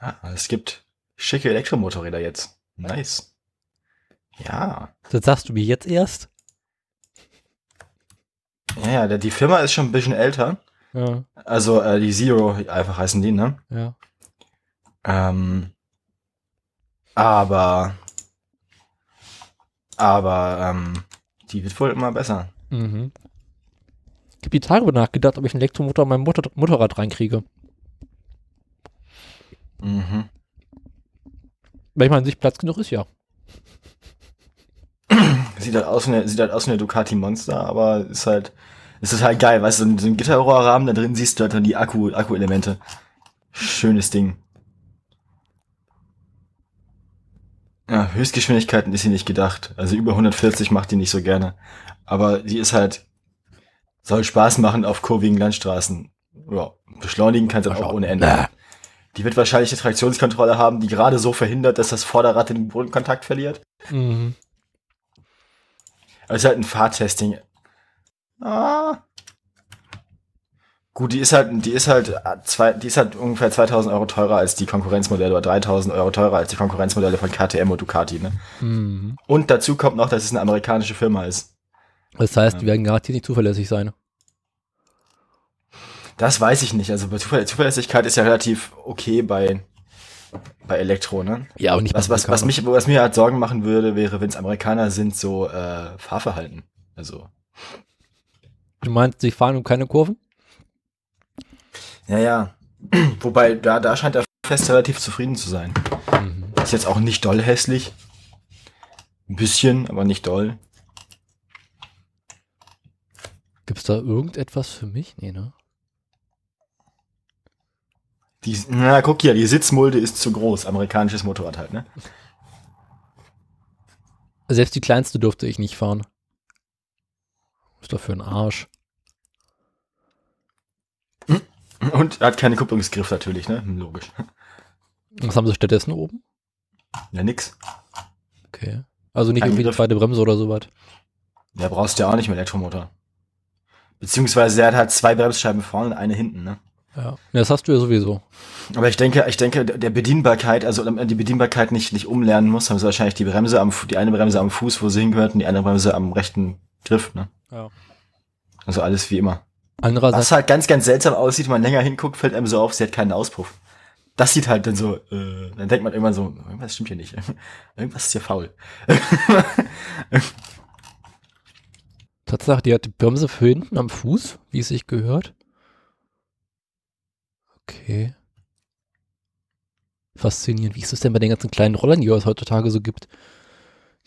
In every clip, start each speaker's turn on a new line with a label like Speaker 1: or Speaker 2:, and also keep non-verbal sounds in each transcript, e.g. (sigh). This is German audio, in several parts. Speaker 1: Ah, es gibt schicke Elektromotorräder jetzt. Nice. Ja.
Speaker 2: Das sagst du mir jetzt erst?
Speaker 1: Ja, ja, der- die Firma ist schon ein bisschen älter.
Speaker 2: Ja,
Speaker 1: Also äh, die Zero einfach heißen die, ne?
Speaker 2: ja.
Speaker 1: Ähm, aber, aber ähm, die wird wohl immer besser.
Speaker 2: Mhm. Ich habe die Tage darüber nachgedacht, ob ich einen Elektromotor in mein Motor Motorrad reinkriege.
Speaker 1: Mhm.
Speaker 2: Weil ich meine, an sich Platz genug ist ja.
Speaker 1: Sieht halt aus wie eine, sieht halt aus wie eine Ducati Monster, aber ist halt, ist total geil, weißt du, so ein, so ein Gitterrohrrahmen, da drin siehst du halt dann die Akku, Akkuelemente. Schönes Ding. Ja, Höchstgeschwindigkeiten ist sie nicht gedacht. Also über 140 macht die nicht so gerne. Aber die ist halt, soll Spaß machen auf kurvigen Landstraßen. Ja, beschleunigen kannst du auch ohne Ende. Die wird wahrscheinlich eine Traktionskontrolle haben, die gerade so verhindert, dass das Vorderrad den Bodenkontakt verliert.
Speaker 2: Mhm.
Speaker 1: Aber es ist halt ein Fahrtesting. Ah. Gut, die ist halt, die ist halt, äh, zwei, die ist halt ungefähr 2000 Euro teurer als die Konkurrenzmodelle oder 3000 Euro teurer als die Konkurrenzmodelle von KTM und Ducati. Ne?
Speaker 2: Mhm.
Speaker 1: Und dazu kommt noch, dass es eine amerikanische Firma ist.
Speaker 2: Das heißt, die
Speaker 1: Ja.
Speaker 2: werden garantiert nicht zuverlässig sein.
Speaker 1: Das weiß ich nicht. Also bei Zuverlä- Zuverlässigkeit ist ja relativ okay bei, bei Elektro. Ne?
Speaker 2: Ja, aber nicht
Speaker 1: Was, was, was, mich, was mir halt Sorgen machen würde, wäre, wenn es Amerikaner sind, so äh, Fahrverhalten. Also
Speaker 2: Du meinst, sie fahren um keine Kurven?
Speaker 1: Ja, ja. (clears throat) Wobei, da, da scheint der Fest relativ zufrieden zu sein.
Speaker 2: Mhm.
Speaker 1: Ist jetzt auch nicht doll hässlich. Ein bisschen, aber nicht doll.
Speaker 2: Gibt es da irgendetwas für mich? Nee, ne?
Speaker 1: Die, na, guck hier, die Sitzmulde ist zu groß. Amerikanisches Motorrad halt, ne?
Speaker 2: Selbst die kleinste durfte ich nicht fahren. Ist doch für ein Arsch.
Speaker 1: Und hat keine Kupplungsgriff natürlich, ne? Hm, Logisch.
Speaker 2: Was haben sie stattdessen oben?
Speaker 1: Ja, nix.
Speaker 2: Okay. Also nicht
Speaker 1: Kein
Speaker 2: irgendwie eine
Speaker 1: Griff.
Speaker 2: zweite Bremse oder sowas.
Speaker 1: Der brauchst du ja auch nicht mit Elektromotor. Beziehungsweise, der hat halt zwei Bremsscheiben vorne und eine hinten, ne?
Speaker 2: Ja. Das hast du ja sowieso.
Speaker 1: Aber ich denke, ich denke, der Bedienbarkeit, also damit man die Bedienbarkeit nicht, nicht umlernen muss, haben sie wahrscheinlich die Bremse am, Fu- die eine Bremse am Fuß, wo sie hingehört, und die andere Bremse am rechten Griff, ne?
Speaker 2: Ja.
Speaker 1: Also alles wie immer.
Speaker 2: Andererseits,
Speaker 1: Was halt ganz, ganz seltsam aussieht, wenn man länger hinguckt, fällt einem so auf, sie hat keinen Auspuff. Das sieht halt dann so, äh, dann denkt man irgendwann so, irgendwas stimmt hier nicht. (laughs) Irgendwas ist hier faul.
Speaker 2: Tatsache, die hat die Bremse für hinten am Fuß, wie es sich gehört. Okay. Faszinierend. Wie ist das denn bei den ganzen kleinen Rollern, die es heutzutage so gibt?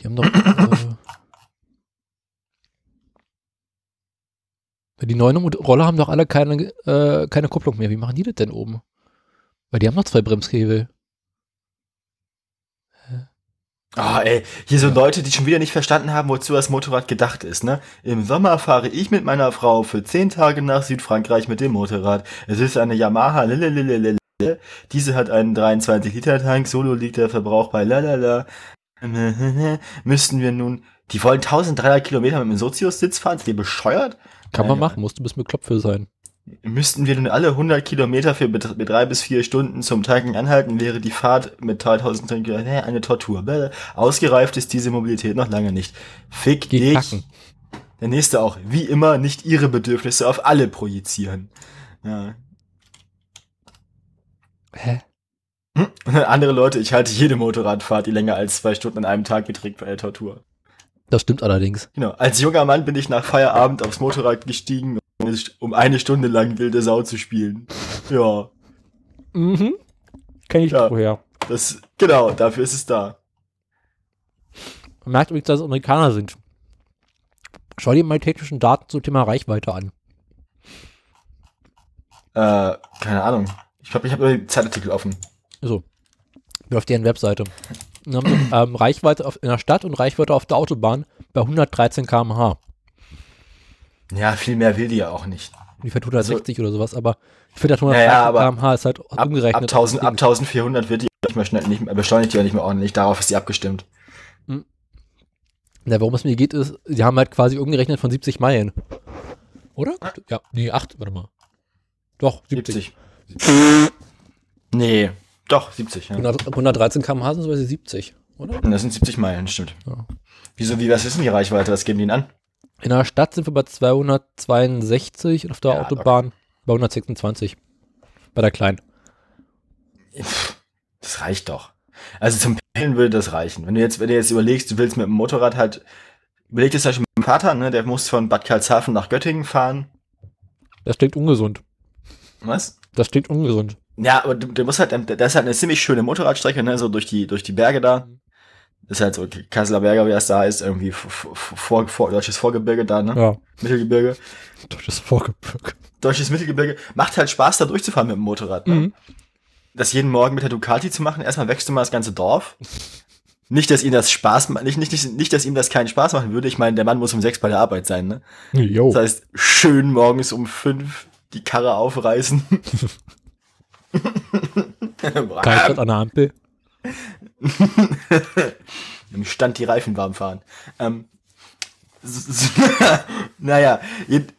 Speaker 2: Die haben doch. Äh, die neuen Mo- Roller haben doch alle keine, äh, keine Kupplung mehr. Wie machen die das denn oben? Weil die haben noch zwei Bremshebel.
Speaker 1: Ah, ey, hier so Leute, die schon wieder nicht verstanden haben, wozu das Motorrad gedacht ist, ne? Im Sommer fahre ich mit meiner Frau für zehn Tage nach Südfrankreich mit dem Motorrad. Es ist eine Yamaha, lalalala. Diese hat einen 23-Liter-Tank, solo liegt der Verbrauch bei lalala. (laughs) Müssten wir nun, die wollen 1300 Kilometer mit einem Sozius-Sitz fahren? Sind die bescheuert?
Speaker 2: Kann man
Speaker 1: Naja.
Speaker 2: machen, musst du bis mit Klopf für sein.
Speaker 1: Müssten wir nun alle 100 Kilometer für bet- mit drei bis vier Stunden zum Tanken anhalten, wäre die Fahrt mit 3000 Kilometern äh, eine Tortur. Bäh. Ausgereift ist diese Mobilität noch lange nicht. Fick
Speaker 2: Geh
Speaker 1: dich.
Speaker 2: kacken.
Speaker 1: Der nächste auch. Wie immer nicht ihre Bedürfnisse auf alle projizieren. Ja.
Speaker 2: Hä?
Speaker 1: Hm? Und dann andere Leute, ich halte jede Motorradfahrt, die länger als zwei Stunden an einem Tag beträgt, für eine Tortur.
Speaker 2: Das stimmt allerdings.
Speaker 1: Genau. Als junger Mann bin ich nach Feierabend aufs Motorrad gestiegen, um eine St- um eine Stunde lang wilde Sau zu spielen. Ja.
Speaker 2: Mhm. Kenn ich
Speaker 1: Ja.
Speaker 2: vorher.
Speaker 1: Das, genau, dafür ist es da.
Speaker 2: Man merkt übrigens, dass es Amerikaner sind. Schau dir mal technischen Daten zum Thema Reichweite an.
Speaker 1: Äh, keine Ahnung. Ich glaube, ich habe nur den Zeitartikel offen.
Speaker 2: So. Geh Auf Also, deren Webseite. Dann haben sie, ähm, Reichweite auf, in der Stadt und Reichweite auf der Autobahn bei 113 km/h.
Speaker 1: Ja, viel mehr will die ja auch nicht.
Speaker 2: Die fährt 160 oder sowas, aber ich finde, das 113
Speaker 1: Also Ja, ja, aber
Speaker 2: km/h ist halt
Speaker 1: Ab, ab,
Speaker 2: umgerechnet.
Speaker 1: 1000, ab 1400 wird die nicht mehr schnell, nicht mehr, beschleunigt die ja nicht mehr ordentlich. Darauf ist die abgestimmt.
Speaker 2: Na, worum es mir geht, ist, sie haben halt quasi umgerechnet von 70 Meilen. Oder? Ja, nee, 8, warte mal. Doch, 70.
Speaker 1: 70. nee, Doch, 70, ja.
Speaker 2: 100, 113 km/h sind so 70, oder?
Speaker 1: Das sind 70 Meilen, stimmt.
Speaker 2: Ja.
Speaker 1: Wieso, wie, was ist denn die Reichweite? Was geben die ihnen an?
Speaker 2: In der Stadt sind wir bei 262 und auf der
Speaker 1: Ja,
Speaker 2: Autobahn bei 126. Bei der kleinen.
Speaker 1: Das reicht doch. Also zum Pendeln würde das reichen. Wenn du jetzt, wenn du jetzt überlegst, du willst mit dem Motorrad halt, überleg dir das zum Beispiel mit meinem Vater, ne, der muss von Bad Karlshafen nach Göttingen fahren.
Speaker 2: Das klingt ungesund.
Speaker 1: Was?
Speaker 2: Das klingt ungesund.
Speaker 1: Ja, aber du, du musst halt, ähm, das ist halt eine ziemlich schöne Motorradstrecke, ne, so durch die, durch die Berge da.
Speaker 2: Mhm.
Speaker 1: Das ist halt so Kasseler Berger, wie das da ist, irgendwie v- v- vor, vor, deutsches Vorgebirge da, ne?
Speaker 2: Ja,
Speaker 1: Mittelgebirge.
Speaker 2: deutsches Vorgebirge.
Speaker 1: Deutsches Mittelgebirge. Macht halt Spaß, da durchzufahren mit dem Motorrad, ne?
Speaker 2: Mhm.
Speaker 1: das jeden Morgen mit der Ducati zu machen, erstmal wächst du mal das ganze Dorf. Nicht, dass ihm das Spaß macht, nicht, nicht, nicht, nicht, dass ihm das keinen Spaß machen würde. Ich meine, der Mann muss um sechs bei der Arbeit sein, ne?
Speaker 2: Jo.
Speaker 1: Das heißt, schön morgens um fünf die Karre
Speaker 2: (laughs)
Speaker 1: aufreißen. (laughs)
Speaker 2: Kaltstadt an der Ampel.
Speaker 1: Im Stand die Reifen warm fahren. Ähm, s- s- (laughs) naja, jed-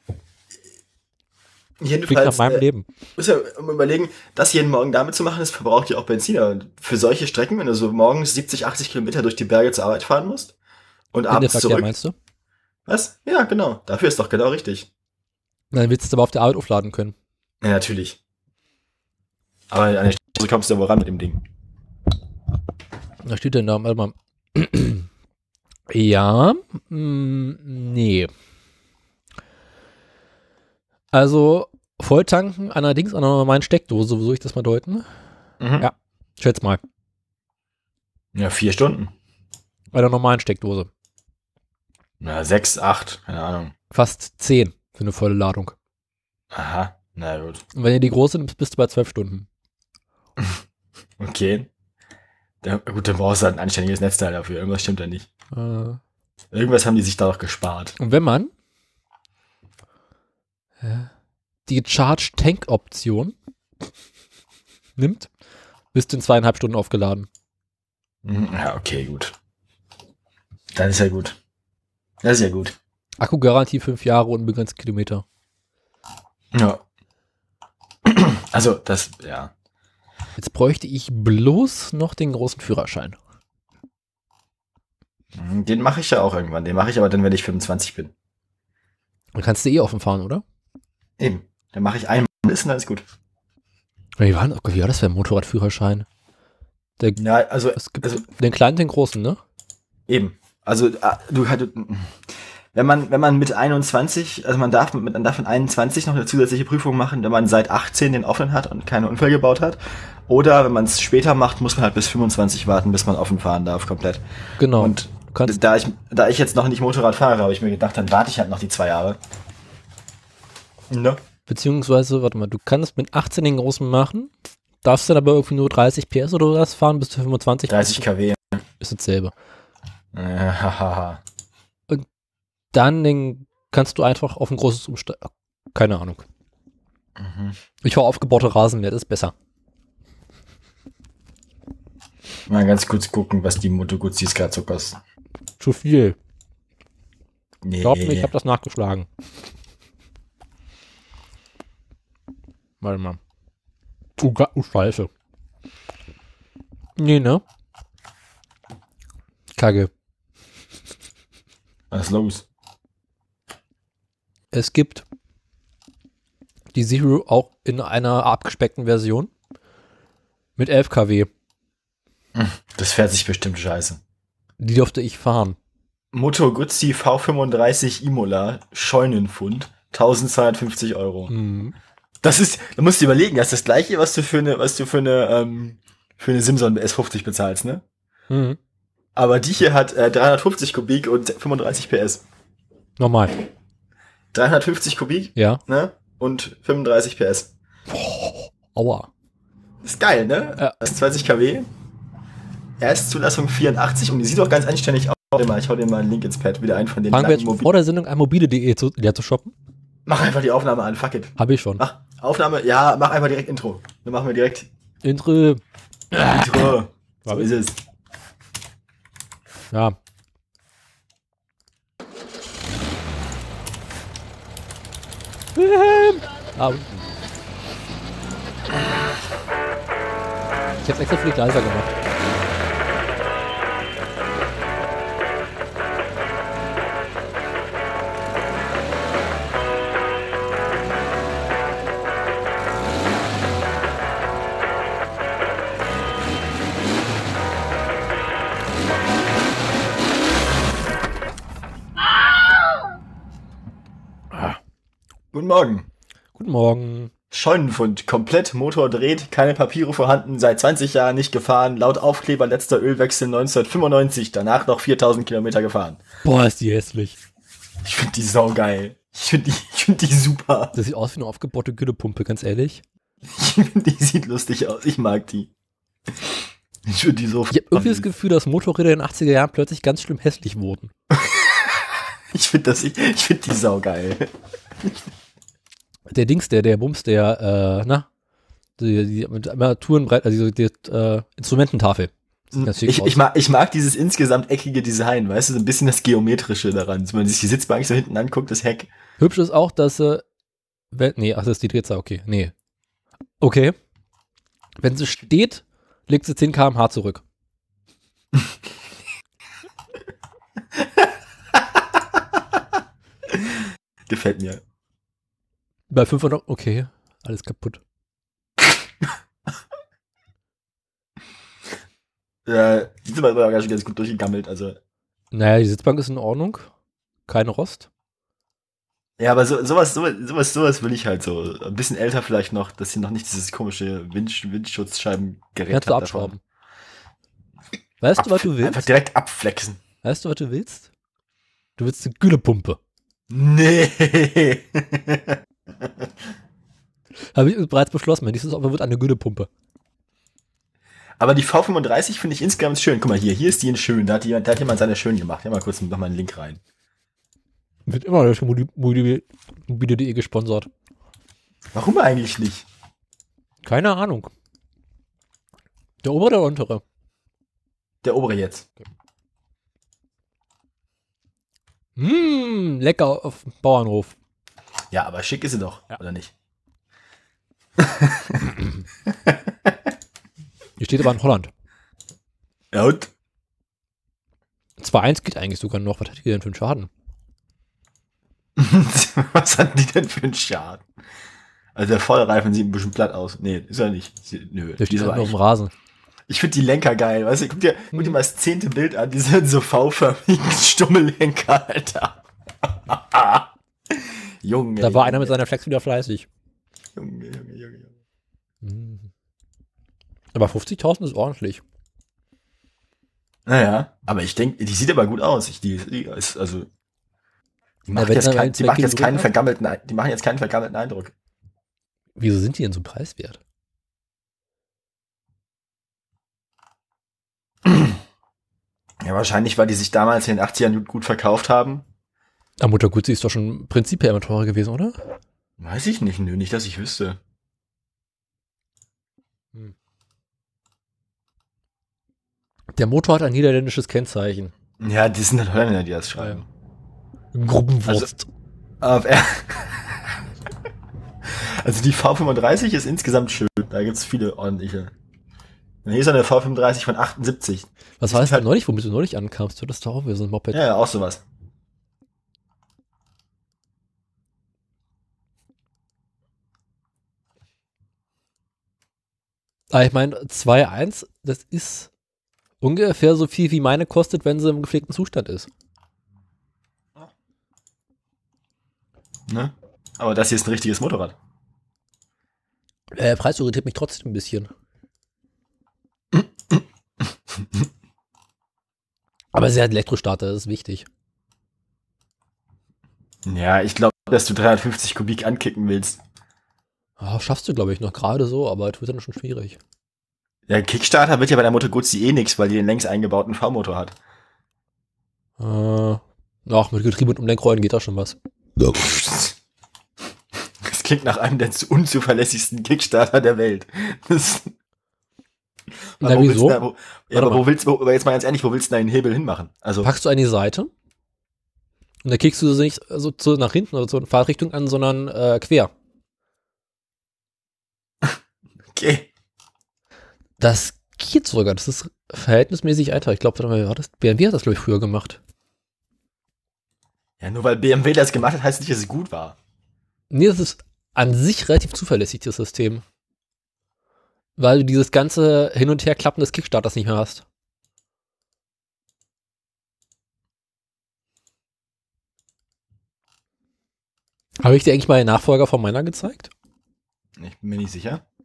Speaker 2: Klingt nach
Speaker 1: jedenfalls.
Speaker 2: meinem
Speaker 1: äh,
Speaker 2: Leben.
Speaker 1: muss ja um überlegen, das jeden Morgen damit zu machen, das verbraucht ja auch Benziner. Und Für solche Strecken, wenn du so morgens 70, 80 Kilometer durch die Berge zur Arbeit fahren musst und abends
Speaker 2: Pendelverkehr
Speaker 1: zurück.
Speaker 2: meinst du?
Speaker 1: Was? Ja, genau. Dafür ist doch genau richtig.
Speaker 2: Dann willst du es aber auf der Arbeit aufladen können.
Speaker 1: Ja, natürlich. Aber an der Straße kommst du aber ran mit dem Ding.
Speaker 2: Was steht denn da? Warte mal. ja. mm, Nee. Also, Volltanken allerdings an einer normalen Steckdose, so soll ich das mal deuten?
Speaker 1: Mhm.
Speaker 2: Ja. Schätz mal.
Speaker 1: Ja, vier Stunden.
Speaker 2: Bei der normalen Steckdose.
Speaker 1: Na, sechs, acht, keine Ahnung.
Speaker 2: Fast 10 für eine volle Ladung.
Speaker 1: Aha, na gut.
Speaker 2: Und wenn ihr die große nimmst, bist du bei 12 Stunden.
Speaker 1: Okay. Da, gut, dann brauchst du halt ein anständiges Netzteil dafür. Irgendwas stimmt da nicht.
Speaker 2: Äh, Und
Speaker 1: Irgendwas haben die sich da doch gespart.
Speaker 2: wenn man äh, die Charge Tank Option nimmt, bist du in zweieinhalb Stunden aufgeladen.
Speaker 1: Mhm, Ja, okay, gut. Dann ist ja gut. Das ist ja gut.
Speaker 2: Akkugarantie fünf Jahre, unbegrenzt Kilometer.
Speaker 1: Ja. (clears throat) Also, das, ja.
Speaker 2: Jetzt bräuchte ich bloß noch den großen Führerschein.
Speaker 1: Mhm, Den mache ich ja auch irgendwann. Den mache ich aber dann, wenn ich 25 bin.
Speaker 2: Dann kannst du eh offen fahren, oder?
Speaker 1: Eben. Dann mache ich einmal ist und dann ist gut.
Speaker 2: Wie war, denn- oh Gott, wie war das für ein Motorradführerschein?
Speaker 1: Ja, also,
Speaker 2: Es gibt
Speaker 1: Also-
Speaker 2: den kleinen, den großen, ne?
Speaker 1: eben. Also, ah, du hattest. Wenn man, wenn man mit 21, also man darf, mit, man darf mit 21 noch eine zusätzliche Prüfung machen, wenn man seit 18 den offenen hat und keinen Unfall gebaut hat. Oder wenn man es später macht, muss man halt bis 25 warten, bis man offen fahren darf, komplett.
Speaker 2: Genau.
Speaker 1: Und
Speaker 2: du kannst,
Speaker 1: da ich, da ich jetzt noch nicht Motorrad fahre, habe ich mir gedacht, dann warte ich halt noch die zwei Jahre. Ne?
Speaker 2: beziehungsweise, warte mal, du kannst mit 18 den großen machen, darfst dann aber irgendwie nur 30 PS oder was fahren, bis zu 25
Speaker 1: 30 (laughs) kW.
Speaker 2: ist dasselbe.
Speaker 1: Hahaha.
Speaker 2: Dann den, kannst du einfach auf ein großes umsteigen. Keine Ahnung.
Speaker 1: Mhm.
Speaker 2: Ich war aufgebaute Rasenmäher, das ist besser.
Speaker 1: Mal ganz kurz gucken, was die Motoguzis gerade so kosten.
Speaker 2: Zu viel.
Speaker 1: Nee.
Speaker 2: Glaub mir, ich habe das nachgeschlagen. Warte mal. Oh, Ga- oh, Scheiße. Nee, ne? Kacke.
Speaker 1: was ist los?
Speaker 2: Es gibt die Zero auch in einer abgespeckten Version mit 11 kW.
Speaker 1: Das fährt sich bestimmt scheiße.
Speaker 2: Die durfte ich fahren.
Speaker 1: Motoguzzi V35 Imola, Scheunenfund, 1250 Euro.
Speaker 2: Mhm.
Speaker 1: Das ist, da musst du überlegen, das ist das gleiche, was du für eine, was du für eine, ähm, für eine Simson S50 bezahlst, ne?
Speaker 2: Mhm.
Speaker 1: Aber die hier hat äh, 350 Kubik und 35 PS.
Speaker 2: Nochmal.
Speaker 1: 350 Kubik,
Speaker 2: Ja.
Speaker 1: ne? Und 35 PS.
Speaker 2: Aua.
Speaker 1: Ist geil, ne?
Speaker 2: Ja.
Speaker 1: Das sind 20 kW. Erstzulassung 84 und die sieht auch ganz anständig aus. Warte mal, ich hau dir mal einen Link ins Pad wieder ein von den
Speaker 2: Fangen wir
Speaker 1: langen
Speaker 2: jetzt
Speaker 1: Mobil-
Speaker 2: vor der Sendung an mobile.de zu, leer zu shoppen?
Speaker 1: Mach einfach die Aufnahme an, fuck it.
Speaker 2: Habe ich schon.
Speaker 1: Mach Aufnahme, ja, mach einfach direkt Intro. Dann machen wir direkt
Speaker 2: Intro.
Speaker 1: Intro. So ist es.
Speaker 2: Ja. Wilhelm! Ah, unten. Ich habe extra für dich leiser gemacht.
Speaker 1: Guten Morgen.
Speaker 2: Guten Morgen.
Speaker 1: Scheunenfund. Komplett Motor dreht, keine Papiere vorhanden, seit 20 Jahren nicht gefahren, laut Aufkleber letzter Ölwechsel 1995, danach noch 4000 Kilometer gefahren.
Speaker 2: Boah, ist die hässlich.
Speaker 1: Ich finde die saugeil. Ich finde die, ich find die super.
Speaker 2: Das sieht aus wie eine aufgebaute Güllepumpe, ganz ehrlich.
Speaker 1: Ich find, die sieht lustig aus. Ich mag die. Ich finde die so
Speaker 2: Ich habe irgendwie das Gefühl, dass Motorräder in den 80er Jahren plötzlich ganz schlimm hässlich wurden.
Speaker 1: Ich finde das, ich, ich finde die saugeil.
Speaker 2: Der Dings, der, der Bums, der, äh, na, die, die, mit Armaturenbrett, also die, die äh, Instrumententafel. Sieht ganz schick
Speaker 1: Hm, Ich,
Speaker 2: aus.
Speaker 1: ich, mag, ich mag dieses insgesamt eckige Design, weißt du, so ein bisschen das Geometrische daran. Wenn man sich die Sitzbank so hinten anguckt, das Heck.
Speaker 2: Hübsch ist auch, dass äh, wenn, nee, ach, das ist die Drehzahl, okay, nee. Okay. Wenn sie steht, legt sie 10 km/h zurück.
Speaker 1: Gefällt mir.
Speaker 2: Bei 500, okay, alles kaputt.
Speaker 1: Äh, die sind aber ganz, ganz gut durchgegammelt, also.
Speaker 2: Naja, die Sitzbank ist in Ordnung. Kein Rost.
Speaker 1: Ja, aber so, sowas, sowas, sowas, sowas will ich halt so. Ein bisschen älter vielleicht noch, dass sie noch nicht dieses komische Wind, Windschutzscheibengerät
Speaker 2: Kannst du
Speaker 1: hat
Speaker 2: abschrauben. Weißt du, was du
Speaker 1: davon. Einfach
Speaker 2: willst?
Speaker 1: direkt abflexen.
Speaker 2: Weißt du, was du willst? Du willst eine Güllepumpe.
Speaker 1: Nee. (laughs)
Speaker 2: Habe ich bereits beschlossen, mein nächstes Opfer wird eine Güllepumpe.
Speaker 1: aber die V35 finde ich insgesamt schön. Guck mal hier, hier ist die in schön. Da hat, jemand, da hat jemand seine schön gemacht. Ja, mal kurz noch mal einen Link rein.
Speaker 2: Wird immer durch Modi- Modi- mobile.de gesponsert.
Speaker 1: Warum eigentlich nicht?
Speaker 2: Keine Ahnung. Der obere oder der untere?
Speaker 1: Der obere jetzt.
Speaker 2: Mmm, lecker auf dem Bauernhof.
Speaker 1: Ja, aber schick ist sie doch,
Speaker 2: Ja.
Speaker 1: oder nicht?
Speaker 2: Hier steht aber in Holland.
Speaker 1: Ja, und? (laughs)
Speaker 2: 2-1 geht eigentlich sogar noch. Was hat die denn für einen Schaden?
Speaker 1: Was hatten die denn für einen Schaden? Also der Vorderreifen sieht ein bisschen platt aus. Nee, ist er nicht. Sie- Nö,
Speaker 2: Der
Speaker 1: die
Speaker 2: steht
Speaker 1: ist aber
Speaker 2: halt Mhm. nur auf
Speaker 1: eigentlich
Speaker 2: dem Rasen.
Speaker 1: Ich finde die Lenker geil, weißt du? Guck dir, guck dir mal das zehnte Bild an, die sind so V-förmigen (laughs) Stummelenker, Alter. (laughs) Junge.
Speaker 2: Da war
Speaker 1: Junge,
Speaker 2: einer mit seiner Flex wieder fleißig.
Speaker 1: Junge, Junge, Junge, Junge.
Speaker 2: Mm. Aber 50.000 ist ordentlich.
Speaker 1: Naja, aber ich denke, die sieht aber gut aus. Ich, die, die ist, also. Die
Speaker 2: Na,
Speaker 1: macht
Speaker 2: wenn
Speaker 1: jetzt,
Speaker 2: sie
Speaker 1: kein,
Speaker 2: einen
Speaker 1: die macht
Speaker 2: Zweck
Speaker 1: jetzt keinen
Speaker 2: gesucht hat?
Speaker 1: vergammelten, Ei- die machen jetzt keinen vergammelten Eindruck.
Speaker 2: Wieso sind die denn so preiswert?
Speaker 1: Ja, wahrscheinlich, weil die sich damals in den 80ern gut verkauft haben.
Speaker 2: Ah, Mutter gut, sie ist doch schon prinzipiell immer teurer gewesen, oder?
Speaker 1: Weiß ich nicht, nö, nicht, dass ich wüsste.
Speaker 2: Der Motor hat ein niederländisches Kennzeichen.
Speaker 1: Ja, die sind halt Holländer, die das schreiben.
Speaker 2: Gruppenwurst.
Speaker 1: Aber er- (laughs) Also die V35 ist insgesamt schön. Da gibt's viele ordentliche. Und hier ist eine V35 von 78.
Speaker 2: Was war das denn neulich, womit du neulich ankamst? Du hattest doch auch wieder so ein Moped.
Speaker 1: Ja, ja, auch sowas.
Speaker 2: Aber Ah, ich meine, 2-1, das ist ungefähr so viel, wie meine kostet, wenn sie im gepflegten Zustand ist.
Speaker 1: Ne? Aber das hier ist ein richtiges Motorrad.
Speaker 2: Äh, Der Preis irritiert mich trotzdem ein bisschen. (clears throat) Aber sie hat Elektrostarter, das ist wichtig.
Speaker 1: Ja, ich glaube, dass du 350 Kubik ankicken willst.
Speaker 2: Ah, schaffst du, glaube ich, noch gerade so, aber das wird dann schon schwierig.
Speaker 1: Der Kickstarter wird ja bei der Moto Guzzi eh nix, weil die den längs eingebauten V-Motor hat.
Speaker 2: Äh, ach, mit Getriebe und Umlenkrollen geht da schon was.
Speaker 1: Das klingt nach einem der zu- unzuverlässigsten Kickstarter der Welt. Das,
Speaker 2: Na,
Speaker 1: wo
Speaker 2: wieso?
Speaker 1: Willst du da, wo, ja,
Speaker 2: Warte
Speaker 1: aber wo
Speaker 2: mal.
Speaker 1: willst du, aber jetzt mal ganz ehrlich, wo willst du denn den Hebel hinmachen? Also,
Speaker 2: packst du an die Seite und dann kickst du sie nicht so zu, nach hinten oder zur Fahrtrichtung an, sondern äh, quer.
Speaker 1: okay.
Speaker 2: Das geht sogar. Das ist verhältnismäßig einfach. Ich glaube, warte mal, wer war das? BMW hat das, glaube ich, früher gemacht.
Speaker 1: Ja, nur weil BMW das gemacht hat, heißt nicht, dass es gut war.
Speaker 2: Nee, das ist an sich relativ zuverlässig, das System. Weil du dieses ganze Hin- und Herklappen des Kickstarters nicht mehr hast. Habe ich dir eigentlich mal den Nachfolger von meiner gezeigt?
Speaker 1: Ich bin mir nicht sicher.
Speaker 2: (laughs)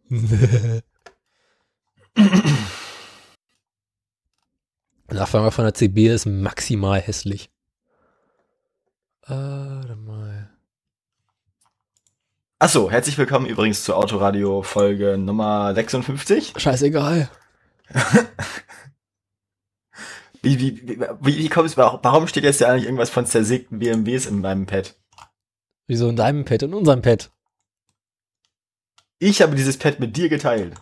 Speaker 2: Nachfolger von der CB ist maximal hässlich. Ah, Warte mal.
Speaker 1: Achso, herzlich willkommen übrigens zur Autoradio Folge Nummer 56.
Speaker 2: Scheißegal.
Speaker 1: Wie, wie, wie, wie, wie kommt es, warum steht jetzt ja eigentlich irgendwas von zersägten BMWs in meinem Pad?
Speaker 2: Wieso in deinem Pad und unserem Pad?
Speaker 1: Ich habe dieses Pad mit dir geteilt.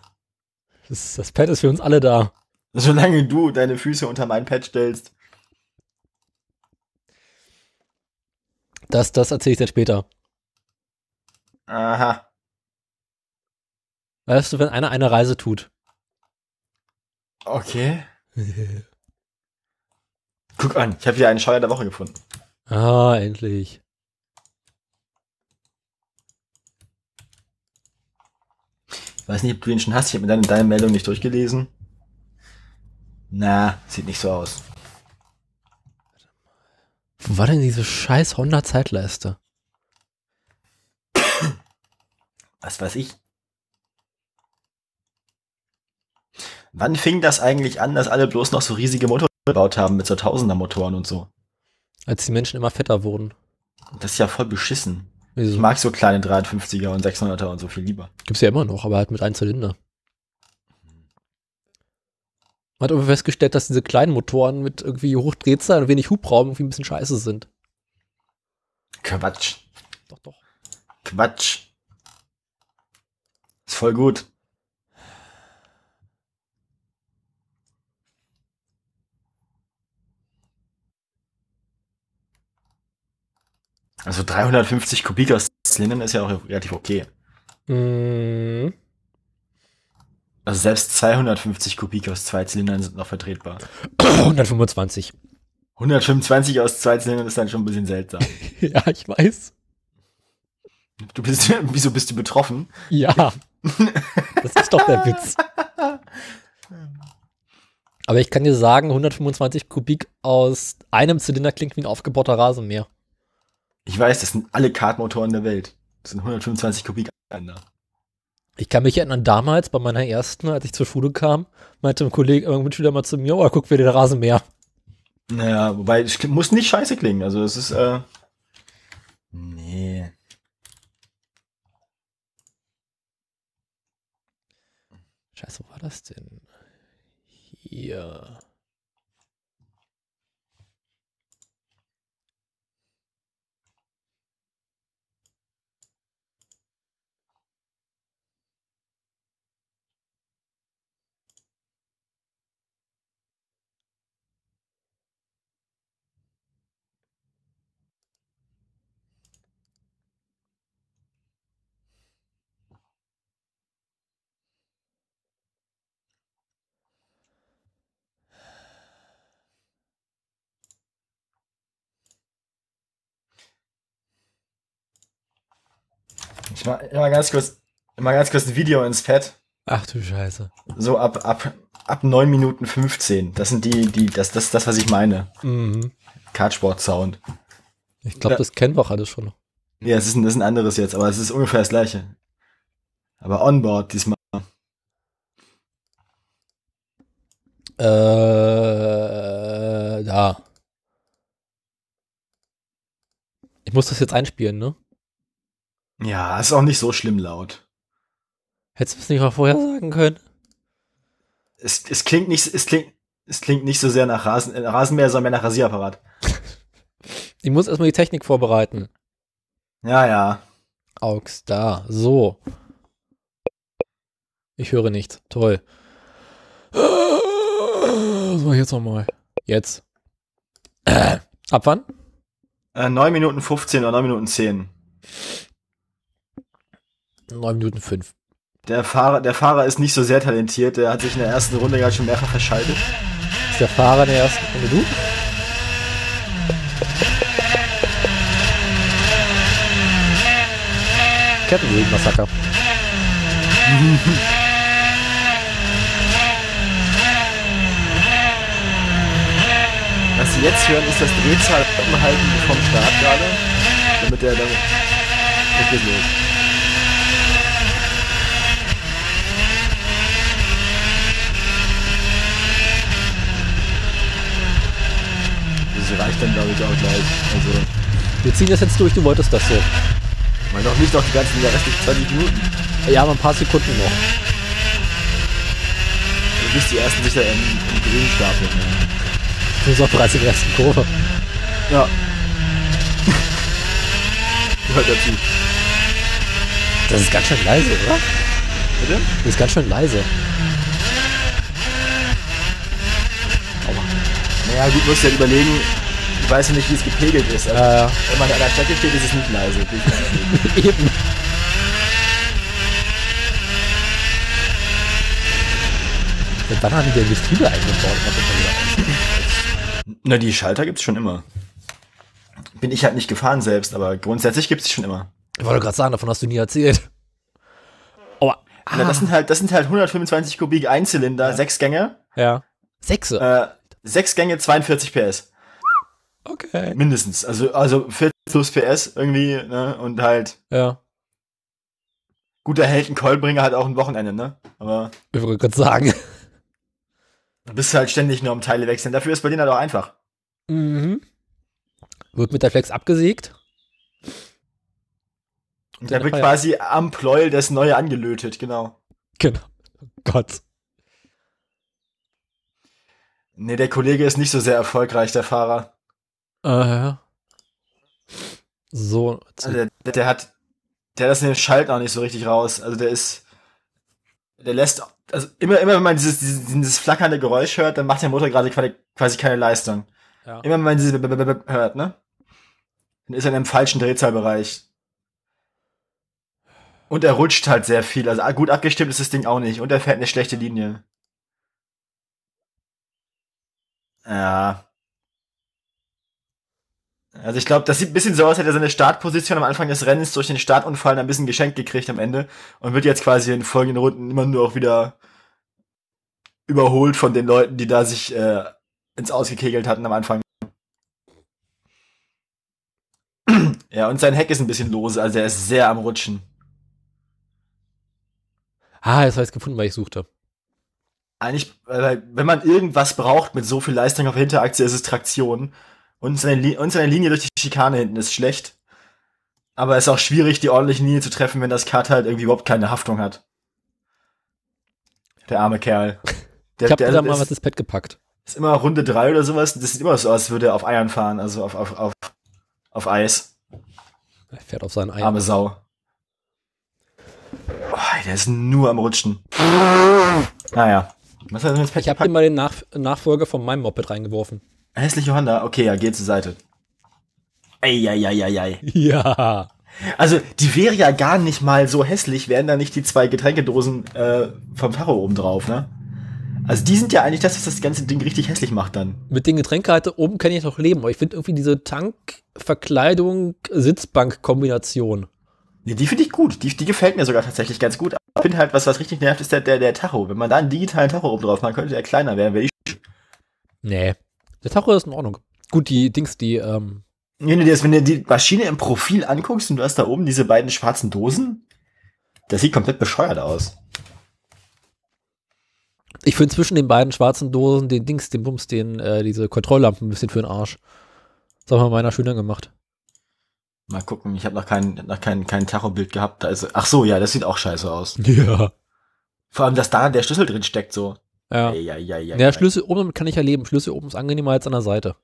Speaker 2: Das, das Pad ist für uns alle da.
Speaker 1: Solange du deine Füße unter mein Pad stellst.
Speaker 2: Das, das erzähle ich dir später.
Speaker 1: Aha.
Speaker 2: Weißt du, wenn einer eine Reise (laughs) tut.
Speaker 1: Okay. Guck an, ich habe hier einen Scheuer der Woche gefunden.
Speaker 2: ah, endlich.
Speaker 1: Ich weiß nicht, ob du den schon hast. Ich habe mir deine, deine Meldung nicht durchgelesen. Na, sieht nicht so aus.
Speaker 2: Wo war denn diese scheiß Honda Zeitleiste?
Speaker 1: Was weiß ich. Wann fing das eigentlich an, dass alle bloß noch so riesige Motoren gebaut haben mit so Tausender-Motoren und so?
Speaker 2: Als die Menschen immer fetter wurden.
Speaker 1: Das ist ja voll beschissen. Ich
Speaker 2: Wieso?
Speaker 1: mag so kleine 53er und 600er und so viel lieber.
Speaker 2: Gibt's ja immer noch, aber halt mit einem Zylinder. Man hat aber festgestellt, dass diese kleinen Motoren mit irgendwie Hochdrehzahl und wenig Hubraum irgendwie ein bisschen scheiße sind.
Speaker 1: Quatsch.
Speaker 2: Doch, doch.
Speaker 1: Quatsch. Ist voll gut. Also 350 Kubik aus Zylindern ist ja auch relativ okay.
Speaker 2: (clears throat) Mhm.
Speaker 1: Also selbst 250 Kubik aus zwei Zylindern sind noch vertretbar.
Speaker 2: 125.
Speaker 1: 125 aus zwei Zylindern ist dann schon ein bisschen seltsam.
Speaker 2: (laughs) ja, ich weiß.
Speaker 1: (laughs) Du bist, wieso bist du betroffen?
Speaker 2: Ja. (laughs) das ist doch der Witz. Aber ich kann dir sagen, 125 Kubik aus einem Zylinder klingt wie ein aufgebauter Rasenmäher.
Speaker 1: Ich weiß, das sind alle Kartmotoren der Welt. Das sind 125 Kubik. aneinander.
Speaker 2: Ich kann mich erinnern, damals bei meiner ersten, als ich zur Schule kam, meinte ein Kollege, ein Mitschüler mal zu mir, oh, guck, wer der Rasenmäher.
Speaker 1: Naja, wobei, es kli- muss nicht scheiße klingen. Also, es ist, äh. Nee.
Speaker 2: Scheiße, wo war das denn? Hier.
Speaker 1: Ich mach immer ganz kurz, immer ganz kurz ein Video ins Pad.
Speaker 2: Ach du Scheiße.
Speaker 1: So ab, ab, ab 9 Minuten 15. Das sind die, die, das, das, das, was ich meine.
Speaker 2: Mhm.
Speaker 1: Kartsport-Sound.
Speaker 2: Ich glaube,
Speaker 1: Ja.
Speaker 2: das kennen wir auch alles schon.
Speaker 1: Ja, es ist, ein- das ist ein anderes jetzt, aber es ist ungefähr das gleiche. Aber onboard diesmal.
Speaker 2: Äh, da. Ich muss das jetzt einspielen, ne?
Speaker 1: Ja, ist auch nicht so schlimm laut.
Speaker 2: Hättest du es nicht mal vorher sagen können?
Speaker 1: Es, es klingt nicht, es klingt, es klingt nicht so sehr nach Rasen, äh, Rasenmäher, sondern mehr nach Rasierapparat.
Speaker 2: Ich muss erstmal die Technik vorbereiten.
Speaker 1: Ja, ja.
Speaker 2: Aux, da. So. Ich höre nichts. Toll. So, jetzt nochmal. Jetzt. (clears throat) Ab wann?
Speaker 1: Äh, 9 Minuten 15 oder 9 Minuten 10.
Speaker 2: 9 Minuten 5.
Speaker 1: Der Fahrer, der Fahrer ist nicht so sehr talentiert, der hat sich in der ersten Runde gerade schon mehrfach verschaltet.
Speaker 2: Ist der Fahrer der ersten Runde du? Kettensägen-Massaker.
Speaker 1: Was Sie jetzt hören, ist das Drehzahl umhalten vom Start gerade, damit der dann es geht los. Das reicht dann, glaube ich, auch gleich. Also,
Speaker 2: Wir ziehen das jetzt durch, du wolltest das so.
Speaker 1: man doch nicht noch die ganzen der restlichen 20 Minuten.
Speaker 2: Ja, aber ein paar Sekunden noch.
Speaker 1: Also bis die ersten sich da im, im Grün stapeln.
Speaker 2: Du bist auch bereits in der ersten Kurve.
Speaker 1: (laughs) Ja. Gehört dazu.
Speaker 2: Das ist ganz schön leise, oder?
Speaker 1: Bitte?
Speaker 2: Das ist ganz schön leise.
Speaker 1: Naja, gut, musst du halt überlegen. Ich weiß ja nicht, wie es gepegelt ist. Also,
Speaker 2: Äh,
Speaker 1: Wenn man an einer Strecke steht, ist es nicht leise. definitiv.
Speaker 2: eben. Seit wann haben die denn Getriebe eingebaut? Hat das mal wieder aus.
Speaker 1: (laughs) Na, die Schalter gibt's schon immer. Bin ich halt nicht gefahren selbst, aber grundsätzlich gibt's die schon immer.
Speaker 2: Ich wollte gerade sagen, davon hast du nie erzählt. Ah. Aua.
Speaker 1: Na, das sind halt, das sind halt 125 Kubik Einzylinder, sechs Gänge,
Speaker 2: Ja. Sechse.
Speaker 1: äh, sechs Gänge, 42 PS.
Speaker 2: Okay.
Speaker 1: Mindestens. Also, also 40 plus PS irgendwie, ne, und halt,
Speaker 2: Ja.
Speaker 1: gut, der hält ein Kolbringer halt auch ein Wochenende, ne, aber
Speaker 2: Ich wollte gerade sagen.
Speaker 1: du bist halt ständig nur am Teile wechseln. Dafür ist bei denen halt auch einfach.
Speaker 2: Mhm. Wird mit der Flex abgesägt?
Speaker 1: Und der
Speaker 2: Den
Speaker 1: wird
Speaker 2: Feuer.
Speaker 1: quasi am Pleuel das Neue angelötet, genau.
Speaker 2: Genau. Gott.
Speaker 1: Nee, der Kollege ist nicht so sehr erfolgreich, der Fahrer.
Speaker 2: Äh. So.
Speaker 1: Also der, der- der hat, der hat das in den Schalten auch nicht so richtig raus. Also der ist, der lässt, also immer, immer wenn man dieses, dieses, dieses flackernde Geräusch hört, dann macht der Motor gerade quasi- quasi keine Leistung.
Speaker 2: Ja.
Speaker 1: Immer wenn man dieses Bip- Bip- Bip hört, ne? Dann ist er in einem falschen Drehzahlbereich. Und er rutscht halt sehr viel. Also ah, gut abgestimmt ist das Ding auch nicht. Und er fährt eine schlechte Linie. Ja. Also ich glaube, das sieht ein bisschen so aus, hätte er seine Startposition am Anfang des Rennens durch den Startunfall ein bisschen geschenkt gekriegt am Ende und wird jetzt quasi in folgenden Runden immer nur auch wieder überholt von den Leuten, die da sich äh, ins Ausgekegelt hatten am Anfang. Ja, und sein Heck ist ein bisschen lose, also er ist sehr am Rutschen.
Speaker 2: Ah, jetzt habe ich es gefunden, weil ich suchte.
Speaker 1: Eigentlich, weil, wenn man irgendwas braucht mit so viel Leistung auf der Hinterachse, ist es Traktion. Und seine, Li- und seine Linie durch die Schikane hinten ist schlecht. Aber es ist auch schwierig, die ordentliche Linie zu treffen, wenn das Kart halt irgendwie überhaupt keine Haftung hat. Der arme Kerl. Der,
Speaker 2: ich habe
Speaker 1: der
Speaker 2: wieder mal was
Speaker 1: ist,
Speaker 2: ins Bett gepackt.
Speaker 1: ist immer Runde drei oder sowas. Das sieht immer so aus, als würde er auf Eiern fahren, also auf, auf, auf, auf Eis.
Speaker 2: Er fährt auf seinen Eier.
Speaker 1: Arme Sau. Boah, der ist nur am Rutschen. Naja. Was hat er denn ins Pad
Speaker 2: Ich habe
Speaker 1: gepackt?
Speaker 2: dir mal den Nach Nachfolger von meinem Moped reingeworfen. (laughs)
Speaker 1: Hässliche Honda. Okay, ja, geh zur Seite. Eieieiei.
Speaker 2: Ja.
Speaker 1: Also, die wäre ja gar nicht mal so hässlich, wären da nicht die zwei Getränkedosen äh, vom Tacho oben drauf, ne? Also, die sind ja eigentlich das, was das ganze Ding richtig hässlich macht dann.
Speaker 2: Mit den Getränkehalten oben kann ich noch leben, aber ich finde irgendwie diese Tank-Verkleidung-Sitzbank-Kombination.
Speaker 1: Nee, die finde ich gut. Die, die gefällt mir sogar tatsächlich ganz gut. Aber ich finde halt, was, was richtig nervt, ist der, der, der Tacho. Wenn man da einen digitalen Tacho oben drauf macht, könnte der kleiner werden. Wäre die
Speaker 2: Nee. Der Tacho ist in Ordnung. Gut, die Dings, die, ähm,
Speaker 1: Wenn du dir das, wenn du die Maschine im Profil anguckst und du hast da oben diese beiden schwarzen Dosen, das sieht komplett bescheuert aus.
Speaker 2: ich finde zwischen den beiden schwarzen Dosen, den Dings, den Bums, den, äh, diese Kontrolllampen ein bisschen für den Arsch. Das haben wir meiner schöner gemacht.
Speaker 1: Mal gucken, ich habe noch kein, noch kein, kein Tacho-Bild gehabt. Da ist, ach so, ja, das sieht auch scheiße aus.
Speaker 2: Ja.
Speaker 1: Vor allem, dass da der Schlüssel drin steckt, so.
Speaker 2: Ja.
Speaker 1: Ja, ja, ja.
Speaker 2: Ja, Schlüssel oben damit kann ich ja leben. Schlüssel oben ist angenehmer als an der Seite.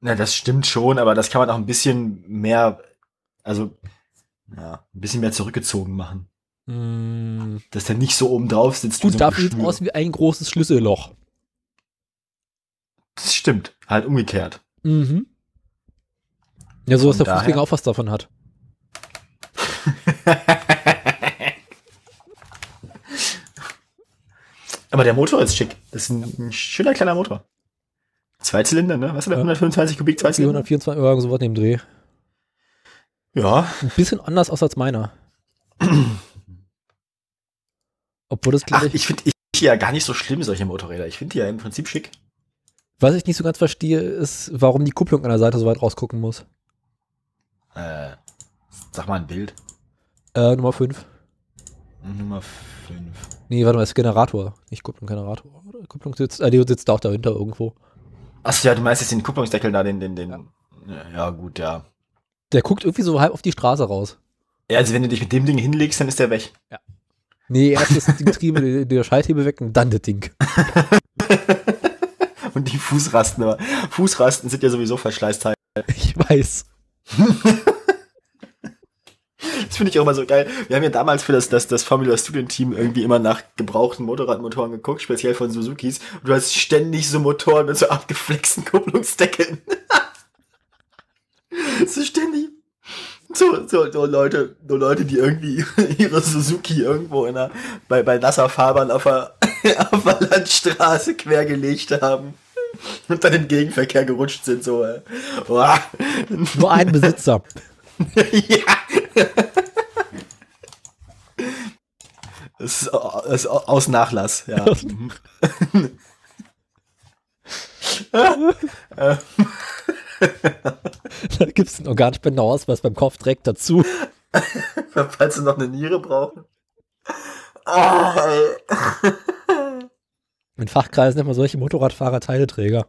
Speaker 1: Na, das stimmt schon, aber das kann man auch ein bisschen mehr, also, ja, ein bisschen mehr zurückgezogen machen.
Speaker 2: Mm.
Speaker 1: Dass der nicht so oben drauf sitzt. wie
Speaker 2: Gut,
Speaker 1: so ein
Speaker 2: dafür sieht
Speaker 1: Geschwür.
Speaker 2: aus wie ein großes Schlüsselloch.
Speaker 1: Das stimmt. Halt umgekehrt.
Speaker 2: Mhm. Ja, so dass
Speaker 1: Von
Speaker 2: der Fußgänger
Speaker 1: daher-
Speaker 2: auch was davon hat.
Speaker 1: Aber der Motor ist schick. Das ist ein, ein schöner kleiner Motor. Zwei Zylinder, ne? Was hat er?
Speaker 2: Ja.
Speaker 1: 125 Kubik, zwei Zylinder?
Speaker 2: 424 Euro, sowas neben Dreh.
Speaker 1: Ja.
Speaker 2: Ein bisschen anders aus als meiner. Obwohl das
Speaker 1: Ach,
Speaker 2: gleich.
Speaker 1: ich finde ich ja gar nicht so schlimm, solche Motorräder. Ich finde die ja im Prinzip schick.
Speaker 2: Was ich nicht so ganz verstehe, ist, warum die Kupplung an der Seite so weit rausgucken muss.
Speaker 1: Äh, sag mal ein Bild.
Speaker 2: Äh, Nummer 5.
Speaker 1: Nummer 5.
Speaker 2: Nee, warte mal, ist Generator. Nicht Kupplung, Generator. Kupplung sitzt, äh, die sitzt auch dahinter irgendwo.
Speaker 1: Achso, ja, du meinst jetzt den Kupplungsdeckel da, den, den, den. Ja, gut, ja.
Speaker 2: Der guckt irgendwie so halb auf die Straße raus.
Speaker 1: Ja, also wenn du dich mit dem Ding hinlegst, dann ist der weg.
Speaker 2: Nee, erst ist die Getriebe, der- der Schalthebel weg und dann das Ding. (laughs)
Speaker 1: Und die Fußrasten, aber Fußrasten sind ja sowieso Verschleißteil.
Speaker 2: Ich weiß.
Speaker 1: Das finde ich auch immer so geil. Wir haben ja damals für das, das, das Formula Student Team irgendwie immer nach gebrauchten Motorradmotoren geguckt, speziell von Suzukis. Und du hast ständig so Motoren mit so abgeflexten Kupplungsdeckeln. (laughs) so ständig. So, so, so Leute, so Leute, die irgendwie (laughs) ihre Suzuki irgendwo in der, bei, bei nasser Fahrbahn auf der, (laughs) auf der Landstraße quergelegt haben. Und dann im Gegenverkehr gerutscht sind, so, äh. Boah.
Speaker 2: Nur ein Besitzer. (laughs)
Speaker 1: ja. Das ist, au- das ist au- aus Nachlass, ja. Mhm.
Speaker 2: Da gibt es einen Organspenderausweis beim Kopf direkt dazu.
Speaker 1: (laughs) Falls sie noch eine Niere brauchen. Ah, ey.
Speaker 2: In Fachkreisen nennt man solche Motorradfahrer Teileträger.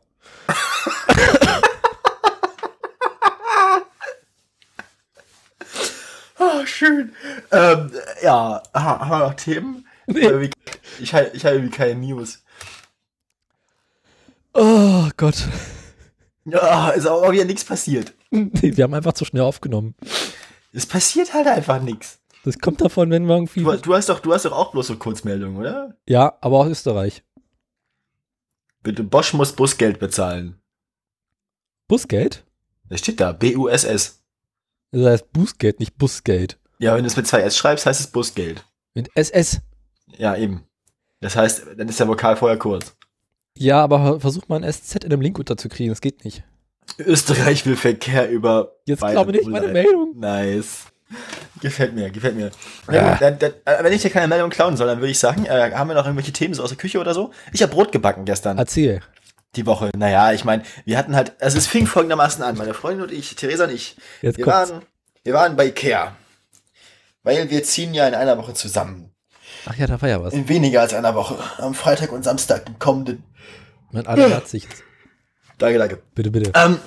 Speaker 1: Ah, schön. Ähm, ja, ha- haben wir noch Themen?
Speaker 2: Nee.
Speaker 1: Irgendwie- Ich, ha- ich habe irgendwie keine News.
Speaker 2: Oh Gott. (laughs)
Speaker 1: Ja, ist auch wieder nichts passiert.
Speaker 2: Nee, wir haben einfach zu schnell aufgenommen.
Speaker 1: Es passiert halt einfach nichts.
Speaker 2: Das kommt davon, wenn wir irgendwie.
Speaker 1: Du, du, hast doch, du hast doch auch bloß so Kurzmeldungen, oder?
Speaker 2: Ja, aber aus Österreich.
Speaker 1: Bitte, Bosch muss Busgeld bezahlen.
Speaker 2: Busgeld?
Speaker 1: Das steht da, B-U-S-S.
Speaker 2: Das heißt Bußgeld, nicht Busgeld.
Speaker 1: Ja, wenn du es mit zwei S schreibst, heißt es Busgeld.
Speaker 2: Mit SS.
Speaker 1: Ja, eben. Das heißt, dann ist der Vokal vorher kurz.
Speaker 2: Ja, aber versuch mal ein SZ in einem Link unterzukriegen. Das geht nicht.
Speaker 1: Österreich will Verkehr über.
Speaker 2: Jetzt
Speaker 1: beide
Speaker 2: glaube nicht
Speaker 1: Pole
Speaker 2: meine
Speaker 1: ein.
Speaker 2: Meldung.
Speaker 1: Nice. Gefällt mir, gefällt mir.
Speaker 2: Ja.
Speaker 1: Ja. gut, Dann, dann, äh, wenn ich dir keine Meldung klauen soll, dann würde ich sagen, äh, haben wir noch irgendwelche Themen so aus der Küche oder so? Ich habe Brot gebacken gestern.
Speaker 2: Erzähl.
Speaker 1: die Woche. Naja, ich meine, wir hatten halt, also es fing folgendermaßen an, meine Freundin und ich, Theresa und ich,
Speaker 2: Jetzt
Speaker 1: wir
Speaker 2: kommt's.
Speaker 1: waren, wir waren bei Ikea. Weil wir ziehen ja in einer Woche zusammen.
Speaker 2: Ach ja, da war ja was.
Speaker 1: In weniger als einer Woche. Am Freitag und Samstag, im kommenden.
Speaker 2: Mein aller Herzlich.
Speaker 1: Danke, danke.
Speaker 2: Bitte, bitte.
Speaker 1: Ähm,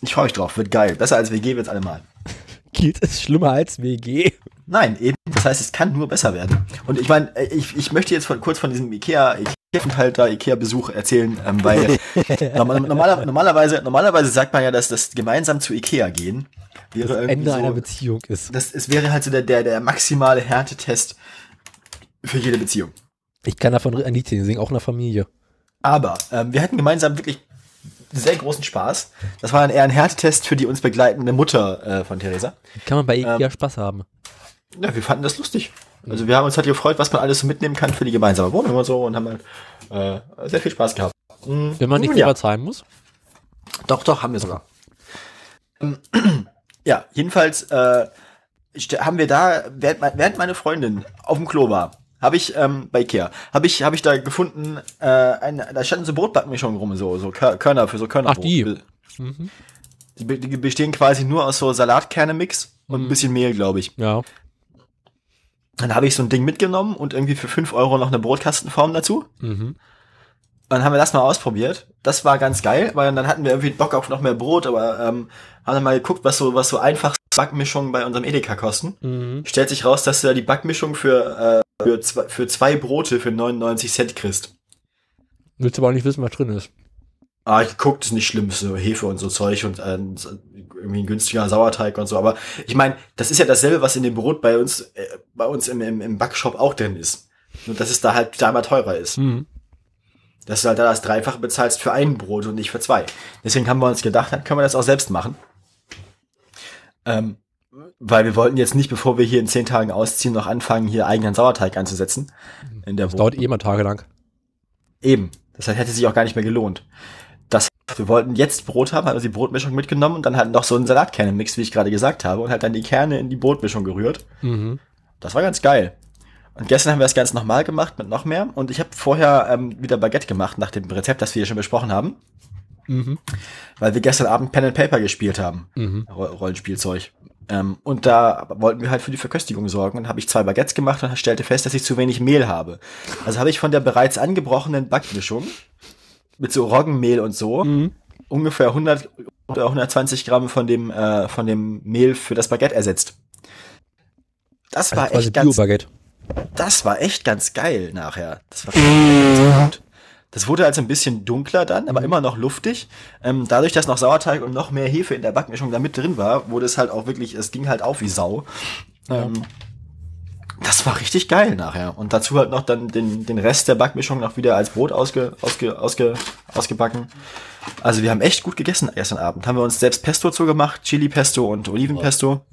Speaker 1: ich freue mich drauf, wird geil. Besser als WG wird's allemal.
Speaker 2: Kiez ist schlimmer als WG.
Speaker 1: Nein, eben. Das heißt, es kann nur besser werden. Und ich meine, äh, ich, ich möchte jetzt von, kurz von diesem Ikea, Ikea-Aufenthalt da, Ikea-Besuch erzählen, ähm,
Speaker 2: (laughs)
Speaker 1: weil normal, normaler, normalerweise, normalerweise sagt man ja, dass das gemeinsam zu Ikea gehen wäre irgendwie
Speaker 2: Ende
Speaker 1: so,
Speaker 2: einer Beziehung ist.
Speaker 1: das, es wäre halt so der, der, der maximale Härtetest für jede Beziehung.
Speaker 2: Ich kann davon ein Liedchen singen, auch in der Familie.
Speaker 1: Aber ähm, wir hatten gemeinsam wirklich sehr großen Spaß. Das war dann eher ein Härtetest für die uns begleitende Mutter äh, von Theresa.
Speaker 2: Kann man bei
Speaker 1: Ähm,
Speaker 2: Ikea Spaß haben.
Speaker 1: Ja, wir fanden das lustig. Also wir haben uns halt gefreut, was man alles so mitnehmen kann für die gemeinsame Wohnung und so und haben halt äh, sehr viel Spaß gehabt.
Speaker 2: Wenn man nicht
Speaker 1: ja.
Speaker 2: selber zahlen muss.
Speaker 1: Doch, doch, haben wir sogar. Ähm, (clears throat) ja, jedenfalls äh, st- haben wir da, während, mein- während meine Freundin auf dem Klo war, habe ich ähm, bei Ikea, habe ich, hab ich da gefunden, äh, ein, da standen so Brotbackmischungen rum, so, so Kör- Körner für so Körnerbrot.
Speaker 2: Ach, die.
Speaker 1: Mhm. Die, be- die bestehen quasi nur aus so Salatkerne-Mix und ein bisschen Mehl, glaube ich.
Speaker 2: Ja.
Speaker 1: Dann habe ich so ein Ding mitgenommen und irgendwie für 5 Euro noch eine Brotkastenform dazu. Dann haben wir das mal ausprobiert. Das war ganz geil, weil dann hatten wir irgendwie Bock auf noch mehr Brot, aber ähm, haben dann mal geguckt, was so, was so einfach Backmischungen bei unserem Edeka kosten. Stellt sich raus, dass du da die Backmischung für, äh, für, zwei, für zwei Brote für 99 Cent kriegst.
Speaker 2: Willst aber auch nicht wissen, was drin ist.
Speaker 1: Ah, ich geguckt, ist nicht schlimm, ist so Hefe und so Zeug und äh, irgendwie ein günstiger Sauerteig und so. Aber ich meine, das ist ja dasselbe, was in dem Brot bei uns, äh, bei uns im, im, im Backshop auch drin ist. Nur dass es da halt da immer teurer ist. Dass du halt da das Dreifache bezahlst für ein Brot und nicht für zwei. Deswegen haben wir uns gedacht, dann können wir das auch selbst machen. Ähm, weil wir wollten jetzt nicht, bevor wir hier in zehn Tagen ausziehen, noch anfangen, hier eigenen Sauerteig anzusetzen. In der
Speaker 2: Dauert eh immer tagelang.
Speaker 1: Eben. Das heißt, hätte sich auch gar nicht mehr gelohnt. Das, wir wollten jetzt Brot haben, haben also die Brotmischung mitgenommen und dann halt noch so einen Salatkerne-Mix, wie ich gerade gesagt habe, und halt dann die Kerne in die Brotmischung gerührt.
Speaker 2: Mhm.
Speaker 1: Das war ganz geil. Und gestern haben wir das Ganze nochmal gemacht mit noch mehr. Und ich habe vorher ähm, wieder Baguette gemacht nach dem Rezept, das wir hier schon besprochen haben,
Speaker 2: Mhm.
Speaker 1: weil wir gestern Abend Pen and Paper gespielt haben.
Speaker 2: Mhm.
Speaker 1: Ro- Rollenspielzeug. Ähm, und da wollten wir halt für die Verköstigung sorgen und habe ich zwei Baguettes gemacht und stellte fest, dass ich zu wenig Mehl habe. Also habe ich von der bereits angebrochenen Backmischung mit so Roggenmehl und so
Speaker 2: Mhm.
Speaker 1: ungefähr 100 oder 120 Gramm von dem, äh, von dem Mehl für das Baguette ersetzt. Das war
Speaker 2: Also quasi
Speaker 1: echt ganz
Speaker 2: Bio-Baguette.
Speaker 1: das war echt ganz geil nachher. Das war richtig gut. Das wurde also ein bisschen dunkler dann, aber immer noch luftig. Ähm, dadurch, dass noch Sauerteig und noch mehr Hefe in der Backmischung da mit drin war, wurde es halt auch wirklich, es ging halt auf wie Sau. Ähm, das war richtig geil nachher. Und dazu halt noch dann den, den Rest der Backmischung noch wieder als Brot ausge, ausge, ausge, ausgebacken. Also wir haben echt gut gegessen gestern Abend. Haben wir uns selbst Pesto zugemacht, Chili-Pesto und Olivenpesto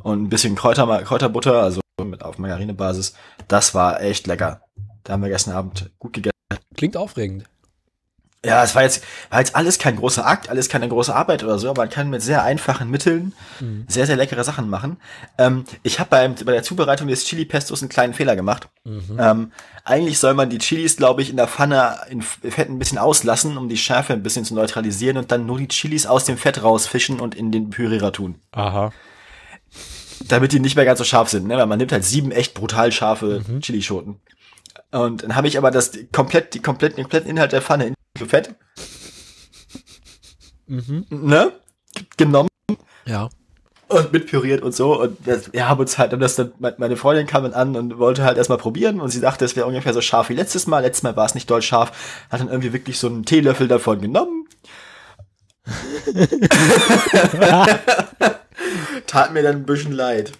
Speaker 1: und ein bisschen Kräuter, Kräuterbutter, also mit auf Margarinebasis. Das war echt lecker. Da haben wir gestern Abend gut gegessen.
Speaker 2: Klingt aufregend.
Speaker 1: Ja, es war jetzt, war jetzt alles kein großer Akt, alles keine große Arbeit oder so, aber man kann mit sehr einfachen Mitteln sehr, sehr leckere Sachen machen. Ähm, ich habe bei, bei der Zubereitung des Chili-Pestos einen kleinen Fehler gemacht. Ähm, eigentlich soll man die Chilis, glaube ich, in der Pfanne in F- Fett ein bisschen auslassen, um die Schärfe ein bisschen zu neutralisieren und dann nur die Chilis aus dem Fett rausfischen und in den Pürierer tun.
Speaker 2: Aha.
Speaker 1: damit die nicht mehr ganz so scharf sind, ne? weil man nimmt halt sieben echt brutal scharfe Chilischoten. Und dann habe ich aber das die- komplett, die komplett, den kompletten Inhalt der Pfanne in Fett,
Speaker 2: Mhm.
Speaker 1: ne? Genommen
Speaker 2: Ja.
Speaker 1: und mitpüriert und so. Und das, wir haben uns halt, und das dann, me- meine Freundin kam dann an und wollte halt erstmal probieren und sie dachte, es wäre ungefähr so scharf wie letztes Mal. Letztes Mal war es nicht doll scharf, hat dann irgendwie wirklich so einen Teelöffel davon genommen. Tat mir dann ein bisschen leid.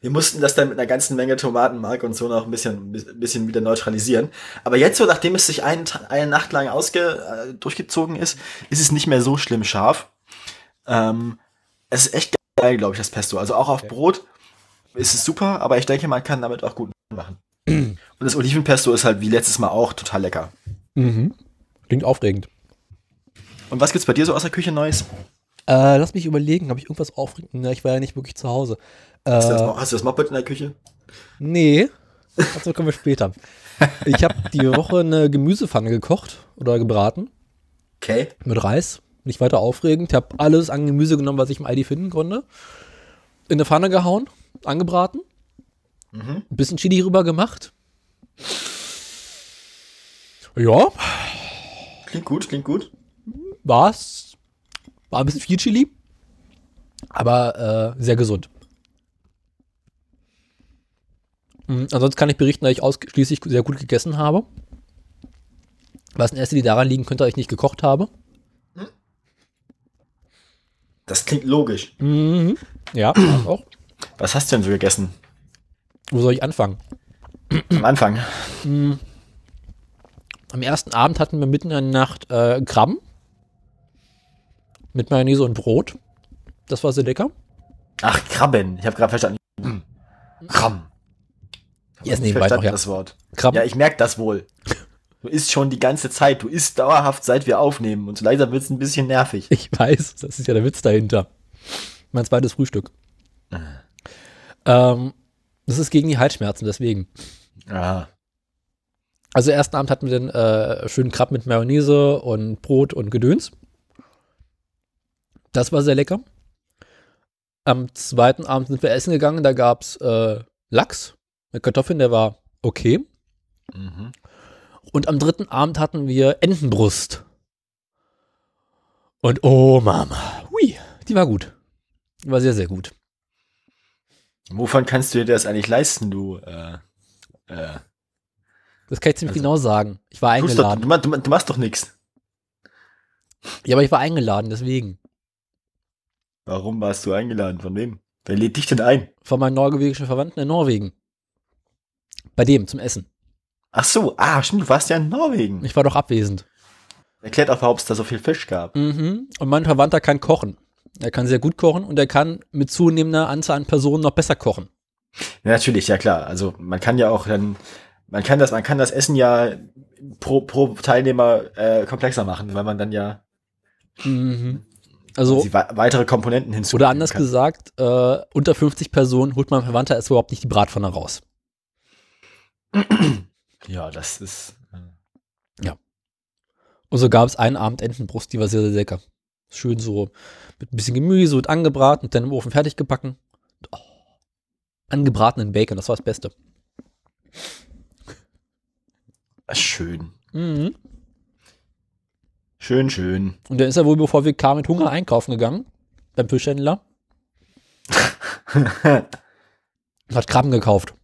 Speaker 1: Wir mussten das dann mit einer ganzen Menge Tomatenmark und so noch ein bisschen, ein bisschen wieder neutralisieren. Aber jetzt, so nachdem es sich einen, Ta- eine Nacht lang ausge, äh, durchgezogen ist, ist es nicht mehr so schlimm scharf. Ähm, es ist echt geil, glaube ich, das Pesto. Also auch auf Brot ist es super, aber ich denke, man kann damit auch gut machen. Und das Olivenpesto ist halt wie letztes Mal auch total lecker.
Speaker 2: Mhm. Klingt aufregend.
Speaker 1: Und was gibt's bei dir so aus der Küche Neues?
Speaker 2: Äh, lass mich überlegen, habe ich irgendwas aufregend? Na, ich war ja nicht wirklich zu Hause.
Speaker 1: Hast du das,
Speaker 2: Äh,
Speaker 1: Mo- hast du das Moped in der Küche?
Speaker 2: nee. Dazu kommen wir später. Ich habe die Woche eine Gemüsepfanne gekocht oder gebraten
Speaker 1: Okay.
Speaker 2: mit Reis. Nicht weiter aufregend. Ich habe alles an Gemüse genommen, was ich im Aldi finden konnte. In eine Pfanne gehauen, angebraten. Ein bisschen Chili rüber gemacht. Ja,
Speaker 1: Klingt gut, klingt gut.
Speaker 2: war es. War ein bisschen viel Chili, aber äh, sehr gesund. Mm, Ansonsten kann ich berichten, dass ich ausschließlich sehr gut gegessen habe. Was in erster Linie daran liegen könnte, dass ich nicht gekocht habe.
Speaker 1: Das klingt logisch. Mhm.
Speaker 2: Ja, (clears throat) das auch.
Speaker 1: Was hast du denn so gegessen?
Speaker 2: Wo soll ich anfangen?
Speaker 1: Am Anfang.
Speaker 2: Am ersten Abend hatten wir mitten in der Nacht äh, Gramm mit Mayonnaise und Brot. Das war sehr lecker.
Speaker 1: Ach, Krabben. Ich habe gerade verstanden. Krabben.
Speaker 2: Ja, ist
Speaker 1: Ich
Speaker 2: nebenbei noch,
Speaker 1: verstanden
Speaker 2: ja.
Speaker 1: das Wort.
Speaker 2: Krabben.
Speaker 1: Ja, ich merke das wohl. Du isst schon die ganze Zeit. Du isst dauerhaft, seit wir aufnehmen. Und so langsam wird's ein bisschen nervig.
Speaker 2: Ich weiß, das ist ja der Witz dahinter. Mein zweites Frühstück. Ähm, das ist gegen die Halsschmerzen, deswegen.
Speaker 1: Aha.
Speaker 2: Also ersten Abend hatten wir den äh, schönen Krabben mit Mayonnaise und Brot und Gedöns. Das war sehr lecker. Am zweiten Abend sind wir essen gegangen, da gab es äh, Lachs mit Kartoffeln, der war okay.
Speaker 1: Mhm.
Speaker 2: Und am dritten Abend hatten wir Entenbrust. Und oh Mama, hui, die war gut. Die war sehr, sehr gut.
Speaker 1: Wovon kannst du dir das eigentlich leisten, du? Äh, äh,
Speaker 2: Das kann ich ziemlich
Speaker 1: Also,
Speaker 2: genau sagen. Ich war
Speaker 1: tust doch,
Speaker 2: eingeladen.
Speaker 1: du, ma- du, ma- du machst doch nichts.
Speaker 2: Ja, aber ich war eingeladen, deswegen.
Speaker 1: Warum warst du eingeladen? Von wem? Wer lädt dich denn ein?
Speaker 2: Von meinen norwegischen Verwandten in Norwegen. Bei dem, zum Essen.
Speaker 1: Ach so, ah, stimmt, du warst ja in Norwegen.
Speaker 2: Ich war doch abwesend.
Speaker 1: Erklärt auch, warum es da so viel Fisch gab.
Speaker 2: Mhm. Und mein Verwandter kann kochen. Er kann sehr gut kochen und er kann mit zunehmender Anzahl an Personen noch besser kochen.
Speaker 1: Ja, natürlich, ja klar. Also man kann ja auch dann man kann das, man kann das Essen ja pro, pro Teilnehmer äh, komplexer machen, weil man dann ja
Speaker 2: Mhm. Also,
Speaker 1: die wa- weitere Komponenten hinzu.
Speaker 2: oder anders gesagt, äh, unter 50 Personen holt man Verwandter erst überhaupt nicht die Bratpfanne raus.
Speaker 1: Ja, das ist. äh,
Speaker 2: Und so gab es einen Abend Entenbrust, die war sehr, sehr lecker. Schön so mit ein bisschen Gemüse und angebraten und dann im Ofen fertig gebacken. Oh, angebratenen Bacon, das war das Beste.
Speaker 1: Schön.
Speaker 2: Mhm.
Speaker 1: Schön, schön. (laughs)
Speaker 2: Und dann ist er wohl, bevor wir kamen, mit Hunger einkaufen gegangen. Beim Fischhändler. und hat Krabben gekauft.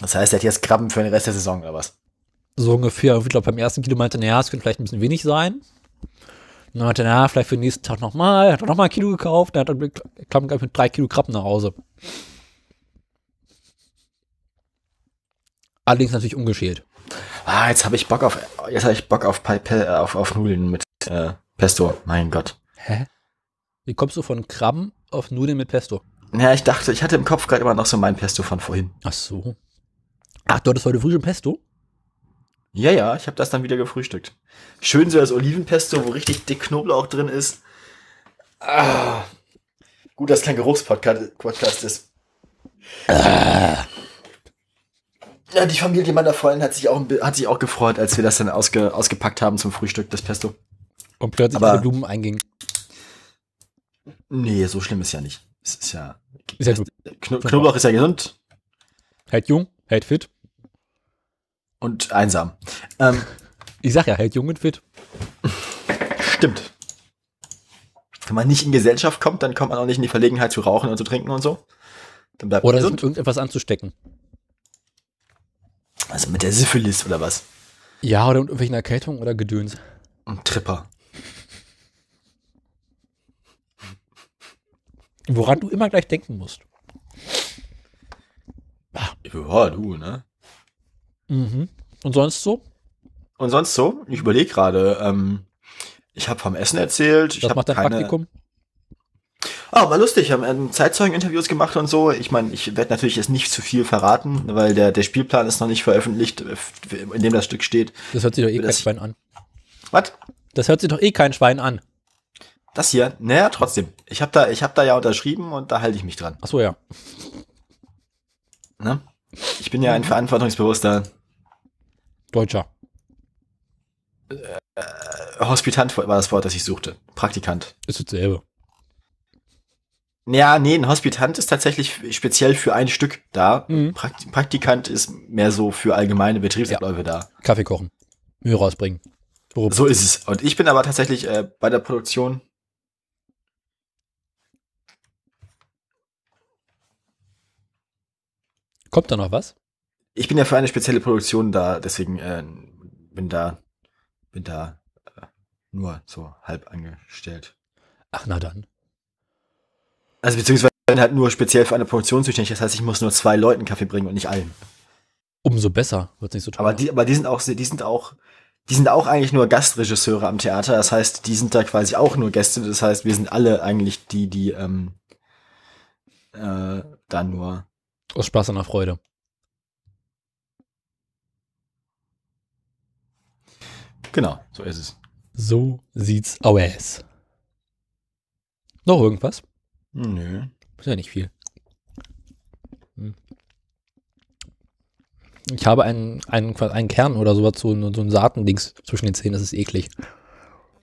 Speaker 1: Das heißt, er hat jetzt Krabben für den Rest der Saison oder was?
Speaker 2: So ungefähr. Ich glaube, beim ersten Kilo meinte er, naja, es könnte vielleicht ein bisschen wenig sein. Und dann meinte er, naja, vielleicht für den nächsten Tag nochmal. Hat er nochmal ein Kilo gekauft. Dann hat er kam gleich mit drei Kilo Krabben nach Hause. Allerdings natürlich ungeschält.
Speaker 1: Ah, jetzt habe ich Bock auf jetzt habe ich Bock auf, Pa- Pe- äh, auf auf Nudeln mit äh, Pesto. Mein Gott.
Speaker 2: Hä? Wie kommst du von Krabben auf Nudeln mit Pesto?
Speaker 1: Ja, ich dachte, ich hatte im Kopf gerade immer noch so mein Pesto von vorhin.
Speaker 2: Ach so. Ach, du hattest heute früh schon Pesto?
Speaker 1: Ja, ja, ich habe das dann wieder gefrühstückt. Schön so das Olivenpesto, wo richtig dick Knoblauch drin ist. Ah. Gut, dass kein Geruchspodcast Podcast ist. Ah. Ja, die Familie meiner Freundin hat sich auch, ein bi- hat sich auch gefreut, als wir das dann ausge, ausgepackt haben zum Frühstück, das Pesto.
Speaker 2: Und plötzlich
Speaker 1: Aber-
Speaker 2: alle Blumen eingingen.
Speaker 1: Nee, so schlimm ist ja nicht. Es ist ja.
Speaker 2: Ist ja gut.
Speaker 1: Kno Knoblauch ist ja gesund.
Speaker 2: Hält jung, hält fit.
Speaker 1: und einsam. Ähm,
Speaker 2: Ich sag ja, hält jung und fit.
Speaker 1: stimmt. Wenn man nicht in Gesellschaft kommt, dann kommt man auch nicht in die Verlegenheit zu rauchen und zu trinken und so. Dann bleibt
Speaker 2: Oder
Speaker 1: man
Speaker 2: sich
Speaker 1: gesund.
Speaker 2: mit irgendetwas anzustecken.
Speaker 1: Also mit der Syphilis oder was?
Speaker 2: Ja, oder mit irgendwelchen Erkältungen oder Gedöns.
Speaker 1: Ein Tripper.
Speaker 2: Woran du immer gleich denken musst.
Speaker 1: Ja, du, ne?
Speaker 2: Mhm. Und sonst so?
Speaker 1: Und sonst so? Ich überlege gerade. Ähm, ich habe vom Essen erzählt. Ich
Speaker 2: Was
Speaker 1: hab
Speaker 2: macht dein
Speaker 1: keine-
Speaker 2: Praktikum?
Speaker 1: Ah, war lustig. Haben ähm, Zeitzeugeninterviews gemacht und so. Ich meine, ich werde natürlich jetzt nicht zu viel verraten, weil der, der Spielplan ist noch nicht veröffentlicht, äh, in dem das Stück steht.
Speaker 2: Das hört sich doch eh kein
Speaker 1: Das-
Speaker 2: Schwein an.
Speaker 1: Was?
Speaker 2: Das hört sich doch eh kein Schwein an.
Speaker 1: Das hier? Naja, trotzdem. Ich habe da, ich hab da ja unterschrieben und da halte ich mich dran.
Speaker 2: Achso, ja.
Speaker 1: Ne? Ich bin ja ein verantwortungsbewusster
Speaker 2: Deutscher.
Speaker 1: Hospitant war das Wort, das ich suchte. Praktikant.
Speaker 2: Ist dasselbe.
Speaker 1: Ja, nee, ein Hospitant ist tatsächlich speziell für ein Stück da.
Speaker 2: Mhm.
Speaker 1: Prakt Praktikant ist mehr so für allgemeine Betriebsabläufe da.
Speaker 2: Kaffee kochen. Mühe rausbringen. Worum?
Speaker 1: So ist es. Und ich bin aber tatsächlich äh, bei der Produktion.
Speaker 2: Kommt da noch was?
Speaker 1: Ich bin ja für eine spezielle Produktion da, deswegen äh, bin da, bin da äh, nur so halb angestellt.
Speaker 2: Ach, na dann.
Speaker 1: Also beziehungsweise ich bin halt nur speziell für eine Produktion zuständig. Das heißt, ich muss nur zwei Leuten Kaffee bringen und nicht allen.
Speaker 2: Umso besser. Wird nicht so teuer.
Speaker 1: Aber die, aber die sind auch, die sind auch, die sind auch eigentlich nur Gastregisseure am Theater. Das heißt, die sind da quasi auch nur Gäste. Das heißt, wir sind alle eigentlich die, die ähm, äh, da nur.
Speaker 2: Aus Spaß und nach Freude.
Speaker 1: Genau, so ist es.
Speaker 2: So sieht's aus. Noch irgendwas?
Speaker 1: Nö.
Speaker 2: Ist ja nicht viel. Hm. Ich habe einen, einen, quasi einen Kern oder sowas, so, ein- so ein Saatendings zwischen den Zähnen, das ist eklig.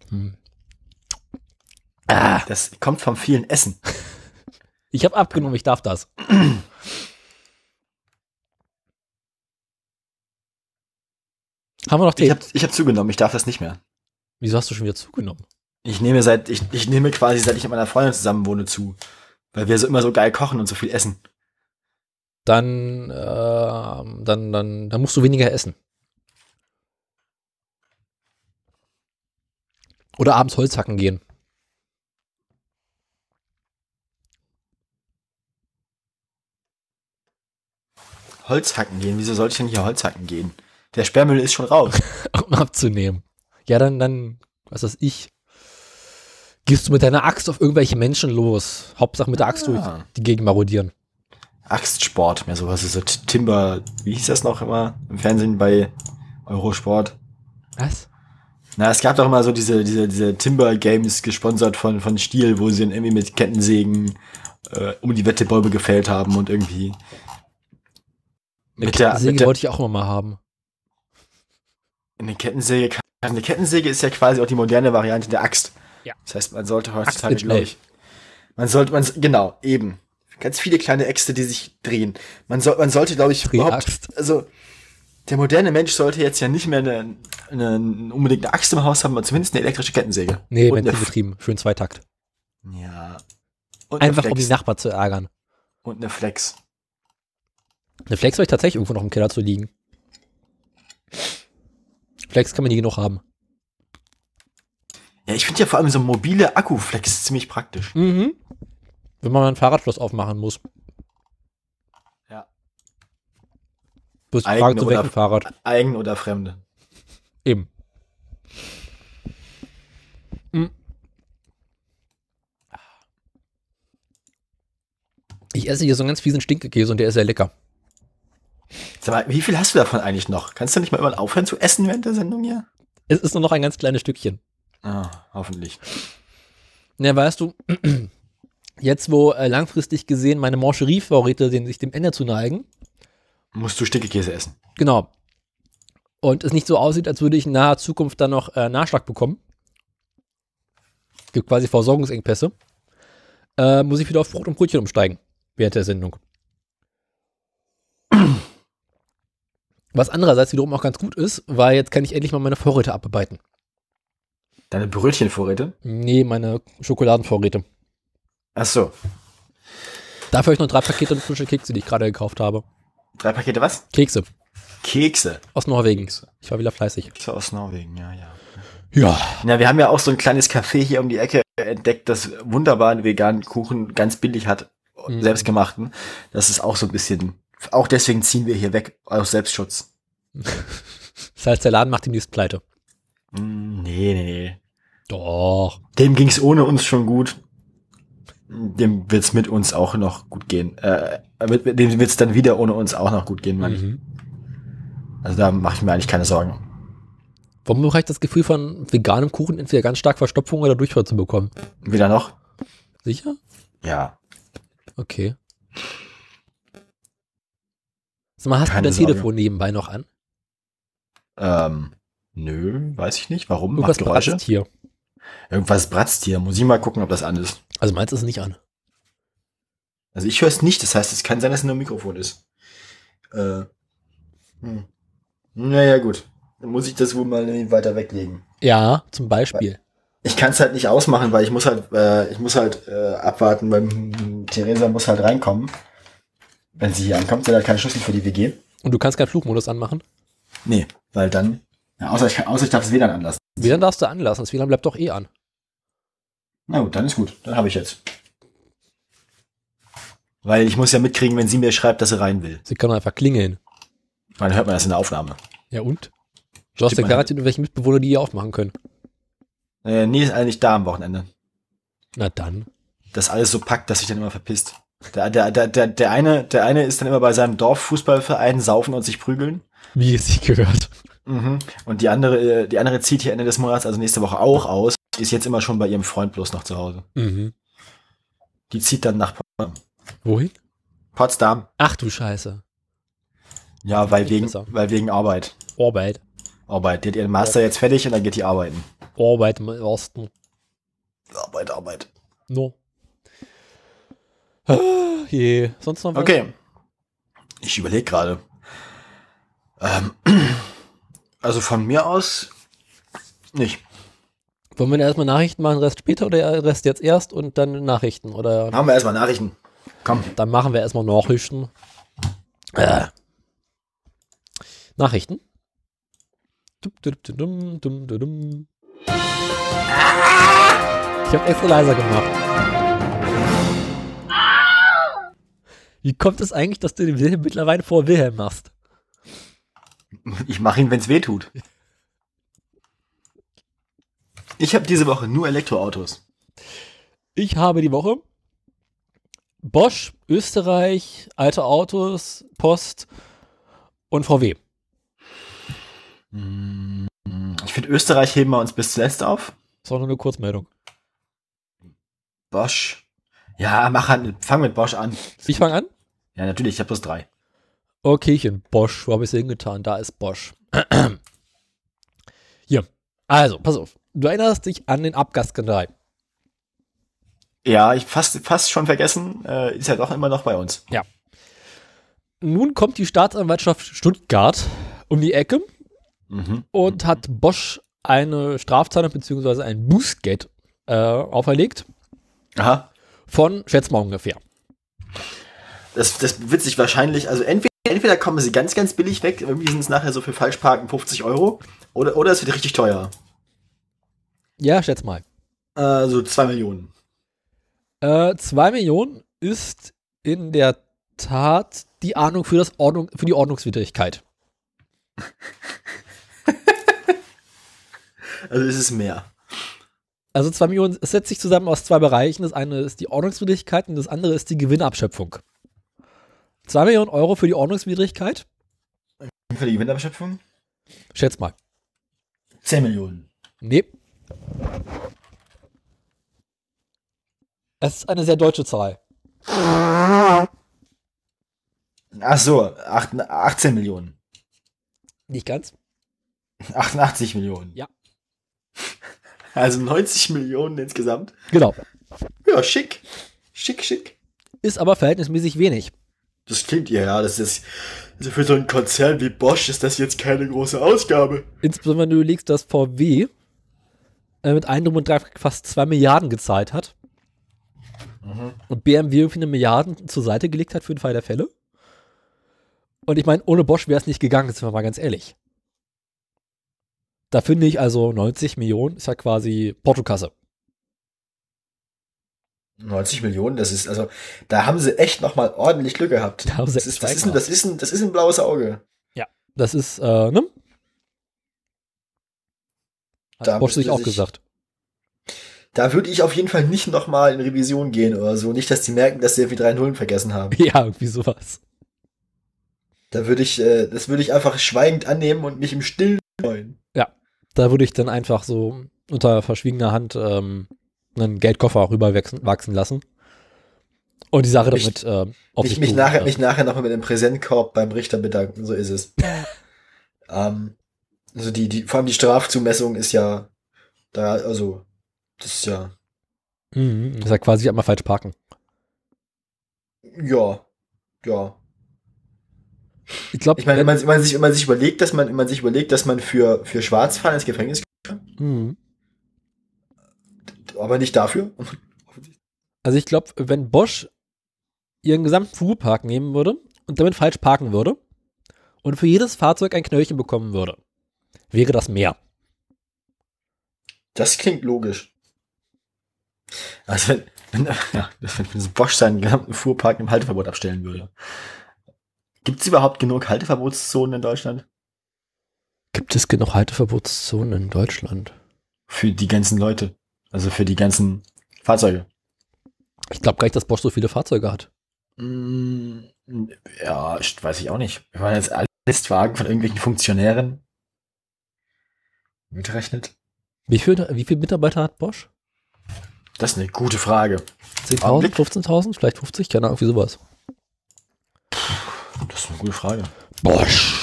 Speaker 2: Hm. Ah,
Speaker 1: Das kommt vom vielen Essen.
Speaker 2: ich habe abgenommen, ich darf das. (clears throat) Haben wir noch
Speaker 1: Ich
Speaker 2: Tee?
Speaker 1: habe ich hab zugenommen, ich darf das nicht mehr.
Speaker 2: Wieso hast du schon wieder zugenommen?
Speaker 1: Ich nehme seit, ich, ich nehme quasi, seit ich mit meiner Freundin zusammen wohne, zu. Weil wir so immer so geil kochen und so viel essen.
Speaker 2: Dann, ähm, dann, dann, dann musst du weniger essen. Oder abends Holz hacken gehen. (laughs)
Speaker 1: Holzhacken gehen, wieso sollte ich denn hier Holzhacken gehen? Der Sperrmüll ist schon raus.
Speaker 2: um abzunehmen. Ja, dann, dann, was weiß ich, gehst du mit deiner Axt auf irgendwelche Menschen los. Hauptsache mit der Axt durch
Speaker 1: Ah.
Speaker 2: die Gegend marodieren.
Speaker 1: Axtsport mehr sowas. So Timber, wie hieß das noch immer im Fernsehen bei Eurosport?
Speaker 2: Was?
Speaker 1: Na, es gab doch immer so diese, diese, diese Timber Games gesponsert von, von Stiel, wo sie dann irgendwie mit Kettensägen äh, um die Wettebäume gefällt haben und irgendwie.
Speaker 2: Eine Kettensäge wollte ich auch immer mal haben.
Speaker 1: Eine Kettensäge, kann- eine Kettensäge ist ja quasi auch die moderne Variante der Axt.
Speaker 2: Ja.
Speaker 1: Das heißt, man sollte
Speaker 2: Axt
Speaker 1: heutzutage,
Speaker 2: mit
Speaker 1: glaube
Speaker 2: Schnell.
Speaker 1: ich, man sollte, man, genau, eben. Ganz viele kleine Äxte, die sich drehen. Man, soll, man sollte, glaube ich, überhaupt,
Speaker 2: Drehaxt.
Speaker 1: also, der moderne Mensch sollte jetzt ja nicht mehr eine, eine, unbedingt eine Axt im Haus haben, aber zumindest eine elektrische Kettensäge.
Speaker 2: Nee,
Speaker 1: und eine, F-
Speaker 2: Benzinbetrieben. Schön Zweitakt.
Speaker 1: ja. Und
Speaker 2: Einfach
Speaker 1: eine
Speaker 2: um die
Speaker 1: Flex.
Speaker 2: Nachbarn zu ärgern.
Speaker 1: und eine Flex.
Speaker 2: Eine Flex habe ich tatsächlich irgendwo noch im Keller zu liegen. Flex kann man nie genug haben.
Speaker 1: Ja, ich finde ja vor allem so mobile Akkuflex ziemlich praktisch.
Speaker 2: Mhm. Wenn man mal ein Fahrradschloss aufmachen muss.
Speaker 1: Ja.
Speaker 2: Bloß die
Speaker 1: Eigene
Speaker 2: Frage, zu
Speaker 1: oder-
Speaker 2: welchem Fahrrad?
Speaker 1: Eigen oder Fremde.
Speaker 2: Eben.
Speaker 1: Mhm.
Speaker 2: Ich esse hier so einen ganz fiesen Stinkekäse und der ist sehr lecker.
Speaker 1: Sag mal, wie viel hast du davon eigentlich noch? Kannst du nicht mal irgendwann aufhören zu essen während der Sendung hier?
Speaker 2: Es ist nur noch ein ganz kleines Stückchen.
Speaker 1: Ah, hoffentlich.
Speaker 2: Ja, weißt du, (clears throat) jetzt wo äh, langfristig gesehen meine Mancherie-Vorräte den- sich dem Ende zu neigen,
Speaker 1: Musst du Stickekäse essen.
Speaker 2: genau, und es nicht so aussieht, als würde ich in naher Zukunft dann noch äh, Nachschlag bekommen, gibt quasi Versorgungsengpässe, äh, muss ich wieder auf Brot und Brötchen umsteigen während der Sendung. Was andererseits wiederum auch ganz gut ist, weil jetzt kann ich endlich mal meine Vorräte abarbeiten.
Speaker 1: Deine Brötchenvorräte?
Speaker 2: Nee, meine Schokoladenvorräte.
Speaker 1: Ach so.
Speaker 2: Dafür habe ich noch drei Pakete frische Kekse, die ich gerade gekauft habe.
Speaker 1: Drei Pakete was?
Speaker 2: Kekse.
Speaker 1: Kekse.
Speaker 2: Aus Norwegen. Ich war wieder fleißig.
Speaker 1: Kekse aus Norwegen, ja, ja.
Speaker 2: Ja.
Speaker 1: Na, wir haben ja auch so ein kleines Café hier um die Ecke entdeckt, das wunderbaren veganen Kuchen ganz billig hat,
Speaker 2: Mhm.
Speaker 1: selbstgemachten. Das ist auch so ein bisschen, auch deswegen ziehen wir hier weg, aus Selbstschutz.
Speaker 2: Das heißt, der Laden macht demnächst pleite.
Speaker 1: Mm, Nee, nee, nee.
Speaker 2: Doch.
Speaker 1: Dem ging's ohne uns schon gut. Dem wird's mit uns auch noch gut gehen. Äh, mit- mit dem wird's dann wieder ohne uns auch noch gut gehen, meine ich.
Speaker 2: Mhm.
Speaker 1: Also da mache ich mir eigentlich keine Sorgen.
Speaker 2: Warum habe ich das Gefühl von veganem Kuchen entweder ganz stark Verstopfung oder Durchfall zu bekommen?
Speaker 1: Wieder noch?
Speaker 2: Sicher?
Speaker 1: Ja.
Speaker 2: Okay. Sag mal, hast
Speaker 1: Keine
Speaker 2: du dein
Speaker 1: Sorge.
Speaker 2: Telefon nebenbei noch an?
Speaker 1: Ähm, nö, weiß ich nicht. Warum?
Speaker 2: Irgendwas
Speaker 1: Macht Geräusche?
Speaker 2: bratzt hier.
Speaker 1: Irgendwas bratzt hier. Muss ich mal gucken, ob das an ist.
Speaker 2: Also meins ist nicht an.
Speaker 1: Also ich höre es nicht. Das heißt, es kann sein, dass es nur ein Mikrofon ist. Äh, hm. Naja, gut. Dann muss ich das wohl mal irgendwie weiter weglegen.
Speaker 2: Ja, zum Beispiel.
Speaker 1: Ich kann es halt nicht ausmachen, weil ich muss halt, äh, ich muss halt äh, abwarten, weil Theresa muss halt reinkommen. Wenn sie hier ankommt, sie hat halt keinen Schlüssel für die WG.
Speaker 2: Und du kannst keinen Flugmodus anmachen?
Speaker 1: Nee, weil dann. Ja, außer, ich, kann- außer ich darf es WLAN anlassen.
Speaker 2: WLAN darfst du anlassen. Das WLAN bleibt doch eh an.
Speaker 1: Na gut, dann ist gut. Dann habe ich jetzt. Weil ich muss ja mitkriegen, wenn sie mir schreibt, dass sie rein will.
Speaker 2: Sie kann doch einfach klingeln.
Speaker 1: Dann hört man das in der Aufnahme.
Speaker 2: Ja und? Du
Speaker 1: Stimmt,
Speaker 2: hast ja
Speaker 1: man-
Speaker 2: garantiert irgendwelche Mitbewohner, die hier aufmachen können.
Speaker 1: Äh, nee, ist eigentlich da am Wochenende.
Speaker 2: Na dann.
Speaker 1: das alles so packt, dass sich dann immer verpisst. Der, der, der, der, der, eine, der eine ist dann immer bei seinem Dorffußballverein saufen und sich prügeln.
Speaker 2: Wie es sich gehört.
Speaker 1: Mhm. Und die andere, äh, die andere zieht hier Ende des Monats, also nächste Woche auch aus, ist jetzt immer schon bei ihrem Freund bloß noch zu Hause.
Speaker 2: Mhm.
Speaker 1: Die zieht dann nach Pot-
Speaker 2: Wohin?
Speaker 1: Potsdam.
Speaker 2: Ach du Scheiße.
Speaker 1: Ja, weil wegen,
Speaker 2: besser.
Speaker 1: weil wegen Arbeit.
Speaker 2: Arbeit.
Speaker 1: Arbeit. Die hat ihren Master jetzt fertig und dann geht die arbeiten.
Speaker 2: Arbeit im Osten.
Speaker 1: Arbeit, Arbeit.
Speaker 2: No. Ah, je. Sonst noch was?
Speaker 1: Okay. Ich überlege gerade. Ähm, (clears throat) also von mir aus nicht.
Speaker 2: Wollen wir denn erstmal Nachrichten machen, Rest später oder Rest jetzt erst und dann Nachrichten? Oder
Speaker 1: Machen wir erstmal Nachrichten. Komm. (laughs)
Speaker 2: dann machen wir erstmal Nachrichten. Äh. Nachrichten? Dum, dum, dum, dum, dum, dum. Ich habe extra leiser gemacht. Wie kommt es eigentlich, dass du den Wilhelm mittlerweile vor Wilhelm machst?
Speaker 1: Ich mache ihn, wenn's weh tut. Ich habe diese Woche nur Elektroautos.
Speaker 2: Ich habe die Woche Bosch, Österreich, alte Autos, Post und VW.
Speaker 1: Ich finde, Österreich heben wir uns bis zuletzt auf.
Speaker 2: Das war nur eine Kurzmeldung.
Speaker 1: Bosch. Ja, mach an, fang mit Bosch an.
Speaker 2: Ich fange an?
Speaker 1: Ja, natürlich, ich habe bloß drei.
Speaker 2: Okaychen, Bosch, wo habe ich es hingetan? Da ist Bosch. (clears throat) Hier, also, pass auf. Du erinnerst dich an den Abgasskandal.
Speaker 1: Ja, ich fast, fast schon vergessen, äh, ist ja doch immer noch bei uns.
Speaker 2: Ja. Nun kommt die Staatsanwaltschaft Stuttgart um die Ecke
Speaker 1: Mhm.
Speaker 2: und hat Bosch eine Strafzahlung bzw. ein Bußgeld äh, auferlegt
Speaker 1: Aha.
Speaker 2: von, schätz mal ungefähr.
Speaker 1: Das, das wird sich wahrscheinlich, also entweder, entweder kommen sie ganz, ganz billig weg, irgendwie sind es nachher so für Falschparken 50 Euro, oder, oder es wird richtig teuer.
Speaker 2: Ja, schätz mal.
Speaker 1: Äh, so 2 Millionen.
Speaker 2: Äh, zwei Millionen ist in der Tat die Ahnung für, das Ordnung, für die Ordnungswidrigkeit.
Speaker 1: Also ist es mehr.
Speaker 2: Also zwei Millionen, es setzt sich zusammen aus zwei Bereichen. Das eine ist die Ordnungswidrigkeit und das andere ist die Gewinnabschöpfung. Zwei Millionen Euro für die Ordnungswidrigkeit?
Speaker 1: Für die Gewinnabschöpfung?
Speaker 2: Schätz mal.
Speaker 1: 10 Millionen.
Speaker 2: Nee. Es ist eine sehr deutsche Zahl.
Speaker 1: Ach so, acht- 18 Millionen. (laughs)
Speaker 2: Nicht ganz?
Speaker 1: 88 Millionen.
Speaker 2: Ja.
Speaker 1: (laughs) Also 90 Millionen insgesamt.
Speaker 2: Genau.
Speaker 1: Ja, schick. Schick, schick.
Speaker 2: Ist aber verhältnismäßig wenig.
Speaker 1: Das klingt ja, ja, das ist. Also für so einen Konzern wie Bosch ist das jetzt keine große Ausgabe.
Speaker 2: Insbesondere wenn du überlegst, dass VW äh, mit einem Drum und Drei fast 2 Milliarden gezahlt hat.
Speaker 1: Mhm.
Speaker 2: Und BMW irgendwie eine Milliarde zur Seite gelegt hat für den Fall der Fälle. Und ich meine, ohne Bosch wäre es nicht gegangen, sind wir mal ganz ehrlich. Da finde ich also 90 Millionen ist ja quasi Portokasse.
Speaker 1: 90 Millionen, das ist, also, da haben sie echt nochmal ordentlich Glück gehabt.
Speaker 2: Da haben
Speaker 1: (laughs)
Speaker 2: sie
Speaker 1: das,
Speaker 2: echt
Speaker 1: ist, das,
Speaker 2: Schwein
Speaker 1: ist ein, das, ist ein, das ist ein blaues Auge.
Speaker 2: Das ist, äh, ne? Hat
Speaker 1: Da
Speaker 2: Bosch sich
Speaker 1: müsste
Speaker 2: auch
Speaker 1: sich-
Speaker 2: gesagt. (laughs)
Speaker 1: Da würde ich auf jeden Fall nicht nochmal in Revision gehen oder so. Nicht, dass die merken, dass sie irgendwie drei Nullen vergessen haben.
Speaker 2: Ja, irgendwie sowas.
Speaker 1: Da würde ich, äh, das würde ich einfach schweigend annehmen und mich im Stillen freuen.
Speaker 2: Da würde ich dann einfach so unter verschwiegener Hand ähm, einen Geldkoffer rüberwachsen wachsen lassen. Und die Sache
Speaker 1: Mich-
Speaker 2: damit ähm, auf
Speaker 1: Mich,
Speaker 2: sich
Speaker 1: mich,
Speaker 2: beruhen,
Speaker 1: nachher,
Speaker 2: ja.
Speaker 1: mich nachher nochmal mit dem Präsentkorb beim Richter bedanken, so ist es. ähm, also die, die, vor allem die Strafzumessung ist ja da, also, das ist ja,
Speaker 2: Mhm, das ist ja quasi einmal falsch parken.
Speaker 1: ja, ja.
Speaker 2: Ich glaube,
Speaker 1: Ich meine, wenn man, wenn man sich, wenn man sich überlegt, dass man, wenn man sich überlegt, dass man für, für Schwarzfahren ins Gefängnis
Speaker 2: mhm.
Speaker 1: kommt, aber nicht dafür. (laughs)
Speaker 2: also ich glaube, wenn Bosch ihren gesamten Fuhrpark nehmen würde und damit falsch parken würde und für jedes Fahrzeug ein Knöllchen bekommen würde, wäre das mehr.
Speaker 1: Das klingt logisch. Also, wenn, (laughs) wenn, ja, wenn so Bosch seinen gesamten Fuhrpark im Halteverbot abstellen würde. Gibt es überhaupt genug Halteverbotszonen in Deutschland?
Speaker 2: Gibt es genug Halteverbotszonen in Deutschland?
Speaker 1: Für die ganzen Leute. Also für die ganzen Fahrzeuge.
Speaker 2: Ich glaube gar nicht, dass Bosch so viele Fahrzeuge hat.
Speaker 1: Mm, Ja, st- weiß ich auch nicht. Wenn man jetzt alle Listwagen von irgendwelchen Funktionären mitrechnet.
Speaker 2: Wie viele wie viel Mitarbeiter hat Bosch?
Speaker 1: Das ist eine gute Frage.
Speaker 2: 10.000,
Speaker 1: Augenblick.
Speaker 2: 15.000, vielleicht 50, keine Ahnung, wie sowas.
Speaker 1: Das ist eine gute Frage.
Speaker 2: Bosch.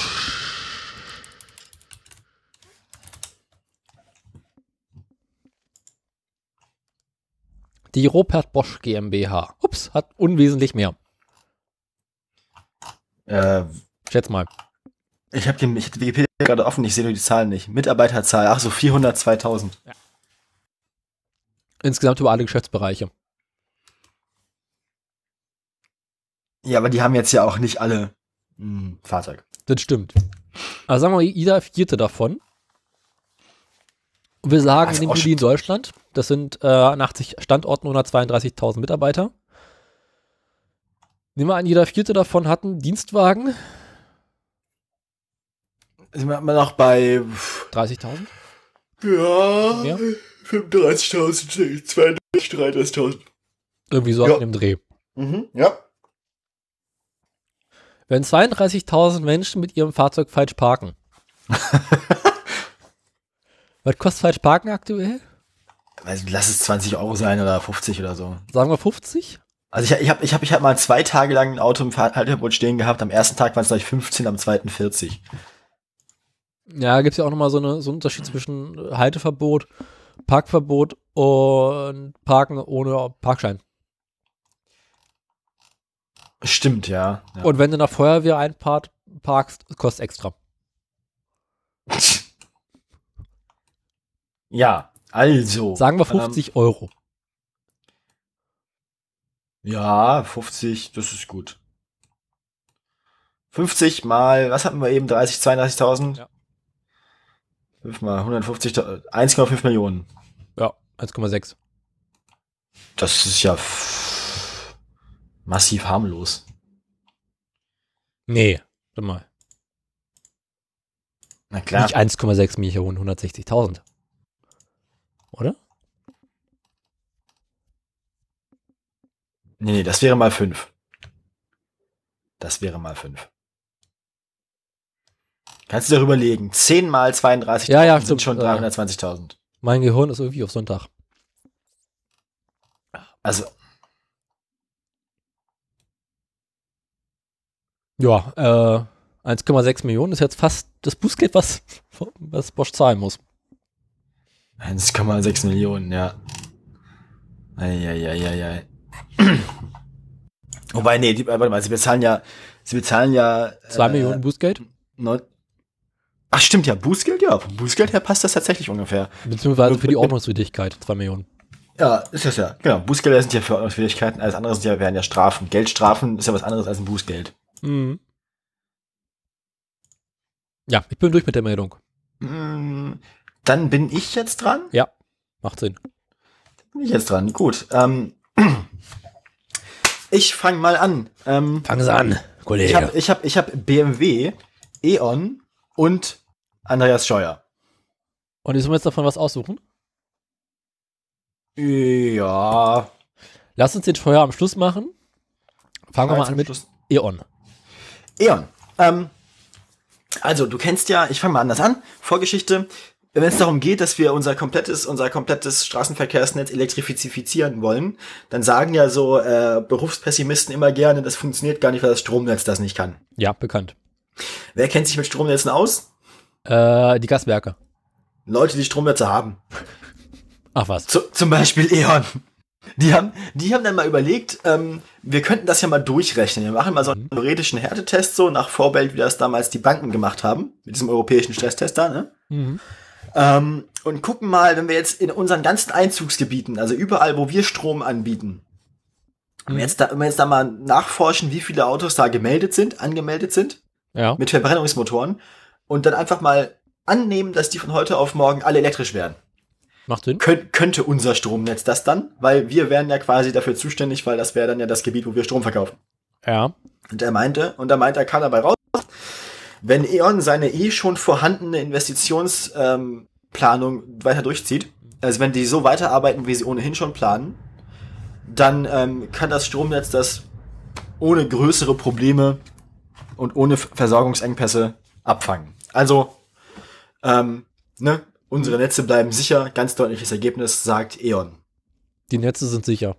Speaker 2: Die Robert Bosch GmbH. Ups, hat unwesentlich mehr.
Speaker 1: Äh,
Speaker 2: Schätz mal.
Speaker 1: ich habe den ich hab die Wikipedia gerade offen, ich sehe nur die Zahlen nicht. Mitarbeiterzahl, ach so, 402.000.
Speaker 2: Insgesamt über alle Geschäftsbereiche.
Speaker 1: Ja, aber die haben jetzt ja auch nicht alle ein Fahrzeug.
Speaker 2: Das stimmt. Also sagen wir mal, jeder vierte davon. Und Wir sagen,
Speaker 1: Also
Speaker 2: nehmen
Speaker 1: auch
Speaker 2: wir die in Deutschland. Das sind äh, an 80 Standorten 132.000 Mitarbeiter. Nehmen wir an, jeder vierte davon hat einen Dienstwagen.
Speaker 1: Sind wir immer noch bei pff,
Speaker 2: 30.000?
Speaker 1: ja,
Speaker 2: Ja.
Speaker 1: 35.000, 32.000, 33.000.
Speaker 2: Irgendwie so
Speaker 1: Ja.
Speaker 2: in dem Dreh.
Speaker 1: Mhm. Ja.
Speaker 2: Wenn 32.000 Menschen mit ihrem Fahrzeug falsch
Speaker 1: (laughs)
Speaker 2: parken. Was kostet falsch parken aktuell?
Speaker 1: Also, lass es 20 Euro sein oder 50 oder so.
Speaker 2: Sagen wir 50?
Speaker 1: Also ich, ich habe ich hab, ich hab mal zwei Tage lang ein Auto im Halteverbot stehen gehabt. Am ersten Tag waren es gleich 15, am zweiten 40.
Speaker 2: Ja, gibt es ja auch nochmal so, eine, so einen Unterschied zwischen Halteverbot, Parkverbot und Parken ohne Parkschein.
Speaker 1: Stimmt, ja. ja.
Speaker 2: Und wenn du nach Feuerwehr einparkst, parkst, kostet extra.
Speaker 1: ja, also.
Speaker 2: Sagen wir 50 Euro.
Speaker 1: Ja, 50, das ist gut. 50 mal, was hatten wir eben, 30, 32.000?
Speaker 2: Ja.
Speaker 1: 5 mal 150, 1,5 Millionen.
Speaker 2: Ja, 1,6.
Speaker 1: Das ist ja f- massiv harmlos.
Speaker 2: Nee, warte mal.
Speaker 1: Na klar.
Speaker 2: Nicht 1,6 Millionen, 160.000. Oder?
Speaker 1: Nee, nee, das wäre mal 5. Das wäre mal 5. Kannst du dir überlegen. 10 mal 32
Speaker 2: Ja, ja,
Speaker 1: sind
Speaker 2: stimmt.
Speaker 1: schon
Speaker 2: Äh,
Speaker 1: 320.000.
Speaker 2: Mein Gehirn ist irgendwie auf Sonntag.
Speaker 1: Also,
Speaker 2: Ja, äh, 1,6 Millionen ist jetzt fast das Bußgeld, was, was Bosch zahlen muss.
Speaker 1: 1,6 Millionen, ja. Eieieiei. (clears throat) Wobei, nee, die, äh, warte mal, sie bezahlen ja, sie bezahlen ja. äh,
Speaker 2: 2 Millionen Bußgeld,
Speaker 1: Neun, ach, stimmt ja, Bußgeld, ja. Vom Bußgeld her passt das tatsächlich ungefähr.
Speaker 2: beziehungsweise für die
Speaker 1: mit- mit-
Speaker 2: Ordnungswidrigkeit 2 Millionen.
Speaker 1: Ja, ist das ja. Genau, Bußgelder sind ja für Ordnungsfähigkeiten, alles andere sind ja, wären ja Strafen. Geldstrafen ist ja was anderes als ein Bußgeld.
Speaker 2: Mhm. Ja, ich bin durch mit der Meldung.
Speaker 1: Hm, Dann bin ich jetzt dran.
Speaker 2: Macht Sinn.
Speaker 1: Bin ich jetzt dran. Gut. Ähm, (clears throat) ich fange mal an. Ähm,
Speaker 2: Fangen Sie an, Kollege.
Speaker 1: Ich habe ich hab, ich hab BMW, E.ON E und Andreas Scheuer.
Speaker 2: Und ich soll mir jetzt davon was aussuchen?
Speaker 1: Ja.
Speaker 2: Lass uns den Feuer am Schluss machen. Fangen wir mal an mit
Speaker 1: Schluss.
Speaker 2: E.ON.
Speaker 1: E.ON. Ähm, also, du kennst ja, ich fange mal anders an, Vorgeschichte. Wenn es darum geht, dass wir unser komplettes, unser komplettes Straßenverkehrsnetz elektrifizieren wollen, dann sagen ja so äh, Berufspessimisten immer gerne, das funktioniert gar nicht, weil das Stromnetz das nicht kann.
Speaker 2: Ja, bekannt.
Speaker 1: Wer kennt sich mit Stromnetzen aus?
Speaker 2: Äh, die Gaswerke.
Speaker 1: Leute, die Stromnetze haben.
Speaker 2: Ach was.
Speaker 1: Zu, zum Beispiel E.ON. Die haben, die haben dann mal überlegt, ähm, wir könnten das ja mal durchrechnen. Wir machen mal so einen theoretischen Härtetest, so nach Vorbild, wie das damals die Banken gemacht haben, mit diesem europäischen Stresstest da, ne?
Speaker 2: Mhm.
Speaker 1: Ähm, und gucken mal, wenn wir jetzt in unseren ganzen Einzugsgebieten, also überall, wo wir Strom anbieten, wenn wir jetzt da, wenn wir jetzt da mal nachforschen, wie viele Autos da gemeldet sind, angemeldet sind,
Speaker 2: Ja.
Speaker 1: mit Verbrennungsmotoren, und dann einfach mal annehmen, dass die von heute auf morgen alle elektrisch werden
Speaker 2: Macht Sinn.
Speaker 1: könnt, könnte unser Stromnetz das dann? Weil wir wären ja quasi dafür zuständig, weil das wäre dann ja das Gebiet, wo wir Strom verkaufen.
Speaker 2: Ja.
Speaker 1: Und er meinte, und er meinte, er kann dabei raus, wenn E.ON seine eh schon vorhandene Investitionsplanung ähm, Planung weiter durchzieht, also wenn die so weiterarbeiten, wie sie ohnehin schon planen, dann ähm, kann das Stromnetz das ohne größere Probleme und ohne F- Versorgungsengpässe abfangen. Also, ähm, ne, unsere Netze bleiben sicher, ganz deutliches Ergebnis, sagt E.ON.
Speaker 2: Die Netze sind sicher.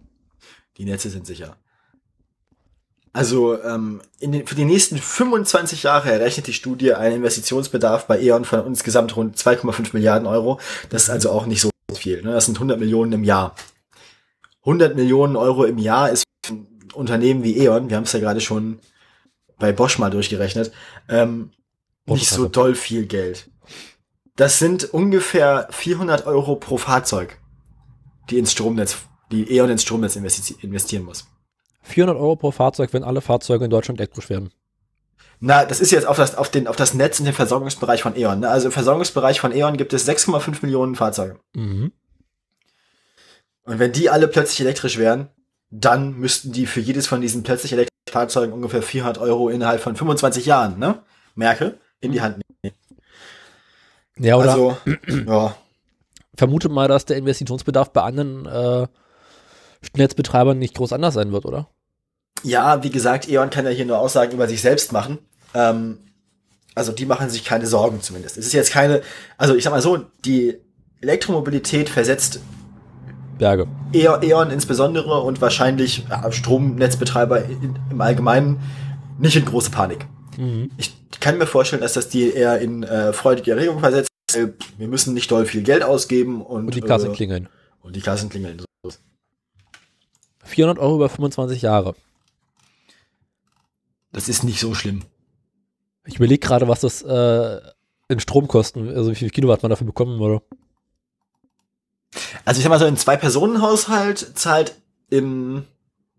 Speaker 1: Die Netze sind sicher. Also ähm, in den, für die nächsten 25 Jahre errechnet die Studie einen Investitionsbedarf bei E.ON von insgesamt rund 2,5 Milliarden Euro. Das ist also auch nicht so viel. Ne? Das sind 100 Millionen im Jahr. 100 Millionen Euro im Jahr ist für ein Unternehmen wie E.ON, wir haben es ja gerade schon bei Bosch mal durchgerechnet, ähm, nicht so
Speaker 2: Autokasse.
Speaker 1: doll viel Geld. Das sind ungefähr 400 Euro pro Fahrzeug, die ins Stromnetz, die E.ON ins Stromnetz investi investieren muss.
Speaker 2: 400 Euro pro Fahrzeug, wenn alle Fahrzeuge in Deutschland elektrisch werden.
Speaker 1: Na, das ist jetzt auf das, auf den, auf das Netz und den Versorgungsbereich von E.ON. Ne? Also im Versorgungsbereich von E.ON gibt es 6,5 Millionen Fahrzeuge.
Speaker 2: Mhm.
Speaker 1: Und wenn die alle plötzlich elektrisch wären, dann müssten die für jedes von diesen plötzlich elektrischen Fahrzeugen ungefähr 400 Euro innerhalb von 25 Jahren, ne? Merkel, in die Hand nehmen.
Speaker 2: Ja, oder
Speaker 1: Also, ja.
Speaker 2: vermute mal, dass der Investitionsbedarf bei anderen äh, Netzbetreibern nicht groß anders sein wird, oder?
Speaker 1: Ja, wie gesagt, E.ON kann ja hier nur Aussagen über sich selbst machen. Ähm, also die machen sich keine Sorgen zumindest. Es ist jetzt keine, also ich sag mal so, die Elektromobilität versetzt
Speaker 2: Berge.
Speaker 1: E- E.ON insbesondere und wahrscheinlich ja, Stromnetzbetreiber in, im Allgemeinen nicht in große Panik.
Speaker 2: Mhm.
Speaker 1: Ich kann mir vorstellen, dass das die eher in äh, freudige Erregung versetzt. Äh, Wir müssen nicht doll viel Geld ausgeben und,
Speaker 2: Und die Klasse
Speaker 1: äh,
Speaker 2: klingeln.
Speaker 1: und die Klassen klingeln. So.
Speaker 2: 400 Euro über 25 Jahre.
Speaker 1: Das ist nicht so schlimm.
Speaker 2: Ich überlege gerade, was das äh, in Stromkosten, also wie viel Kilowatt man dafür bekommen würde.
Speaker 1: Also ich sag mal so, ein Zwei-Personen-Haushalt zahlt im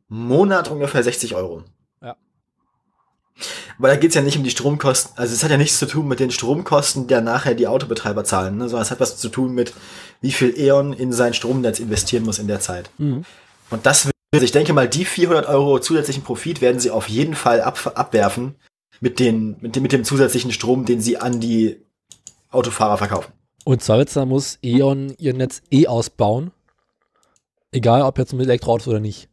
Speaker 1: Monat ungefähr 60 Euro.
Speaker 2: Ja.
Speaker 1: Aber da geht's ja nicht um die Stromkosten, also es hat ja nichts zu tun mit den Stromkosten, die ja nachher die Autobetreiber zahlen, ne? sondern es hat was zu tun mit, wie viel E.ON in sein Stromnetz investieren muss in der Zeit.
Speaker 2: Mhm.
Speaker 1: Und das wird, also ich denke mal, die 400 Euro zusätzlichen Profit werden sie auf jeden Fall ab, abwerfen mit, den, mit, dem, mit dem zusätzlichen Strom, den sie an die Autofahrer verkaufen.
Speaker 2: Und zwar jetzt, da muss E.ON ihr Netz eh ausbauen. Egal, ob jetzt mit Elektroautos oder nicht.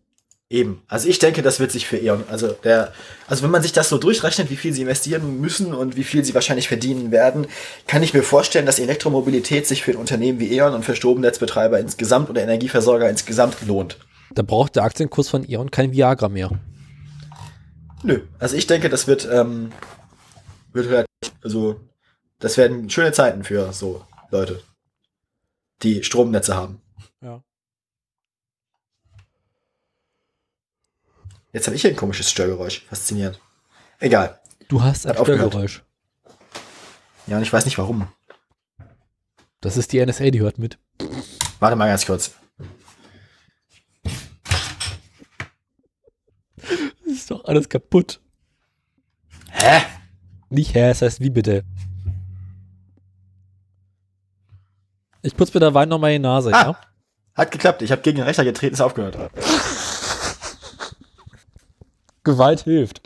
Speaker 1: Eben. Also ich denke, das wird sich für E.ON, also der, also wenn man sich das so durchrechnet, wie viel sie investieren müssen und wie viel sie wahrscheinlich verdienen werden, kann ich mir vorstellen, dass Elektromobilität sich für ein Unternehmen wie E.ON und für Stromnetzbetreiber insgesamt oder Energieversorger insgesamt lohnt.
Speaker 2: Da braucht der Aktienkurs von E.ON kein Viagra mehr.
Speaker 1: Nö. Also ich denke, das wird, ähm, wird relativ, also, das werden schöne Zeiten für so Leute, die Stromnetze haben.
Speaker 2: Ja.
Speaker 1: Jetzt habe ich hier ein komisches Störgeräusch. Faszinierend. Egal.
Speaker 2: Du hast ein
Speaker 1: Hat aufgehört.
Speaker 2: Störgeräusch.
Speaker 1: Ja, und ich weiß nicht warum.
Speaker 2: Das ist die NSA, die hört mit.
Speaker 1: Warte mal ganz kurz.
Speaker 2: Das ist doch alles kaputt.
Speaker 1: Hä?
Speaker 2: Nicht hä, es heißt wie bitte. Ich putze mir da Wein nochmal die Nase,
Speaker 1: Ah.
Speaker 2: ja?
Speaker 1: Hat geklappt. Ich habe gegen den Rechner getreten, ist aufgehört.
Speaker 2: Gewalt hilft.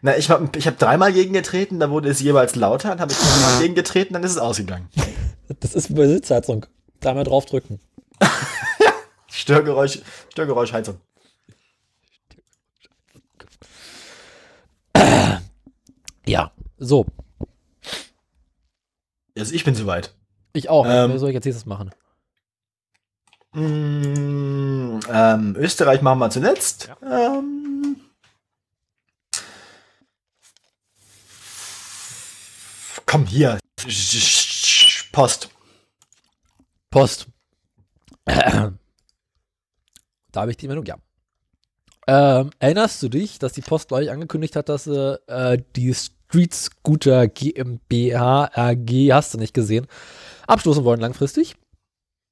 Speaker 1: Na, ich habe ich hab dreimal gegen getreten, dann wurde es jeweils lauter, dann habe ich nochmal gegen getreten, dann ist es ausgegangen.
Speaker 2: Das ist Besitzheizung. Dreimal draufdrücken.
Speaker 1: Störgeräusch, Störgeräuschheizung.
Speaker 2: Ja. So,
Speaker 1: Also ich bin soweit.
Speaker 2: ich auch.
Speaker 1: Ähm.
Speaker 2: Wer soll ich jetzt nächstes machen?
Speaker 1: Mm, ähm, Österreich machen wir zuletzt. Ähm, komm hier. Post.
Speaker 2: Post. (clears throat) Da habe ich die Meldung, ja. Ähm, erinnerst du dich, dass die Post gleich angekündigt hat, dass sie äh, die Street Scooter GmbH AG, hast du nicht gesehen, abstoßen wollen langfristig?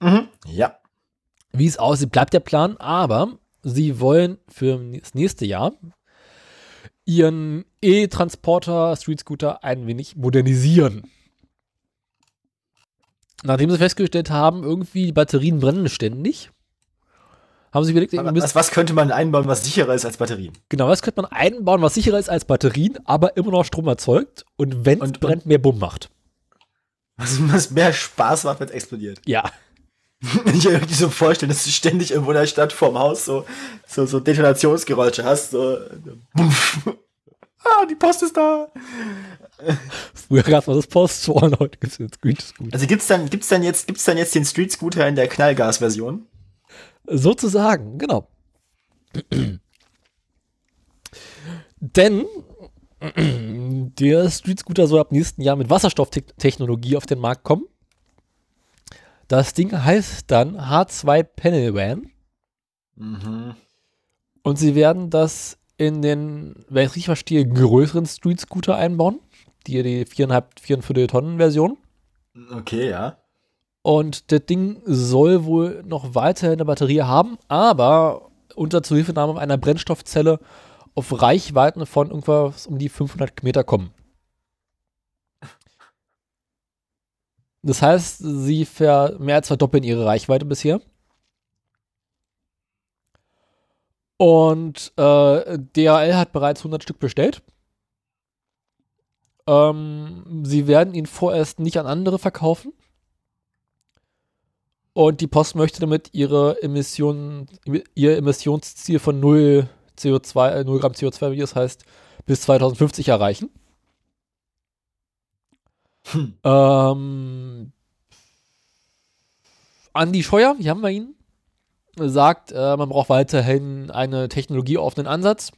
Speaker 1: Mhm. Ja.
Speaker 2: Wie es aussieht, bleibt der Plan, aber sie wollen für das nächste Jahr ihren E-Transporter Street Scooter ein wenig modernisieren. Nachdem sie festgestellt haben, irgendwie die Batterien brennen ständig, haben sie überlegt, irgendwie müssen-
Speaker 1: Was, was könnte man einbauen, was sicherer ist als Batterien?
Speaker 2: genau, was könnte man einbauen, was sicherer ist als Batterien, aber immer noch Strom erzeugt und wenn es
Speaker 1: Und-
Speaker 2: brennt, mehr Bumm macht.
Speaker 1: Was, was mehr Spaß macht, wenn es explodiert.
Speaker 2: Ja. (laughs)
Speaker 1: (laughs) Wenn ich mir irgendwie so vorstelle, dass du ständig irgendwo in der Stadt vorm Haus so, so, so Detonationsgeräusche hast, so. Bumpf. (laughs) Ah, die Post ist da.
Speaker 2: Früher gab es mal das Posthorn, heute gibt es den Street Scooter.
Speaker 1: Also gibt's dann, gibt's dann jetzt, gibt's dann jetzt den Street Scooter in der Knallgas-Version?
Speaker 2: Sozusagen, genau. Denn der Street Scooter soll ab nächsten Jahr mit Wasserstofftechnologie auf den Markt kommen. Das Ding heißt dann H2 Panel Van
Speaker 1: Mhm.
Speaker 2: und sie werden das in den, wenn ich es richtig verstehe, größeren Street Scooter einbauen. Die, die 4,5, 4,5 Tonnen Version.
Speaker 1: Okay, ja.
Speaker 2: Und das Ding soll wohl noch weiterhin eine Batterie haben, aber unter Zuhilfenahme einer Brennstoffzelle auf Reichweiten von irgendwas um die 500 Meter kommen. Das heißt, sie ver mehr als verdoppeln ihre Reichweite bisher. Und äh, DHL hat bereits 100 Stück bestellt. Ähm, sie werden ihn vorerst nicht an andere verkaufen. Und die Post möchte damit ihre Emissionen, ihr Emissionsziel von null CO2, äh, 0 Gramm CO2 wie das heißt, bis 2050 erreichen.
Speaker 1: Hm.
Speaker 2: Ähm, Andy Scheuer, hier haben wir ihn, sagt, äh, man braucht weiterhin einen technologieoffenen Ansatz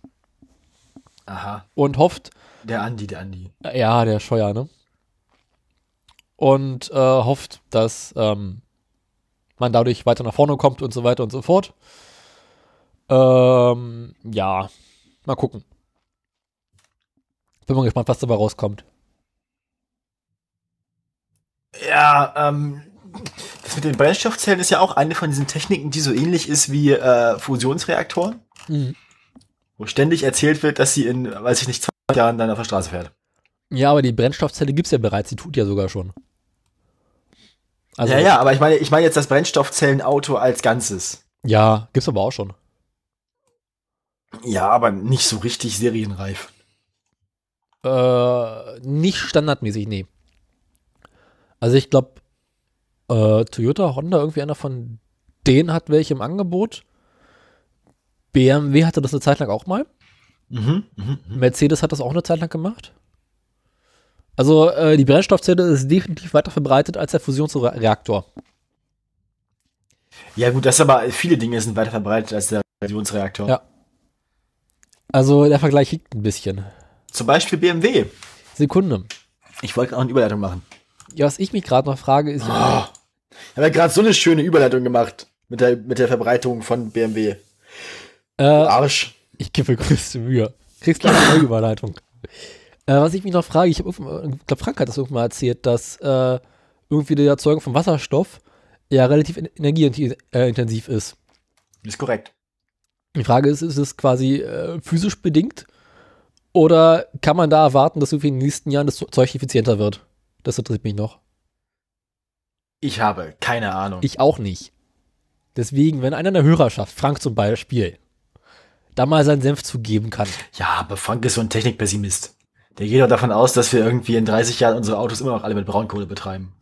Speaker 1: Aha.
Speaker 2: und hofft,
Speaker 1: Der Andi, der Andi.
Speaker 2: ja, der Scheuer, ne? Und äh, hofft, dass ähm, man dadurch weiter nach vorne kommt und so weiter und so fort. Ähm, ja, mal gucken. Bin mal gespannt, was dabei rauskommt.
Speaker 1: Ja, ähm, das mit den Brennstoffzellen ist ja auch eine von diesen Techniken, die so ähnlich ist wie äh, Fusionsreaktoren,
Speaker 2: Mhm.
Speaker 1: wo ständig erzählt wird, dass sie in, weiß ich nicht, 20 Jahren dann auf der Straße fährt.
Speaker 2: Ja, aber die Brennstoffzelle gibt's ja bereits, die tut ja sogar schon. Also,
Speaker 1: ja, ja, aber ich meine, ich meine jetzt das Brennstoffzellenauto als Ganzes.
Speaker 2: ja, gibt's aber auch schon.
Speaker 1: Ja, aber nicht so richtig serienreif.
Speaker 2: Äh, nicht standardmäßig, nee. Also ich glaube, äh, Toyota, Honda, irgendwie einer von denen hat welche im Angebot. BMW hatte das eine Zeit lang auch mal.
Speaker 1: Mhm, mhm.
Speaker 2: Mercedes hat das auch eine Zeit lang gemacht. Also äh, die Brennstoffzelle ist definitiv weiter verbreitet als der Fusionsreaktor.
Speaker 1: Ja, gut, das ist aber, viele Dinge sind weiter verbreitet als der Fusionsreaktor.
Speaker 2: Ja. Also der Vergleich hinkt ein bisschen.
Speaker 1: Zum Beispiel BMW.
Speaker 2: Sekunde.
Speaker 1: Ich wollte auch eine Überleitung machen.
Speaker 2: Ja, was ich mich gerade noch frage, ist,
Speaker 1: Ich habe ja gerade so eine schöne Überleitung gemacht mit der, mit der Verbreitung von BMW.
Speaker 2: äh,
Speaker 1: Arsch.
Speaker 2: Ich gebe mir größte Mühe. Kriegst gleich eine neue Überleitung. Äh, was ich mich noch frage, ich habe, glaube, Frank hat das irgendwann mal erzählt, dass äh, irgendwie die Erzeugung von Wasserstoff ja relativ en- energieintensiv ist.
Speaker 1: Ist korrekt.
Speaker 2: Die Frage ist, ist es quasi äh, physisch bedingt oder kann man da erwarten, dass irgendwie in den nächsten Jahren das Zeug effizienter wird? Das interessiert mich noch.
Speaker 1: Ich habe keine Ahnung.
Speaker 2: Ich auch nicht. Deswegen, wenn einer in der Hörerschaft, Frank zum Beispiel, da mal seinen Senf zugeben kann.
Speaker 1: ja, aber Frank ist so ein Technikpessimist. Der geht doch davon aus, dass wir irgendwie in 30 Jahren unsere Autos immer noch alle mit Braunkohle betreiben.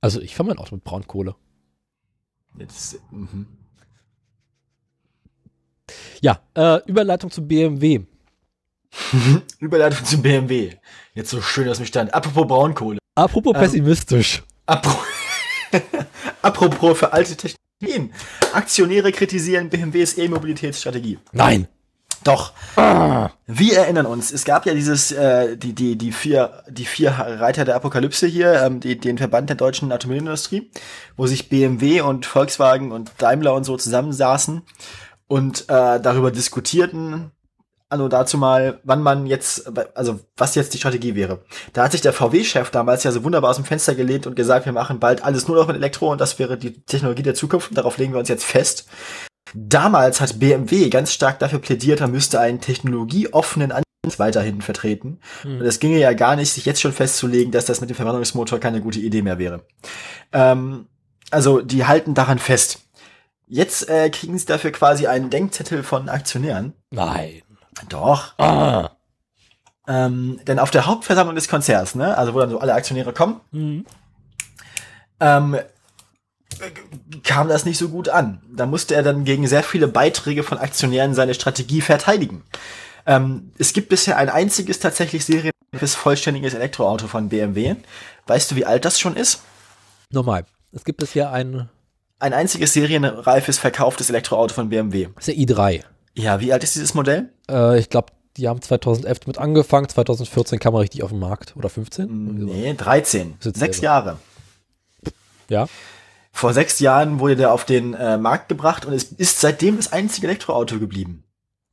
Speaker 2: Also ich fahre mein Auto mit Braunkohle.
Speaker 1: Jetzt, mhm. (laughs)
Speaker 2: Ja, äh, Überleitung zu BMW.
Speaker 1: Überleitung zum BMW. Jetzt so schön aus dem Stand. Apropos Braunkohle.
Speaker 2: Apropos
Speaker 1: Ähm.
Speaker 2: pessimistisch.
Speaker 1: Apro (laughs) Apropos für alte Technologien. Aktionäre kritisieren BMWs E-Mobilitätsstrategie.
Speaker 2: Nein.
Speaker 1: Doch. Wir erinnern uns, es gab ja dieses, äh, die, die, die vier, die vier Reiter der Apokalypse hier, ähm, die, den Verband der deutschen Automobilindustrie, wo sich BMW und Volkswagen und Daimler und so zusammensaßen und äh, darüber diskutierten, anno dazu mal, wann man jetzt, also was jetzt die Strategie wäre. Da hat sich der VW-Chef damals ja so wunderbar aus dem Fenster gelehnt und gesagt, wir machen bald alles nur noch mit Elektro und das wäre die Technologie der Zukunft und darauf legen wir uns jetzt fest. Damals hat BMW ganz stark dafür plädiert, man müsste einen technologieoffenen Ansatz weiterhin vertreten. Und es ginge ja gar nicht, sich jetzt schon festzulegen, dass das mit dem Verbrennungsmotor keine gute Idee mehr wäre. Ähm, also die halten daran fest. Jetzt äh, kriegen sie dafür quasi einen Denkzettel von Aktionären.
Speaker 2: Nein.
Speaker 1: Doch.
Speaker 2: Ah.
Speaker 1: Ähm, denn auf der Hauptversammlung des Konzerns, ne, also wo dann so alle Aktionäre kommen, ähm, kam das nicht so gut an. Da musste er dann gegen sehr viele Beiträge von Aktionären seine Strategie verteidigen. Ähm, es gibt bisher ein einziges tatsächlich serienreifes vollständiges Elektroauto von BMW. Weißt du, wie alt das schon ist?
Speaker 2: Nochmal. Es gibt es hier ein,
Speaker 1: Ein einziges serienreifes verkauftes Elektroauto von BMW.
Speaker 2: das ist der i3.
Speaker 1: Ja, wie alt ist dieses Modell?
Speaker 2: Äh, ich glaube, die haben 2011 mit angefangen, 2014 kam er richtig auf den Markt. Oder 15? Irgendwie so.
Speaker 1: Nee, 13.
Speaker 2: Ist jetzt
Speaker 1: Sechs
Speaker 2: selber.
Speaker 1: Jahre.
Speaker 2: Ja.
Speaker 1: Vor sechs Jahren wurde der auf den äh, Markt gebracht und es ist seitdem das einzige Elektroauto geblieben.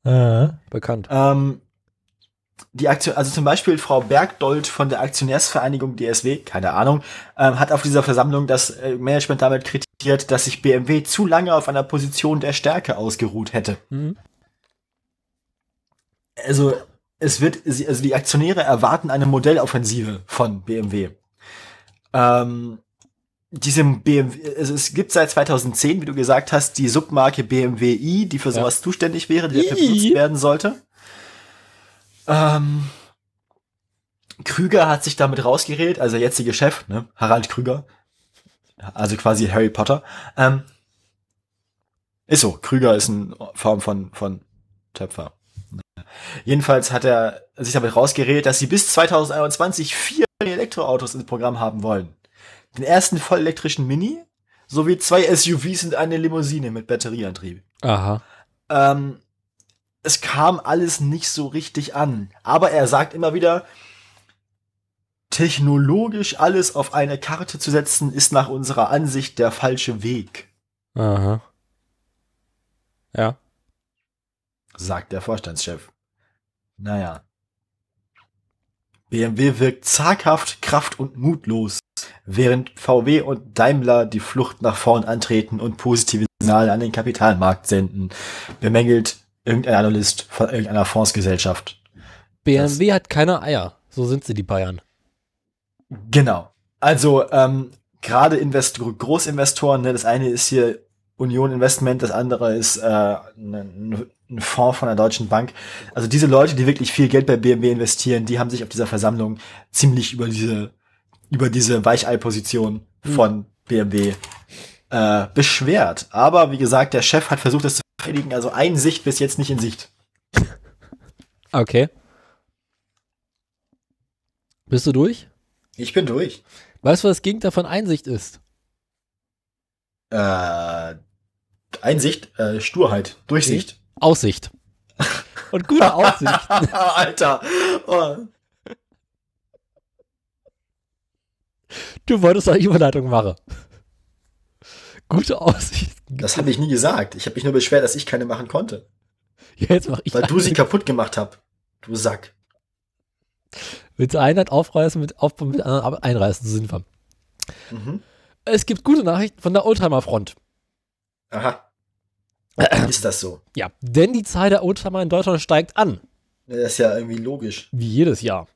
Speaker 2: Äh. Bekannt.
Speaker 1: Ähm, die Aktion, also zum Beispiel Frau Bergdold von der Aktionärsvereinigung DSW, keine Ahnung, ähm, hat auf dieser Versammlung das äh, Management damit kritisiert, dass sich BMW zu lange auf einer Position der Stärke ausgeruht hätte.
Speaker 2: Mhm.
Speaker 1: Also es wird, sie- also die Aktionäre erwarten eine Modelloffensive von BMW. Ähm, diesem BMW, also es gibt seit 2010, wie du gesagt hast, die Submarke BMW i, die für sowas zuständig wäre, die dafür
Speaker 2: I.
Speaker 1: benutzt werden sollte. Ähm, Krüger hat sich damit rausgeredet, also der jetzige Chef, ne, Harald Krüger, also quasi Harry Potter. Ähm, ist so, Krüger ist eine Form von, von Töpfer. Jedenfalls hat er sich damit rausgeredet, dass sie bis 2021 vier Elektroautos ins Programm haben wollen. Den ersten vollelektrischen Mini sowie zwei SUVs und eine Limousine mit Batterieantrieb.
Speaker 2: Aha.
Speaker 1: Ähm, es kam alles nicht so richtig an. Aber er sagt immer wieder, technologisch alles auf eine Karte zu setzen, ist nach unserer Ansicht der falsche Weg,
Speaker 2: Aha. Ja.
Speaker 1: sagt der Vorstandschef. Naja. BMW wirkt zaghaft, kraft- und mutlos, während VW und Daimler die Flucht nach vorn antreten und positive Signale an den Kapitalmarkt senden, bemängelt irgendein Analyst von irgendeiner Fondsgesellschaft.
Speaker 2: BMW hat keine Eier. So sind sie, die Bayern.
Speaker 1: Genau. Also ähm, gerade Invest Großinvestoren, ne, das eine ist hier Union Investment, das andere ist äh, ein, ein Fonds von der Deutschen Bank. Also diese Leute, die wirklich viel Geld bei BMW investieren, die haben sich auf dieser Versammlung ziemlich über diese über diese Weichei-Position von BMW äh, beschwert. Aber wie gesagt, der Chef hat versucht, das zu verteidigen. Also Einsicht bis jetzt nicht in Sicht.
Speaker 2: Okay. Bist du durch?
Speaker 1: Ich bin durch.
Speaker 2: Weißt du, was das Gegenteil von Einsicht ist?
Speaker 1: Äh, Einsicht, äh, Sturheit, Durchsicht.
Speaker 2: Aussicht. Und gute
Speaker 1: (laughs)
Speaker 2: Aussicht.
Speaker 1: Alter. Oh.
Speaker 2: (laughs) Du wolltest eine Überleitung machen. Gute Aussicht.
Speaker 1: Das habe ich nie gesagt. Ich habe mich nur beschwert, dass ich keine machen konnte,
Speaker 2: Jetzt mache ich.
Speaker 1: weil du sie kaputt gemacht hab. Du Sack.
Speaker 2: Willst du Einheit aufreißen, mit Aufbau mit anderen ab- einreißen, so sind wir.
Speaker 1: Mhm.
Speaker 2: Es gibt gute Nachrichten von der Oldtimer Front.
Speaker 1: Aha. (clears throat) Ist das so?
Speaker 2: Ja, denn die Zahl der Oldtimer in Deutschland steigt an.
Speaker 1: Das ist ja irgendwie logisch.
Speaker 2: Wie jedes Jahr.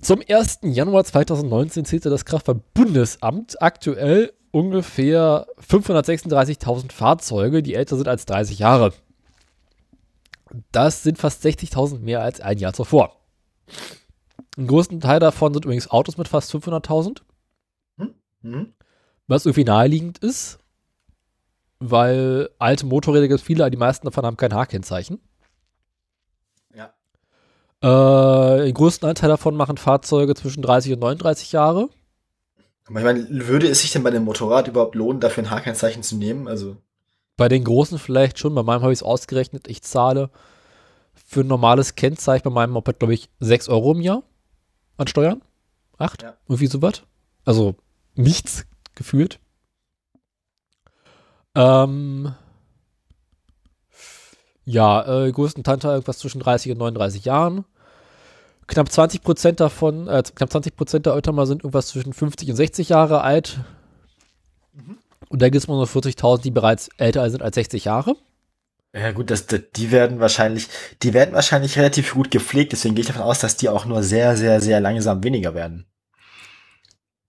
Speaker 2: Zum 1. Januar 2019 zählte das Kraftfahrtbundesamt aktuell ungefähr 536.000 Fahrzeuge, die älter sind als 30 Jahre. Das sind fast 60.000 mehr als ein Jahr zuvor. Einen großen Teil davon sind übrigens Autos mit fast 500.000,
Speaker 1: Mhm.
Speaker 2: was irgendwie naheliegend ist, weil alte Motorräder gibt es viele, aber die meisten davon haben kein H-Kennzeichen.
Speaker 1: Ja.
Speaker 2: Äh, den größten Anteil davon machen Fahrzeuge zwischen 30 und 39 Jahre.
Speaker 1: Aber ich meine, würde es sich denn bei dem Motorrad überhaupt lohnen, dafür ein Hakenzeichen zu nehmen? Also,
Speaker 2: Bei den großen vielleicht schon, bei meinem habe ich es ausgerechnet. Ich zahle für ein normales Kennzeichen bei meinem Moped, glaube ich, 6 Euro im Jahr an Steuern. 8?
Speaker 1: Ja.
Speaker 2: Irgendwie sowas. Also nichts gefühlt. Ähm, ja, äh, größten Tanter irgendwas zwischen 30 und 39 Jahren. Knapp 20 Prozent davon, äh, knapp 20 Prozent der Oldtimer sind irgendwas zwischen 50 und 60 Jahre alt. Und da gibt es nur noch 40.000, die bereits älter sind als 60 Jahre.
Speaker 1: ja gut, das, das, die werden wahrscheinlich, die werden wahrscheinlich relativ gut gepflegt. Deswegen gehe ich davon aus, dass die auch nur sehr, sehr, sehr langsam weniger werden.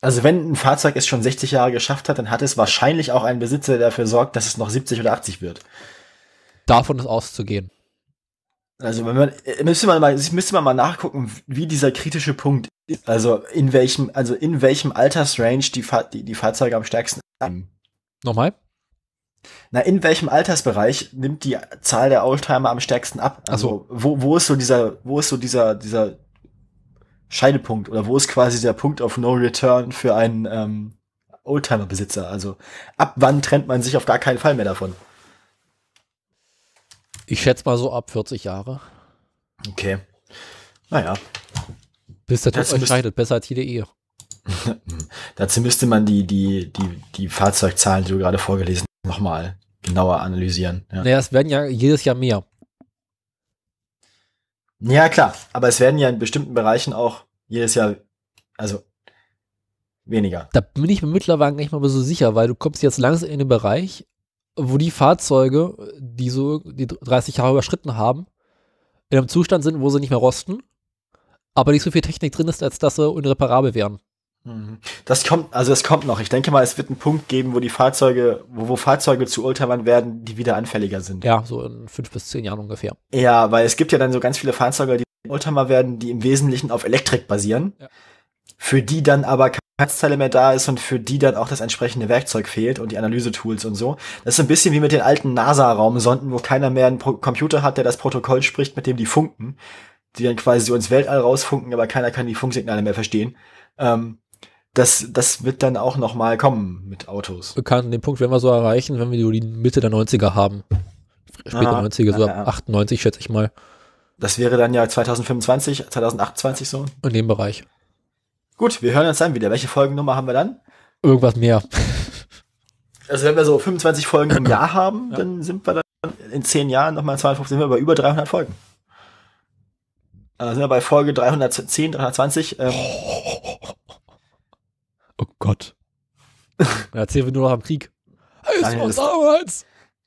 Speaker 1: Also wenn ein Fahrzeug es schon 60 Jahre geschafft hat, dann hat es wahrscheinlich auch einen Besitzer, der dafür sorgt, dass es noch 70 oder 80 wird.
Speaker 2: Davon ist auszugehen.
Speaker 1: Also wenn man äh, müsste man mal müsste man mal nachgucken, wie dieser kritische Punkt ist. Also in welchem also in welchem Altersrange die Fahr die, die Fahrzeuge am stärksten an.
Speaker 2: Nochmal?
Speaker 1: Na, in welchem Altersbereich nimmt die Zahl der Oldtimer am stärksten ab?
Speaker 2: Ach so.
Speaker 1: Also wo wo ist so dieser wo ist so dieser dieser Scheidepunkt oder wo ist quasi der Punkt of No Return für einen ähm, Oldtimer Besitzer? Also ab wann trennt man sich auf gar keinen Fall mehr davon?
Speaker 2: Ich schätze mal so ab 40 Jahre.
Speaker 1: Okay. Naja. (laughs)
Speaker 2: Bis der
Speaker 1: Das
Speaker 2: Tod euch
Speaker 1: müsst-
Speaker 2: scheidet, besser als jede Ehe.
Speaker 1: Dazu müsste man die, die, die, die Fahrzeugzahlen, die du gerade vorgelesen hast, nochmal genauer analysieren. Ja.
Speaker 2: Naja, es werden ja jedes Jahr mehr.
Speaker 1: ja, klar. Aber es werden ja in bestimmten Bereichen auch jedes Jahr, also weniger.
Speaker 2: Da bin ich mir mittlerweile nicht mal so sicher, weil du kommst jetzt langsam in den Bereich, wo die Fahrzeuge, die so die 30 Jahre überschritten haben, in einem Zustand sind, wo sie nicht mehr rosten, aber nicht so viel Technik drin ist, als dass sie unreparabel wären.
Speaker 1: Das kommt, also es kommt noch. Ich denke mal, es wird einen Punkt geben, wo die Fahrzeuge, wo, wo Fahrzeuge zu Oldtimern werden, die wieder anfälliger sind.
Speaker 2: Ja, so in fünf bis zehn Jahren ungefähr.
Speaker 1: Ja, weil es gibt ja dann so ganz viele Fahrzeuge, die Oldtimer werden, die im Wesentlichen auf Elektrik basieren.
Speaker 2: Ja.
Speaker 1: für die dann aber keine Herzzeile mehr da ist und für die dann auch das entsprechende Werkzeug fehlt und die Analysetools und so. Das ist ein bisschen wie mit den alten NASA-Raumsonden, wo keiner mehr einen Pro Computer hat, der das Protokoll spricht, mit dem die funken, die dann quasi so ins Weltall rausfunken, aber keiner kann die Funksignale mehr verstehen. Ähm, das, das wird dann auch noch mal kommen mit Autos.
Speaker 2: Bekannt, den Punkt werden wir so erreichen, wenn wir die Mitte der 90er haben. Späte
Speaker 1: Ah,
Speaker 2: 90er,
Speaker 1: ja,
Speaker 2: so
Speaker 1: ja.
Speaker 2: ab 98 schätze ich mal,
Speaker 1: Das wäre dann ja 2025, 2028 so.
Speaker 2: in dem Bereich.
Speaker 1: Gut, wir hören uns dann wieder. Welche Folgennummer haben wir dann?
Speaker 2: Irgendwas mehr.
Speaker 1: Also wenn wir so 25 Folgen im Jahr haben, dann sind wir dann in 10 Jahren nochmal 52, sind wir bei über 300 Folgen. Äh, sind wir bei Folge 310, 320. Ähm,
Speaker 2: (laughs) Oh Gott. Dann erzählen wir nur noch am Krieg. Es
Speaker 1: Daniel,
Speaker 2: war
Speaker 1: das-
Speaker 2: damals.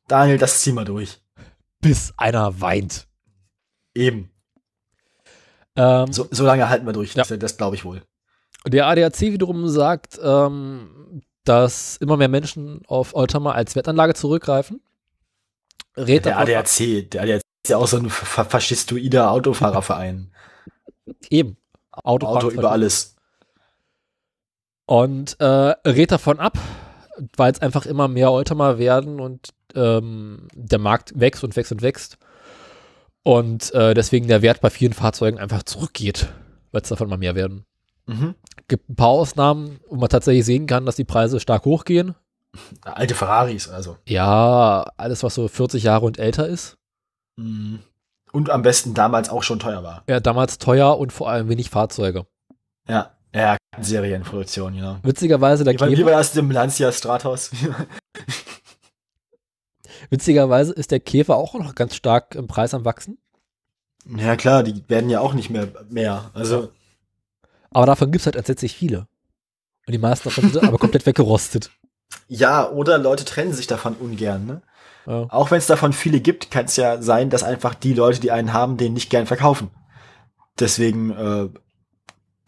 Speaker 1: Daniel, das ziehen wir durch.
Speaker 2: Bis einer weint.
Speaker 1: Eben.
Speaker 2: Ähm,
Speaker 1: So, so lange halten wir durch.
Speaker 2: Ja.
Speaker 1: Das, das glaube ich wohl.
Speaker 2: Der ADAC wiederum sagt, ähm, dass immer mehr Menschen auf Oldtimer als Wettanlage zurückgreifen. Rät
Speaker 1: Der
Speaker 2: davon ab-
Speaker 1: ADAC, der ADAC ist ja auch so ein fa faschistoider Autofahrerverein.
Speaker 2: eben. Autofahren
Speaker 1: Auto
Speaker 2: ist
Speaker 1: über
Speaker 2: halt-
Speaker 1: alles.
Speaker 2: Und äh, rät davon ab, weil es einfach immer mehr Oldtimer werden und ähm, der Markt wächst und wächst und wächst. Und äh, deswegen der Wert bei vielen Fahrzeugen einfach zurückgeht, weil es davon mal mehr werden.
Speaker 1: Mhm.
Speaker 2: Gibt ein paar Ausnahmen, wo man tatsächlich sehen kann, dass die Preise stark hochgehen.
Speaker 1: Alte Ferraris, also.
Speaker 2: Ja, alles, was so 40 Jahre und älter ist.
Speaker 1: Mhm. Und am besten damals auch schon teuer war.
Speaker 2: Ja, damals teuer und vor allem wenig Fahrzeuge.
Speaker 1: Ja, ja, Serienproduktion, genau.
Speaker 2: Witzigerweise, der
Speaker 1: Lieber, lieber
Speaker 2: Käfer,
Speaker 1: das dem Lancia Stratos.
Speaker 2: witzigerweise ist der Käfer auch noch ganz stark im Preis am Wachsen.
Speaker 1: ja klar, die werden ja auch nicht mehr mehr. Also
Speaker 2: Aber davon gibt es halt entsetzlich viele. Und die meisten davon sind aber komplett weggerostet.
Speaker 1: ja, oder Leute trennen sich davon ungern. Ne?
Speaker 2: Ja.
Speaker 1: Auch wenn es davon viele gibt, kann es ja sein, dass einfach die Leute, die einen haben, den nicht gern verkaufen. Deswegen äh,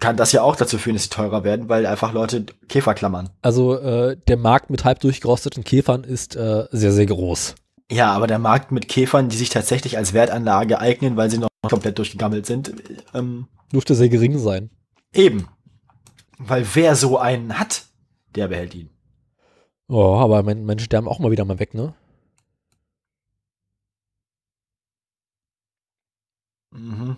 Speaker 1: kann das ja auch dazu führen, dass sie teurer werden, weil einfach Leute Käfer klammern.
Speaker 2: Also äh, der Markt mit halb durchgerosteten Käfern ist äh, sehr, sehr groß.
Speaker 1: Ja, aber der Markt mit Käfern, die sich tatsächlich als Wertanlage eignen, weil sie noch komplett durchgegammelt sind, äh, ähm,
Speaker 2: Dürfte sehr gering sein.
Speaker 1: eben. Weil wer so einen hat, der behält ihn.
Speaker 2: Oh, aber Men- Menschen sterben auch mal wieder mal weg, ne?
Speaker 1: Mhm.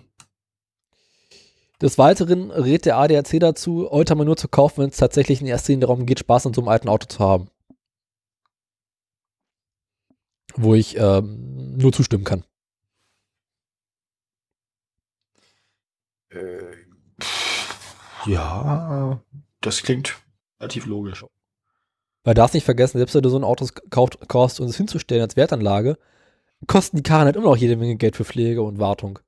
Speaker 2: Des Weiteren rät der ADAC dazu, Oldtimer nur zu kaufen, wenn es tatsächlich in erster Linie darum geht, Spaß an so einem alten Auto zu haben. Wo ich ähm, nur zustimmen kann.
Speaker 1: Äh, ja, das klingt relativ logisch.
Speaker 2: Weil darfst nicht vergessen, selbst wenn du so ein Auto kauft, kaufst und es hinzustellen als Wertanlage, kosten die Karren halt immer noch jede Menge Geld für Pflege und Wartung.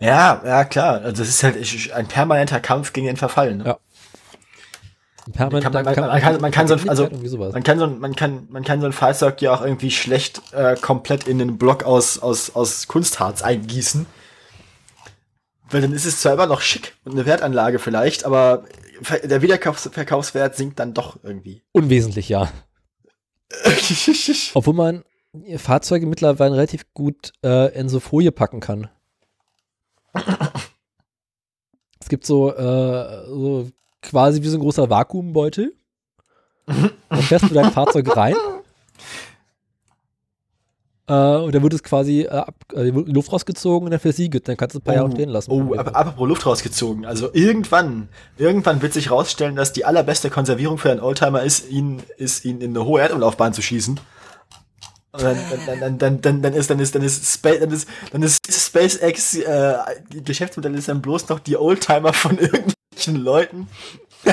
Speaker 1: Ja, ja, klar. Also das ist halt ist ein permanenter Kampf gegen den Verfall. Ne?
Speaker 2: Ja. Permanent-
Speaker 1: Kann man- man- man kann- man kann so ein- also-
Speaker 2: irgendwie sowas.
Speaker 1: Man kann so ein, man kann, man kann so ein Fahrzeug ja auch irgendwie schlecht äh, komplett in den Block aus, aus, aus Kunstharz eingießen. Weil dann ist es zwar immer noch schick und eine Wertanlage vielleicht, aber ver- der Wiederverkaufswert sinkt dann doch (laughs) irgendwie.
Speaker 2: Unwesentlich, ja. Obwohl man äh, Fahrzeuge mittlerweile relativ gut äh, in so Folie packen kann. es gibt so, äh, so quasi wie so ein großer Vakuumbeutel. Da fährst du dein Fahrzeug rein. Äh, und dann wird es quasi äh, ab, äh, die Luft rausgezogen und dann versiegelt. Dann kannst du es ein paar Jahre stehen lassen.
Speaker 1: Oh, ap apropos Luft rausgezogen. Also irgendwann, irgendwann wird sich rausstellen, dass die allerbeste Konservierung für einen Oldtimer ist, ihn, ist ihn in eine hohe Erdumlaufbahn zu schießen. Und dann, dann, dann, dann, dann, dann ist, dann ist, dann ist, Spa dann ist, dann ist SpaceX äh, Geschäftsmodell ist dann bloß noch die Oldtimer von (laughs) irgendwelchen Leuten (laughs)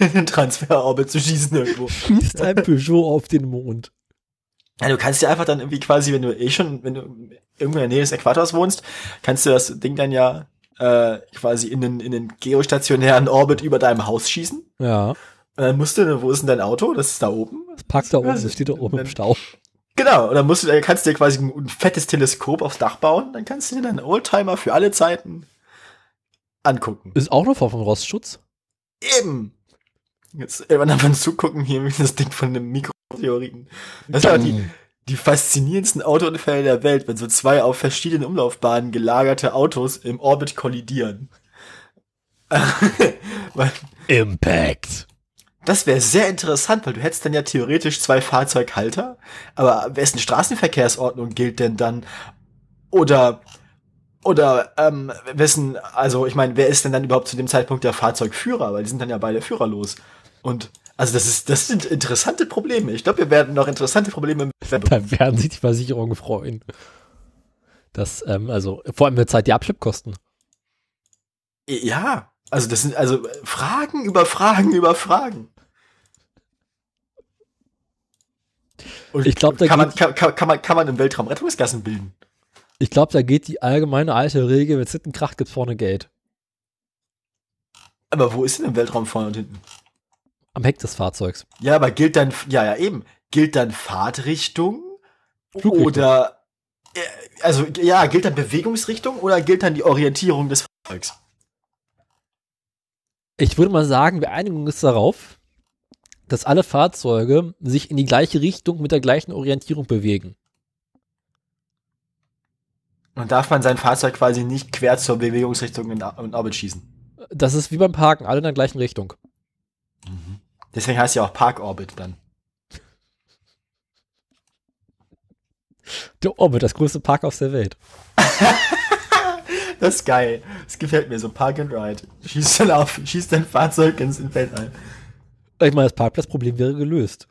Speaker 1: in den Transferorbit zu schießen irgendwo.
Speaker 2: Schießt ein Peugeot auf den Mond.
Speaker 1: Ja, du kannst ja einfach dann irgendwie quasi, wenn du eh schon, wenn du irgendwo in der Nähe des Äquators wohnst, kannst du das Ding dann ja äh, quasi in den, in den geostationären Orbit über deinem Haus schießen. Und
Speaker 2: Ja,
Speaker 1: dann musst du, wo ist denn dein Auto? Das ist da oben.
Speaker 2: das packt da oben,
Speaker 1: Also,
Speaker 2: das steht da oben im
Speaker 1: dann-
Speaker 2: Stau.
Speaker 1: Genau, und dann musst du, dann kannst du dir quasi ein, ein fettes Teleskop aufs Dach bauen, dann kannst du dir deinen Oldtimer für alle Zeiten angucken.
Speaker 2: Ist auch eine Form von Rostschutz.
Speaker 1: Eben! Jetzt äh, irgendwann davon zugucken, hier wie das Ding von einem Mikrotheorien. Das ist ja die, die faszinierendsten Autounfälle der Welt, wenn so zwei auf verschiedenen Umlaufbahnen gelagerte Autos im Orbit kollidieren. (laughs) Weil
Speaker 2: Impact.
Speaker 1: das wäre sehr interessant, weil du hättest dann ja theoretisch zwei Fahrzeughalter, aber wessen Straßenverkehrsordnung gilt denn dann? Oder oder ähm, wessen, also ich meine, wer ist denn dann überhaupt zu dem Zeitpunkt der Fahrzeugführer? Weil die sind dann ja beide führerlos. Und also das ist, das sind interessante Probleme. Ich glaube, wir werden noch interessante Probleme im
Speaker 2: (laughs)
Speaker 1: Wettbewerb
Speaker 2: Da werden sich die Versicherungen freuen. Das, ähm, also, vor allem wird es halt die Abschleppkosten.
Speaker 1: Ja, also das sind also Fragen über Fragen über Fragen. Und
Speaker 2: Ich glaub, da
Speaker 1: kann man
Speaker 2: geht-
Speaker 1: kann, kann, kann man kann man im Weltraum Rettungsgassen bilden.
Speaker 2: Ich glaube, da geht die allgemeine alte Regel, wenn es hinten kracht, gibt's vorne Geld.
Speaker 1: Aber wo ist denn im Weltraum vorne und hinten?
Speaker 2: Am Heck des Fahrzeugs.
Speaker 1: Ja, aber gilt dann ja ja eben gilt dann Fahrtrichtung
Speaker 2: Flugrichtung.
Speaker 1: oder äh, also ja gilt dann Bewegungsrichtung oder gilt dann die Orientierung des Fahrzeugs?
Speaker 2: Ich würde mal sagen, wir einigen uns darauf, dass alle Fahrzeuge sich in die gleiche Richtung mit der gleichen Orientierung bewegen.
Speaker 1: Und darf man sein Fahrzeug quasi nicht quer zur Bewegungsrichtung in, Ar- in Orbit schießen?
Speaker 2: Das ist wie beim Parken, alle in der gleichen Richtung.
Speaker 1: Deswegen heißt ja auch Parkorbit dann.
Speaker 2: Der Orbit, das größte Park auf der Welt.
Speaker 1: Das ist geil. Das gefällt mir so. Park and Ride. Schieß dann auf, schieß dein Fahrzeug ins Weltall.
Speaker 2: Ich meine, das Parkplatzproblem wäre gelöst.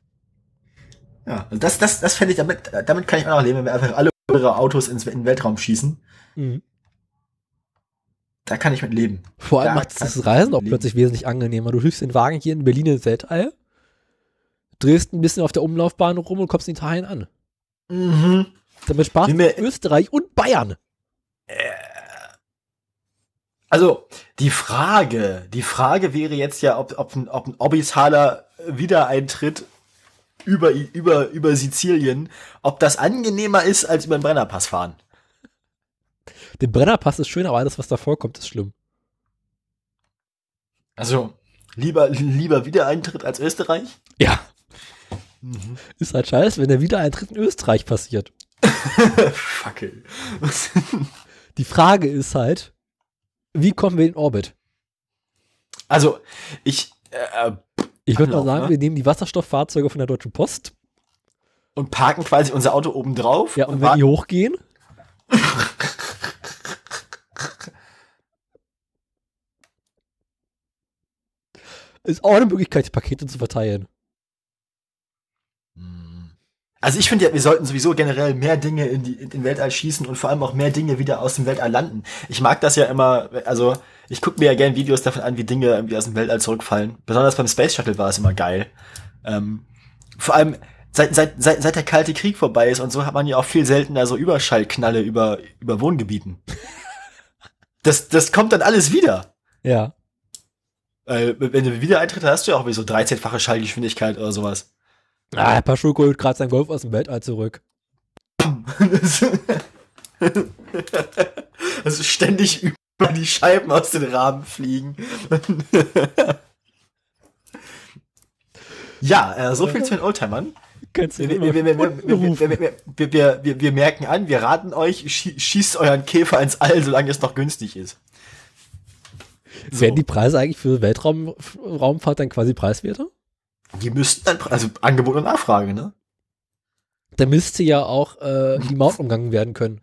Speaker 1: Ja, also das, das, das fände ich, damit, damit kann ich auch noch leben, wenn wir einfach alle eure Autos ins, in den Weltraum schießen.
Speaker 2: Mhm.
Speaker 1: Da kann ich mit leben.
Speaker 2: Vor allem
Speaker 1: Da
Speaker 2: macht es
Speaker 1: kann
Speaker 2: das Reisen auch
Speaker 1: ich
Speaker 2: plötzlich wesentlich angenehmer. Du hüpfst den Wagen hier in Berlin ins Weltall, drehst ein bisschen auf der Umlaufbahn rum und kommst in Italien an.
Speaker 1: Mhm.
Speaker 2: Damit Spaß
Speaker 1: Bin mir-
Speaker 2: Österreich und Bayern.
Speaker 1: Also, die Frage, die Frage wäre jetzt ja, ob, ob ein, ob ein orbitaler Wiedereintritt über, I- über, über Sizilien, ob das angenehmer ist, als über den Brennerpass fahren.
Speaker 2: Den Brennerpass ist schön, aber alles, was davor kommt, ist schlimm.
Speaker 1: Also, lieber, lieber Wiedereintritt als Österreich?
Speaker 2: Ja.
Speaker 1: Mhm.
Speaker 2: Ist halt scheiße, wenn der Wiedereintritt in Österreich passiert.
Speaker 1: Fackel. (laughs)
Speaker 2: Die Frage ist halt, wie kommen wir in Orbit?
Speaker 1: also, ich, äh,
Speaker 2: Ich würde mal
Speaker 1: Anlauf,
Speaker 2: sagen,
Speaker 1: ne?
Speaker 2: wir nehmen die Wasserstofffahrzeuge von der Deutschen Post.
Speaker 1: und parken quasi unser Auto oben drauf
Speaker 2: Ja, und wenn die hochgehen, (laughs) ist auch eine Möglichkeit, die Pakete zu verteilen.
Speaker 1: Also ich finde ja, wir sollten sowieso generell mehr Dinge in, die, in den Weltall schießen und vor allem auch mehr Dinge wieder aus dem Weltall landen. Ich mag das ja immer, also ich gucke mir ja gerne Videos davon an, wie Dinge irgendwie aus dem Weltall zurückfallen. Besonders beim Space Shuttle war es immer geil. Ähm, vor allem seit, seit, seit, seit der Kalte Krieg vorbei ist und so hat man ja auch viel seltener so Überschallknalle über, über Wohngebieten. Das, das kommt dann alles wieder.
Speaker 2: Ja.
Speaker 1: Weil, wenn du wieder eintritt, hast du ja auch wie so 13-fache Schallgeschwindigkeit oder sowas. (laughs)
Speaker 2: Ah, Herr Paschulko holt gerade sein Golf aus dem Weltall zurück. (laughs)
Speaker 1: Das- Also ständig über die Scheiben aus den Rahmen fliegen. (laughs) Ja, äh, so viel zu den Oldtimern.
Speaker 2: Kennst
Speaker 1: Wir, wir, wir, wir, wir, wir, wir, wir, wir, wir, wir merken an, wir raten euch, schie schießt euren Käfer ins All, solange es noch günstig ist. So,
Speaker 2: Werden die
Speaker 1: die,
Speaker 2: Preise eigentlich für Weltraumraumfahrt dann quasi Preiswerte?
Speaker 1: müssten dann, also Angebot und Nachfrage, ne?
Speaker 2: Da müsste ja auch äh, die Maut umgangen werden können.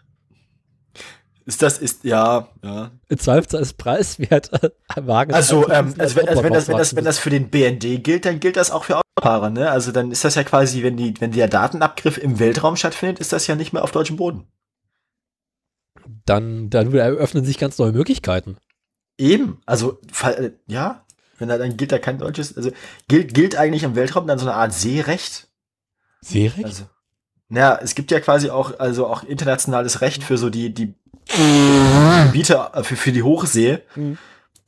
Speaker 1: Ist das, ist, ja, ja,
Speaker 2: Im Zweifelsfall ist preiswert (laughs) äh, ein Wagen.
Speaker 1: Also,
Speaker 2: als-
Speaker 1: ähm, also, wenn, also wenn, das, wenn, das, wenn das für den BND gilt, dann gilt das auch für Autofahrer, ne? Also dann ist das ja quasi, wenn, die, wenn der Datenabgriff im Weltraum stattfindet, ist das ja nicht mehr auf deutschem Boden.
Speaker 2: Dann, dann eröffnen sich ganz neue Möglichkeiten.
Speaker 1: Eben, also fall- äh, ja, wenn da, dann gilt da kein deutsches, also gilt, gilt eigentlich im Weltraum dann so eine Art Seerecht.
Speaker 2: Serie?
Speaker 1: Also, naja, es gibt ja quasi auch, also auch internationales Recht für so die, die Gebiete, äh, für, für die Hochsee,
Speaker 2: Mhm.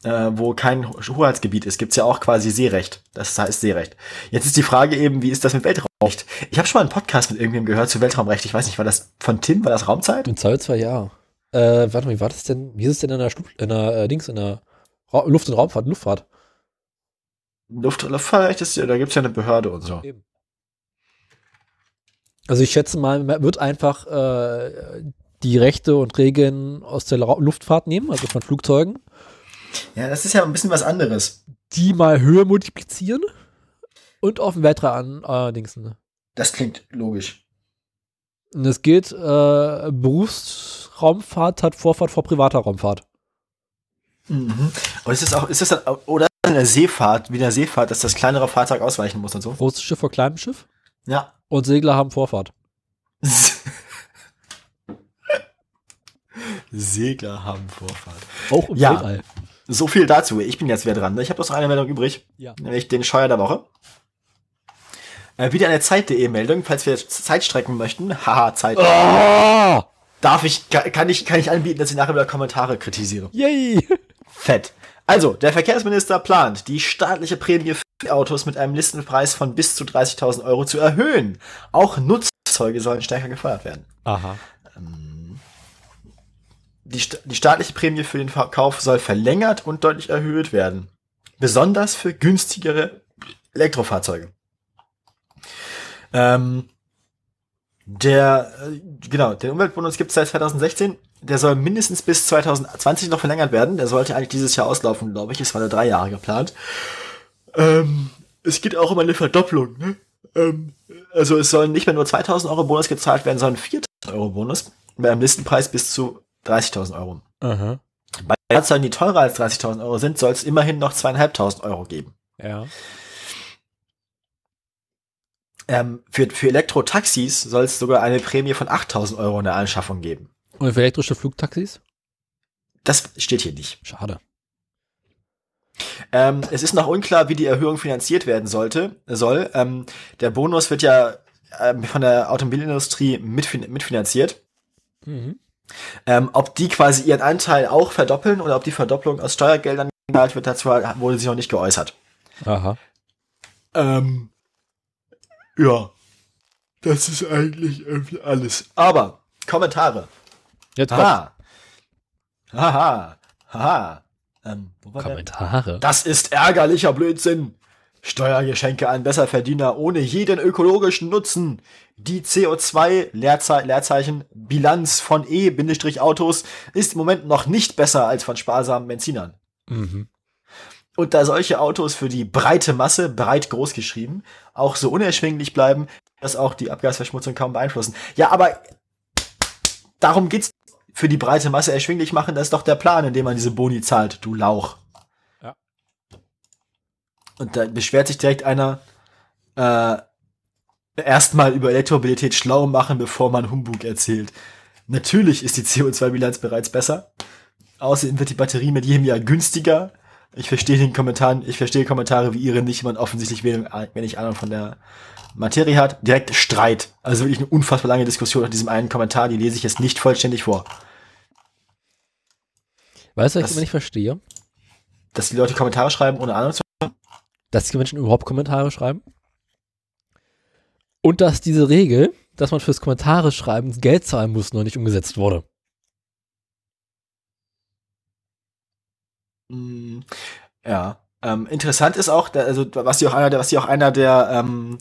Speaker 1: äh, wo kein Ho- Hoheitsgebiet ist, gibt's ja auch quasi Seerecht. Das heißt Seerecht. Jetzt ist die Frage eben, wie ist das mit Weltraumrecht? Ich habe schon mal einen Podcast mit irgendwem gehört zu Weltraumrecht. Ich weiß nicht, war das von Tim, war das Raumzeit?
Speaker 2: Im Zweifelsfall ja. Äh, warte mal, wie war das denn? Wie ist es denn in der, Stu in der äh, Dings, in der Ra Luft- und Raumfahrt, Luftfahrt?
Speaker 1: Luft, Luftfahrrecht ist, ja- da gibt's ja eine Behörde und so.
Speaker 2: Also ich schätze mal, man wird einfach äh, die Rechte und Regeln aus der Ra Luftfahrt nehmen, also von Flugzeugen,
Speaker 1: Ja, das ist ja ein bisschen was anderes.
Speaker 2: die mal Höhe multiplizieren und auf den Wert an äh, Dingsen.
Speaker 1: Das klingt logisch.
Speaker 2: Und es geht, äh, Berufsraumfahrt hat Vorfahrt vor privater Raumfahrt.
Speaker 1: Mhm. Und ist das auch, ist das dann, oder in der Seefahrt, wie in der Seefahrt, dass das kleinere Fahrzeug ausweichen muss und so?
Speaker 2: Großes Schiff vor kleinem Schiff
Speaker 1: Ja.
Speaker 2: und Segler haben Vorfahrt.
Speaker 1: (laughs) Segler haben Vorfahrt.
Speaker 2: Auch im
Speaker 1: Ja.
Speaker 2: Weltall.
Speaker 1: So viel dazu. Ich bin jetzt wieder dran. ne? Ich habe noch eine Meldung übrig,
Speaker 2: Ja.
Speaker 1: nämlich den Scheuer der Woche. Äh, wieder eine Zeit.de Meldung, falls wir Zeit strecken möchten. Haha, Zeit.
Speaker 2: Ah!
Speaker 1: Darf ich, ka- kann ich, kann ich anbieten, dass ich nachher wieder Kommentare kritisiere.
Speaker 2: Yay!
Speaker 1: Fett. Also, der Verkehrsminister plant, die staatliche Prämie für Autos mit einem Listenpreis von bis zu 30.000 Euro zu erhöhen. Auch Nutzfahrzeuge sollen stärker gefeuert werden.
Speaker 2: Aha.
Speaker 1: Die, Sta- die staatliche Prämie für den Verkauf soll verlängert und deutlich erhöht werden. Besonders für günstigere Elektrofahrzeuge. Ähm, der, äh, genau, den Umweltbonus gibt es seit 2016. Der soll mindestens bis 2020 noch verlängert werden. Der sollte eigentlich dieses Jahr auslaufen, glaube ich. Es war nur drei Jahre geplant. Ähm, es geht auch um eine Verdopplung. Ne? Ähm, also es sollen nicht mehr nur 2000 Euro Bonus gezahlt werden, sondern 4000 Euro Bonus. Bei einem Listenpreis bis zu 30.000 Euro.
Speaker 2: Aha.
Speaker 1: Bei Fahrzeugen, die teurer als 30.000 Euro sind, soll es immerhin noch 2.500 Euro geben.
Speaker 2: Ja.
Speaker 1: Ähm, für, für Elektrotaxis soll es sogar eine Prämie von 8.000 Euro in der Anschaffung geben.
Speaker 2: Und für elektrische Flugtaxis?
Speaker 1: Das steht hier nicht.
Speaker 2: Schade.
Speaker 1: Ähm, es ist noch unklar, wie die Erhöhung finanziert werden sollte, soll. Ähm, der Bonus wird ja ähm, von der Automobilindustrie mitfin mitfinanziert.
Speaker 2: Mhm.
Speaker 1: Ähm, ob die quasi ihren Anteil auch verdoppeln oder ob die Verdopplung aus Steuergeldern gezahlt wird, dazu wurde sich noch nicht geäußert.
Speaker 2: Aha.
Speaker 1: Ähm, ja, das ist eigentlich irgendwie alles. Aber Kommentare.
Speaker 2: Jetzt kommt
Speaker 1: Haha. Haha. Haha. Ähm, wo war der?
Speaker 2: Kommentare.
Speaker 1: Das ist ärgerlicher Blödsinn. Steuergeschenke an Besserverdiener ohne jeden ökologischen Nutzen. Die CO2-Leerzeichen-Bilanz von E-Autos ist im Moment noch nicht besser als von sparsamen Benzinern.
Speaker 2: Mhm.
Speaker 1: Und da solche Autos für die breite Masse, breit groß geschrieben, auch so unerschwinglich bleiben, dass auch die Abgasverschmutzung kaum beeinflussen. Ja, aber darum geht's. Für die breite Masse erschwinglich machen, das ist doch der Plan, indem man diese Boni zahlt, du Lauch.
Speaker 2: Ja.
Speaker 1: Und da beschwert sich direkt einer, äh, erstmal über Elektromobilität schlau machen, bevor man Humbug erzählt. Natürlich ist die CO2-Bilanz bereits besser. Außerdem wird die Batterie mit jedem Jahr günstiger. Ich verstehe den Kommentaren, ich verstehe Kommentare wie ihre nicht, man offensichtlich wenig, wenig Ahnung von der Materie hat. Direkt Streit. Also wirklich eine unfassbar lange Diskussion an diesem einen Kommentar, die lese ich jetzt nicht vollständig vor.
Speaker 2: Weißt du, was ich
Speaker 1: Das-
Speaker 2: immer nicht verstehe?
Speaker 1: Dass die Leute Kommentare schreiben, ohne Ahnung zu
Speaker 2: dass die Menschen überhaupt Kommentare schreiben. Und dass diese Regel, dass man fürs Kommentare schreiben Geld zahlen muss, noch nicht umgesetzt wurde.
Speaker 1: Mm, Ja. Ähm, interessant ist auch, da- also was hier auch einer, der, was hier auch einer der, ähm,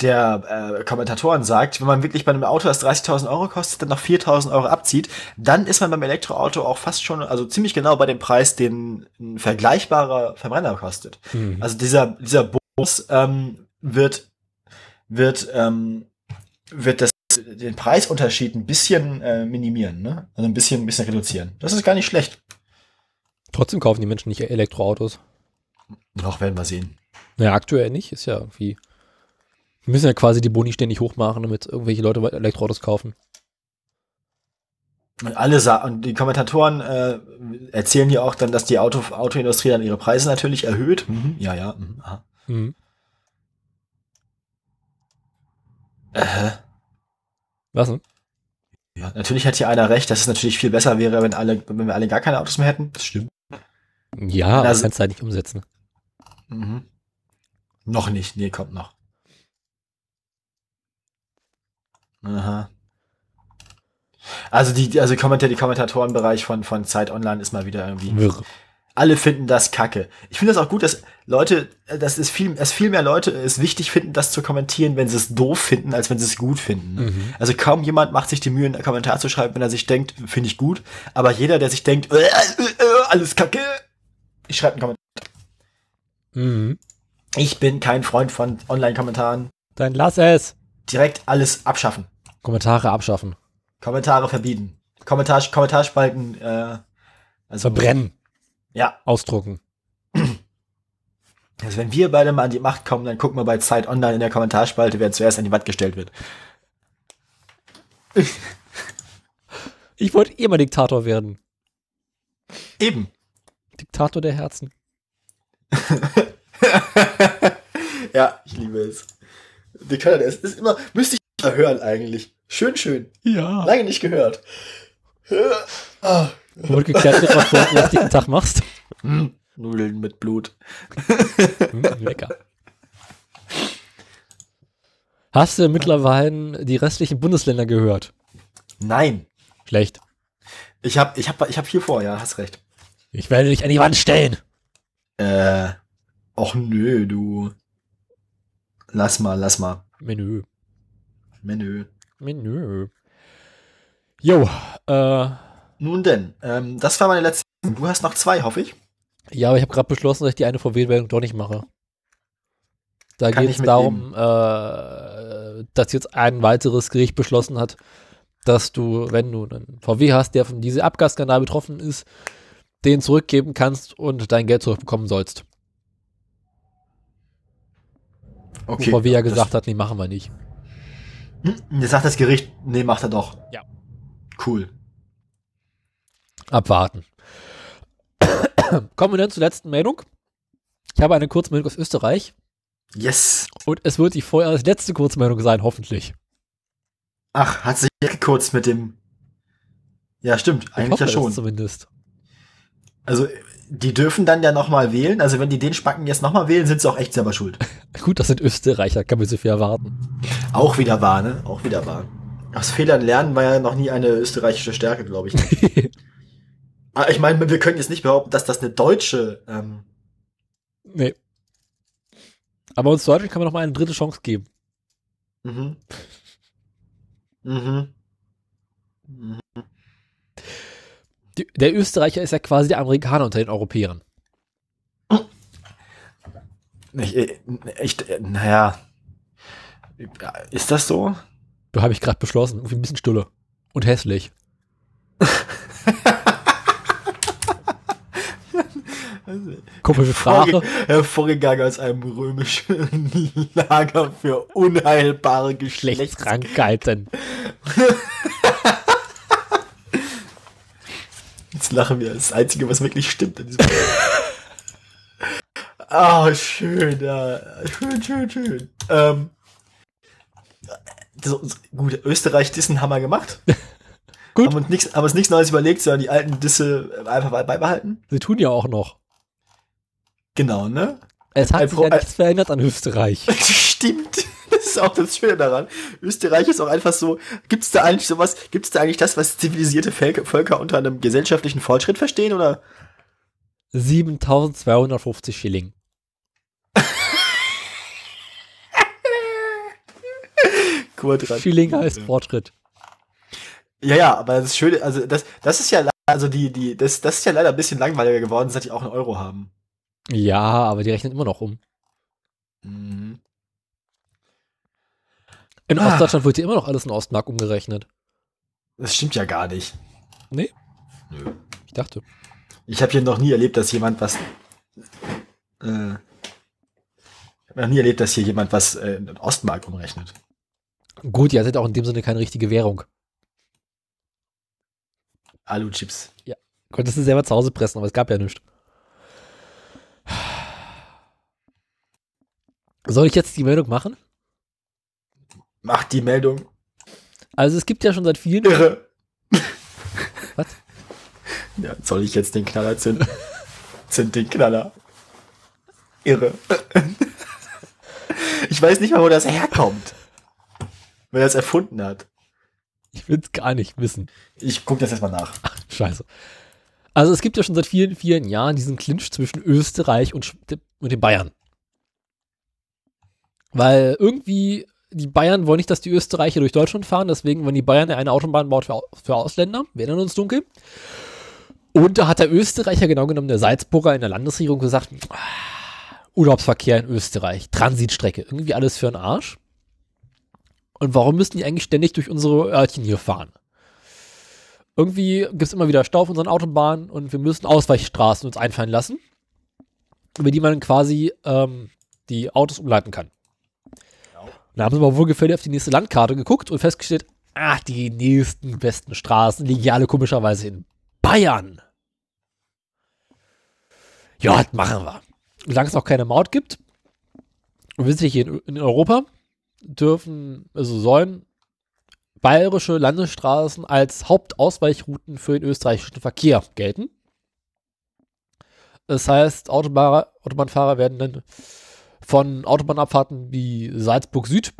Speaker 1: der äh, Kommentatoren sagt, wenn man wirklich bei einem Auto, das 30.000 Euro kostet, dann noch 4.000 Euro abzieht, dann ist man beim Elektroauto auch fast schon, also ziemlich genau bei dem Preis, den ein vergleichbarer Verbrenner kostet.
Speaker 2: Mhm.
Speaker 1: Also dieser, dieser Bonus ähm, wird, wird, ähm, wird das, den Preisunterschied ein bisschen äh, minimieren, ne? Also ein bisschen, ein bisschen reduzieren. Das ist gar nicht schlecht.
Speaker 2: Trotzdem kaufen die Menschen nicht Elektroautos.
Speaker 1: Noch werden wir sehen.
Speaker 2: Naja, aktuell nicht, ist ja irgendwie. Wir müssen ja quasi die Boni ständig hochmachen, damit irgendwelche Leute Elektroautos kaufen.
Speaker 1: Und alle sa- und die Kommentatoren äh, erzählen ja auch dann, dass die Auto Autoindustrie dann ihre Preise natürlich erhöht. Mhm. Ja, ja. Mhm. Aha.
Speaker 2: Mhm.
Speaker 1: Äh.
Speaker 2: Was denn?
Speaker 1: ja. Natürlich hat hier einer recht, dass es natürlich viel besser wäre, wenn alle, wenn wir alle gar keine Autos mehr hätten. Das stimmt.
Speaker 2: Ja,
Speaker 1: Na,
Speaker 2: aber
Speaker 1: so-
Speaker 2: kannst du halt nicht umsetzen.
Speaker 1: Mhm. Noch nicht. Nee, kommt noch. Aha. Also die, die- also Kommentar, die Kommentatorenbereich von, von Zeit Online ist mal wieder irgendwie.
Speaker 2: Wirr.
Speaker 1: alle finden das kacke. Ich finde das auch gut, dass Leute, äh, dass es viel, dass viel mehr Leute es wichtig finden, das zu kommentieren, wenn sie es doof finden, als wenn sie es gut finden. ne?
Speaker 2: Mhm.
Speaker 1: Also kaum jemand macht sich die Mühe, einen Kommentar zu schreiben, wenn er sich denkt, finde ich gut. Aber jeder, der sich denkt, äh, äh, äh, alles kacke, Ich schreibe einen Kommentar.
Speaker 2: Mhm.
Speaker 1: Ich bin kein Freund von Online-Kommentaren.
Speaker 2: Dann lass es.
Speaker 1: Direkt alles abschaffen.
Speaker 2: Kommentare abschaffen.
Speaker 1: Kommentare verbieten. Kommentar, Kommentarspalten, äh, also.
Speaker 2: Verbrennen.
Speaker 1: Ja.
Speaker 2: Ausdrucken.
Speaker 1: Also wenn wir beide mal an die Macht kommen, dann gucken wir bei Zeit Online in der Kommentarspalte, wer zuerst an die Wand gestellt wird.
Speaker 2: Ich wollte immer Diktator werden.
Speaker 1: Eben.
Speaker 2: Diktator der Herzen.
Speaker 1: ja, ich liebe es. Die Kölner, es ist immer, müsste ich mal hören eigentlich. Schön, schön.
Speaker 2: Ja.
Speaker 1: Lange nicht gehört. (laughs) Ah,
Speaker 2: Wurde geklärt, was du den restlichen Tag machst.
Speaker 1: mm, Nudeln mit Blut.
Speaker 2: Hm, lecker. Hast du mittlerweile die restlichen Bundesländer gehört?
Speaker 1: Nein.
Speaker 2: Schlecht.
Speaker 1: Ich hab, ich hab, ich hab hier vor, ja, hast recht.
Speaker 2: Ich werde dich an die Wand stellen.
Speaker 1: Äh, och nö, du. Lass mal, lass mal.
Speaker 2: Menü.
Speaker 1: Menü.
Speaker 2: Menü. Jo, äh,
Speaker 1: Nun denn, ähm, das war meine letzte. Du hast noch zwei, hoffe ich.
Speaker 2: Ja, aber ich habe gerade beschlossen, dass ich die eine VW-Meldung doch nicht mache. Da
Speaker 1: Kann
Speaker 2: geht es
Speaker 1: ich
Speaker 2: darum, äh, dass jetzt ein weiteres Gericht beschlossen hat, dass du, wenn du einen VW hast, der von diesem Abgasskandal betroffen ist, den zurückgeben kannst und dein Geld zurückbekommen sollst. Wo VW ja
Speaker 1: das-
Speaker 2: gesagt hat, nee, machen wir nicht.
Speaker 1: Hm, Jetzt sagt das Gericht, nee, macht er doch.
Speaker 2: Ja.
Speaker 1: Cool.
Speaker 2: Abwarten. (coughs) Kommen wir dann zur letzten Meldung. Ich habe eine Kurzmeldung aus Österreich
Speaker 1: Yes.
Speaker 2: und es wird die vorher als letzte Kurzmeldung sein, hoffentlich.
Speaker 1: Ach, hat sich gekürzt mit dem. Ja, stimmt,
Speaker 2: Ich
Speaker 1: eigentlich ja
Speaker 2: hoffe es
Speaker 1: schon.
Speaker 2: Zumindest.
Speaker 1: Also, die dürfen dann ja nochmal wählen. Also, wenn die den Spacken jetzt nochmal wählen, sind sie auch echt selber schuld.
Speaker 2: Gut, das sind Österreicher, kann man so viel erwarten.
Speaker 1: Auch wieder wahr, ne? Auch wieder wahr. Aus Fehlern lernen war ja noch nie eine österreichische Stärke, glaube ich. (laughs) Aber ich meine, wir können jetzt nicht behaupten, dass das eine deutsche. Ähm,
Speaker 2: Nee. Aber uns Deutschen kann man noch mal eine dritte Chance geben.
Speaker 1: mhm. Mhm. Mhm.
Speaker 2: Die, der Österreicher ist ja quasi der Amerikaner unter den Europäern.
Speaker 1: Ich, ich, ich, naja. Ist das so?
Speaker 2: Du habe ich gerade beschlossen. Irgendwie ein bisschen stille. Und (laughs) hässlich. Komische Sprache.
Speaker 1: Vorge hervorgegangen aus einem römischen (laughs) Lager für unheilbare Geschlechts.
Speaker 2: Geschlechtskrankheiten.
Speaker 1: Jetzt lachen wir. Das ist das Einzige, was wirklich stimmt in diesem (laughs) Ah, schön, ja. Schön, schön, schön. Ähm, so, so, gut, Österreich Dissen haben wir gemacht.
Speaker 2: (laughs) Gut.
Speaker 1: Haben uns nichts, haben uns nichts Neues überlegt, sondern die alten Disse einfach mal beibehalten.
Speaker 2: Sie tun ja auch noch.
Speaker 1: Genau, ne?
Speaker 2: Es
Speaker 1: Ein
Speaker 2: hat sich
Speaker 1: Pro-
Speaker 2: ja nichts verändert an Österreich.
Speaker 1: (laughs) Stimmt. Das ist auch das Schöne daran. Österreich ist auch einfach so, gibt's da eigentlich sowas, gibt's da eigentlich das, was zivilisierte Völker, Völker unter einem gesellschaftlichen Fortschritt verstehen oder
Speaker 2: 7250 Schilling.
Speaker 1: Quadrat?
Speaker 2: Schilling heißt Fortschritt.
Speaker 1: Ja, ja, aber das Schöne, also das, das ist ja, le- also die, die, das, das ist ja leider ein bisschen langweiliger geworden, seit die auch einen Euro haben.
Speaker 2: Ja, aber die rechnen immer noch um.
Speaker 1: Mhm.
Speaker 2: In
Speaker 1: Ah.
Speaker 2: Ostdeutschland wird ja immer noch alles in Ostmark umgerechnet.
Speaker 1: Das stimmt ja gar nicht.
Speaker 2: Nee?
Speaker 1: Nö.
Speaker 2: Ich dachte.
Speaker 1: Ich habe hier noch nie erlebt, dass jemand was. Äh, ich habe noch nie erlebt, dass hier jemand was äh, in Ostmark umrechnet.
Speaker 2: Gut, ihr hattet auch in dem Sinne keine richtige Währung.
Speaker 1: Aluchips.
Speaker 2: Konntest du selber zu Hause pressen, aber es gab ja nichts. Soll ich jetzt die Meldung machen?
Speaker 1: Macht die Meldung
Speaker 2: Also es gibt ja schon seit vielen... (laughs)
Speaker 1: irre.
Speaker 2: Was?
Speaker 1: Ja, soll ich jetzt den Knaller zünden? Zünd den Knaller. Irre. Ich weiß nicht mal, wo das herkommt. Wer das erfunden hat.
Speaker 2: Ich will es gar nicht wissen.
Speaker 1: Ich gucke das erstmal nach.
Speaker 2: Scheiße. Also es gibt ja schon seit vielen, vielen Jahren diesen Clinch zwischen Österreich und, Sch- und den Bayern. Weil irgendwie die Bayern wollen nicht, dass die Österreicher durch Deutschland fahren, deswegen wollen die Bayern eine Autobahn baut für, Au- für Ausländer. Wir erinnern uns dunkel. Und da hat der Österreicher, genau genommen der Salzburger in der Landesregierung gesagt, "Ah, Urlaubsverkehr in Österreich, Transitstrecke, irgendwie alles für einen Arsch. Und warum müssen die eigentlich ständig durch unsere Örtchen hier fahren? Irgendwie gibt es immer wieder Stau auf unseren Autobahnen und wir müssen Ausweichstraßen uns einfallen lassen, über die man quasi ähm, die Autos umleiten kann. Da haben sie mal wohlgefällig auf die nächste Landkarte geguckt und festgestellt, ach, die nächsten besten Straßen liegen ja alle komischerweise in Bayern. Ja, das machen wir. Solange es noch keine Maut gibt, und wir sind hier in, in Europa, dürfen, also sollen bayerische Landesstraßen als Hauptausweichrouten für den österreichischen Verkehr gelten. Das heißt, Autobahner, Autobahnfahrer werden dann von Autobahnabfahrten wie Salzburg Süd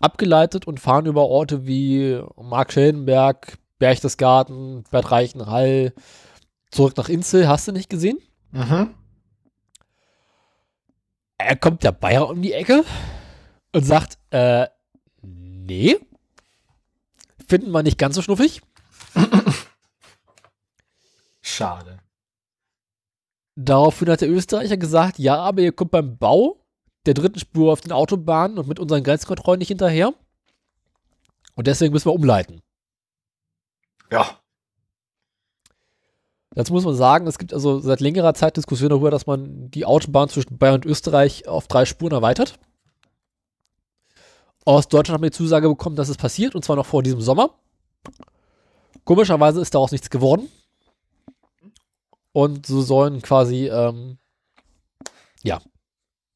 Speaker 2: abgeleitet und fahren über Orte wie Markschellenberg, Berchtesgaden, Bad Reichenhall, zurück nach Insel. Hast du nicht gesehen?
Speaker 1: Mhm.
Speaker 2: Er kommt der Bayer um die Ecke und sagt, äh, nee, finden wir nicht ganz so schnuffig.
Speaker 1: Schade.
Speaker 2: Daraufhin hat der Österreicher gesagt, ja, aber ihr kommt beim Bau der dritten Spur auf den Autobahnen und mit unseren Grenzkontrollen nicht hinterher. Und deswegen müssen wir umleiten.
Speaker 1: Ja.
Speaker 2: Dazu muss man sagen, es gibt also seit längerer Zeit Diskussionen darüber, dass man die Autobahn zwischen Bayern und Österreich auf drei Spuren erweitert. Aus Deutschland hat man die Zusage bekommen, dass es passiert, und zwar noch vor diesem Sommer. Komischerweise ist daraus nichts geworden. Und so sollen quasi, ähm, ja,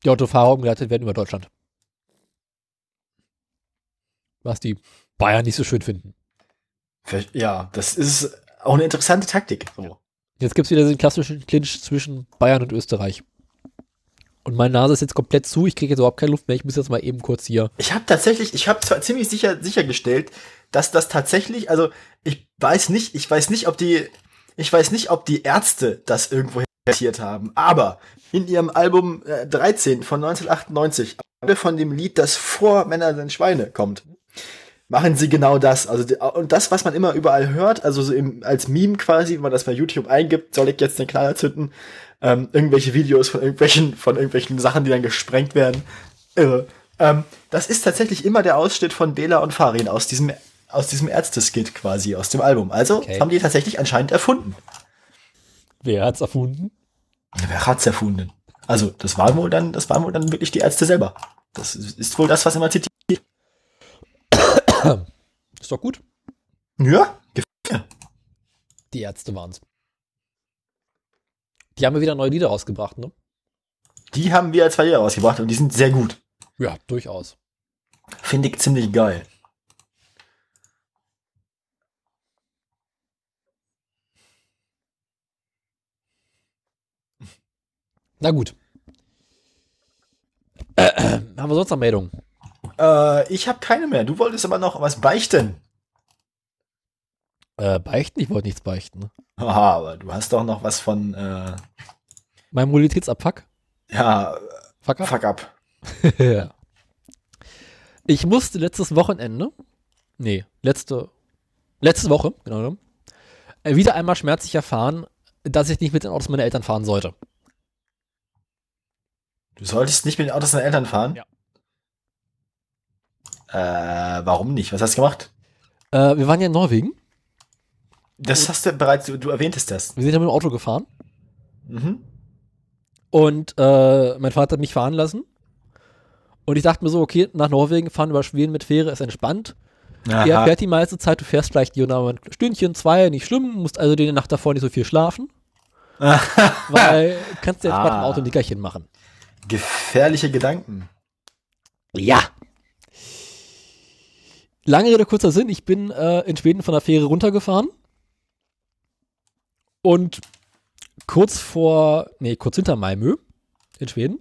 Speaker 2: die Autofahrer umgeleitet werden über Deutschland. Was die Bayern nicht so schön finden.
Speaker 1: Ver- Ja, das ist auch eine interessante Taktik. So.
Speaker 2: Jetzt gibt es wieder den klassischen Clinch zwischen Bayern und Österreich. Und meine Nase ist jetzt komplett zu. Ich kriege jetzt überhaupt keine Luft mehr. Ich muss jetzt mal eben kurz hier.
Speaker 1: Ich habe tatsächlich, ich habe zwar ziemlich sicher sichergestellt, dass das tatsächlich, also ich weiß nicht, ich weiß nicht, ob die, ich weiß nicht, ob die Ärzte das irgendwo interpretiert haben, aber in ihrem Album äh, 13 von 1998, am Ende von dem Lied, das vor Männer sind Schweine kommt, machen sie genau das. Also die- und das, was man immer überall hört, also so im, als Meme quasi, wenn man das bei YouTube eingibt, soll ich jetzt den Knaller zünden, ähm, irgendwelche Videos von irgendwelchen von irgendwelchen Sachen, die dann gesprengt werden. Irre. Ähm, das ist tatsächlich immer der Ausschnitt von Bela und Farin aus diesem aus diesem Ärzteskit quasi aus dem Album. Also
Speaker 2: Okay.
Speaker 1: das haben die tatsächlich anscheinend erfunden.
Speaker 2: Wer hat's erfunden?
Speaker 1: Wer hat's erfunden? Also das waren wohl dann das waren wohl dann wirklich die Ärzte selber. Das ist wohl das, was immer zitiert.
Speaker 2: Ist doch gut.
Speaker 1: Ja. gef-
Speaker 2: Die Ärzte waren's. Die haben ja wieder neue Lieder rausgebracht, ne?
Speaker 1: Die haben wir als Verlierer rausgebracht und die sind sehr gut.
Speaker 2: Ja, durchaus.
Speaker 1: Finde ich ziemlich geil.
Speaker 2: Na gut. Äh, äh, haben wir sonst noch Meldungen?
Speaker 1: Äh, ich habe keine mehr. Du wolltest aber noch was beichten.
Speaker 2: Äh, beichten? Ich wollte nichts beichten. ne?
Speaker 1: Haha, aber du hast doch noch was von, äh,
Speaker 2: Mein Mobilitätsabfuck?
Speaker 1: ja,
Speaker 2: Fuck up?
Speaker 1: fuck up.
Speaker 2: Ja. Ich musste letztes Wochenende, nee, letzte, letzte Woche, genau, genommen, äh, wieder einmal schmerzlich erfahren, dass ich nicht mit den Autos meiner Eltern fahren sollte.
Speaker 1: Du solltest nicht mit den Autos deiner Eltern fahren?
Speaker 2: Ja.
Speaker 1: Äh, warum nicht? Was hast du gemacht?
Speaker 2: Äh, wir waren ja in Norwegen,
Speaker 1: Das hast du bereits, du, du erwähntest das.
Speaker 2: wir sind ja mit dem Auto gefahren
Speaker 1: Mhm.
Speaker 2: und äh, mein Vater hat mich fahren lassen. Und ich dachte mir so, okay, nach Norwegen fahren über Schweden mit Fähre ist entspannt. Er fährt die meiste Zeit, du fährst vielleicht hier und da mal ein Stündchen, zwei, nicht schlimm, musst also die Nacht davor nicht so viel schlafen. weil kannst du jetzt mal im
Speaker 1: Ah.
Speaker 2: Auto ein Nickerchen machen.
Speaker 1: Gefährliche Gedanken.
Speaker 2: Ja. Lange Rede, kurzer Sinn. Ich bin äh, in Schweden von der Fähre runtergefahren. Und kurz vor, nee, kurz hinter Malmö in Schweden.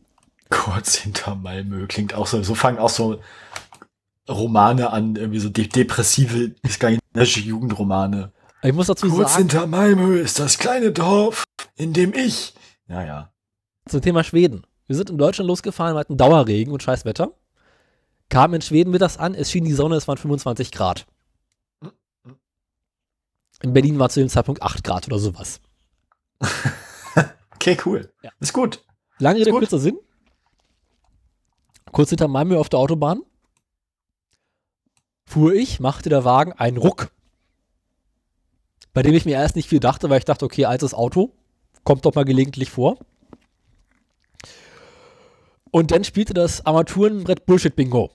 Speaker 1: Kurz hinter Malmö klingt auch so, so fangen auch so Romane an, irgendwie so de depressive skandinavische Jugendromane.
Speaker 2: Ich muss dazu
Speaker 1: Kurz
Speaker 2: sagen,
Speaker 1: hinter Malmö ist das kleine Dorf, in dem ich. Ja, ja.
Speaker 2: zum Thema Schweden. Wir sind in Deutschland losgefahren, wir hatten Dauerregen und scheiß Wetter. Kamen in Schweden mittags an, es schien die Sonne, es waren 25 Grad. In Berlin war zu dem Zeitpunkt 8 Grad oder sowas.
Speaker 1: Okay, cool.
Speaker 2: Ja.
Speaker 1: Ist gut.
Speaker 2: Lange Rede,
Speaker 1: gut.
Speaker 2: kurzer Sinn. Kurz hinter Malmö auf der Autobahn fuhr ich, machte der Wagen einen Ruck, bei dem ich mir erst nicht viel dachte, weil ich dachte, okay, altes Auto, kommt doch mal gelegentlich vor. Und dann spielte das Armaturenbrett Bullshit Bingo.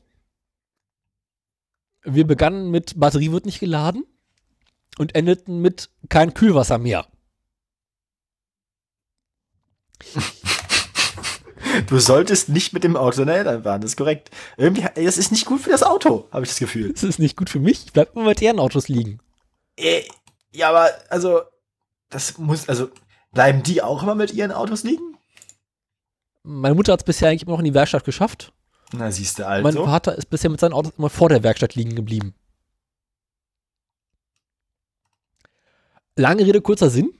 Speaker 2: Wir begannen mit Batterie wird nicht geladen und endeten mit kein Kühlwasser mehr.
Speaker 1: Du solltest nicht mit dem Auto deiner Eltern fahren, das ist korrekt. Irgendwie, ey, das ist nicht gut für das Auto, habe ich das Gefühl.
Speaker 2: Das ist nicht gut für mich. Ich bleib immer mit deren Autos liegen.
Speaker 1: Äh, Ja, aber, also, das muss, also, bleiben die auch immer mit ihren Autos liegen?
Speaker 2: Meine Mutter hat es bisher eigentlich immer noch in die Werkstatt geschafft.
Speaker 1: Na, siehst du,
Speaker 2: Mein
Speaker 1: also.
Speaker 2: Vater ist bisher mit seinen Autos immer vor der Werkstatt liegen geblieben. Lange Rede, kurzer Sinn.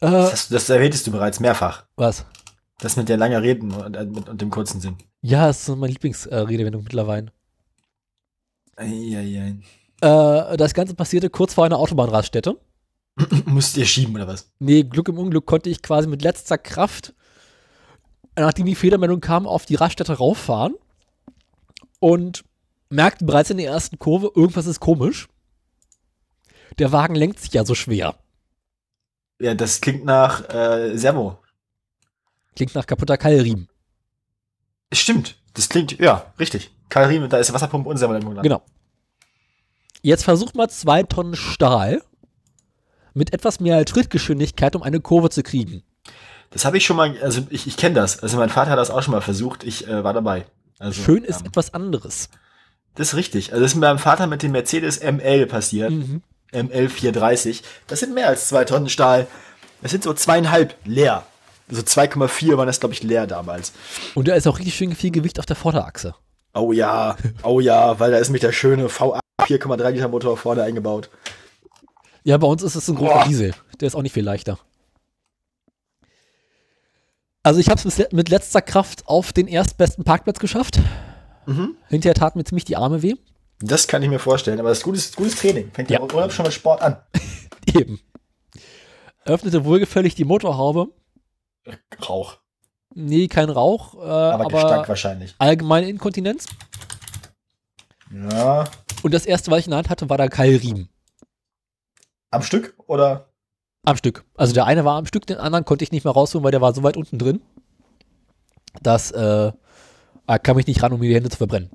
Speaker 2: Äh,
Speaker 1: Das, hast du- das erwähntest du bereits mehrfach.
Speaker 2: was?
Speaker 1: Das mit der langen Reden und, äh, mit, und dem kurzen Sinn.
Speaker 2: Ja, das ist meine Lieblingsredewendung mittlerweile.
Speaker 1: Eieiei.
Speaker 2: Äh, das Ganze passierte kurz vor einer Autobahnraststätte.
Speaker 1: (clears throat) Musst ihr schieben, oder was?
Speaker 2: Nee, Glück im Unglück konnte ich quasi mit letzter Kraft, nachdem die Federmeldung kam, auf die Raststätte rauffahren und merkte bereits in der ersten Kurve, irgendwas ist komisch. Der Wagen lenkt sich ja so schwer.
Speaker 1: Ja, das klingt nach äh, Servo.
Speaker 2: Klingt nach kaputter Keilriemen.
Speaker 1: Stimmt, das klingt, ja, richtig. Kalorien, da ist Wasserpumpe und Servo im Mund.
Speaker 2: Genau. Jetzt versucht mal zwei Tonnen Stahl mit etwas mehr Trittgeschwindigkeit, um eine Kurve zu kriegen. Genau.
Speaker 1: Das habe ich schon mal, also ich, ich kenne das. Also mein Vater hat das auch schon mal versucht. Ich äh, war dabei. Also,
Speaker 2: Schön ist
Speaker 1: Ähm,
Speaker 2: etwas anderes.
Speaker 1: das ist richtig. Also das ist mit meinem Vater mit dem Mercedes ML passiert.
Speaker 2: Mhm.
Speaker 1: ML 430. Das sind mehr als zwei Tonnen Stahl. Das sind so zweieinhalb leer. Also So 2,4 waren das, glaube ich, leer damals.
Speaker 2: Und da ist auch richtig schön viel Gewicht auf der Vorderachse.
Speaker 1: Oh ja, oh ja, weil da ist nämlich der schöne V8 4,3 Liter Motor vorne eingebaut.
Speaker 2: Ja, bei uns ist es ein großer
Speaker 1: Boah.
Speaker 2: Diesel. Der ist auch nicht viel leichter. Also ich habe es mit letzter Kraft auf den erstbesten Parkplatz geschafft.
Speaker 1: Mhm.
Speaker 2: Hinterher taten mir ziemlich die Arme weh. (laughs)
Speaker 1: Das kann ich mir vorstellen, aber das ist gutes, gutes Training. Fängt ja
Speaker 2: Ja.
Speaker 1: auch urlaub schon mit Sport an.
Speaker 2: Eben. Öffnete wohlgefällig die Motorhaube.
Speaker 1: Rauch,
Speaker 2: Nee, kein Rauch, äh,
Speaker 1: aber, Gestank
Speaker 2: aber
Speaker 1: wahrscheinlich.
Speaker 2: allgemeine Inkontinenz.
Speaker 1: Ja,
Speaker 2: Und das erste, was ich in der Hand hatte, war der Keilriemen.
Speaker 1: am Stück oder?
Speaker 2: Am Stück. Also der eine war am Stück, den anderen konnte ich nicht mehr rausholen, weil der war so weit unten drin, dass äh, er kam ich nicht ran, um mir die Hände zu verbrennen.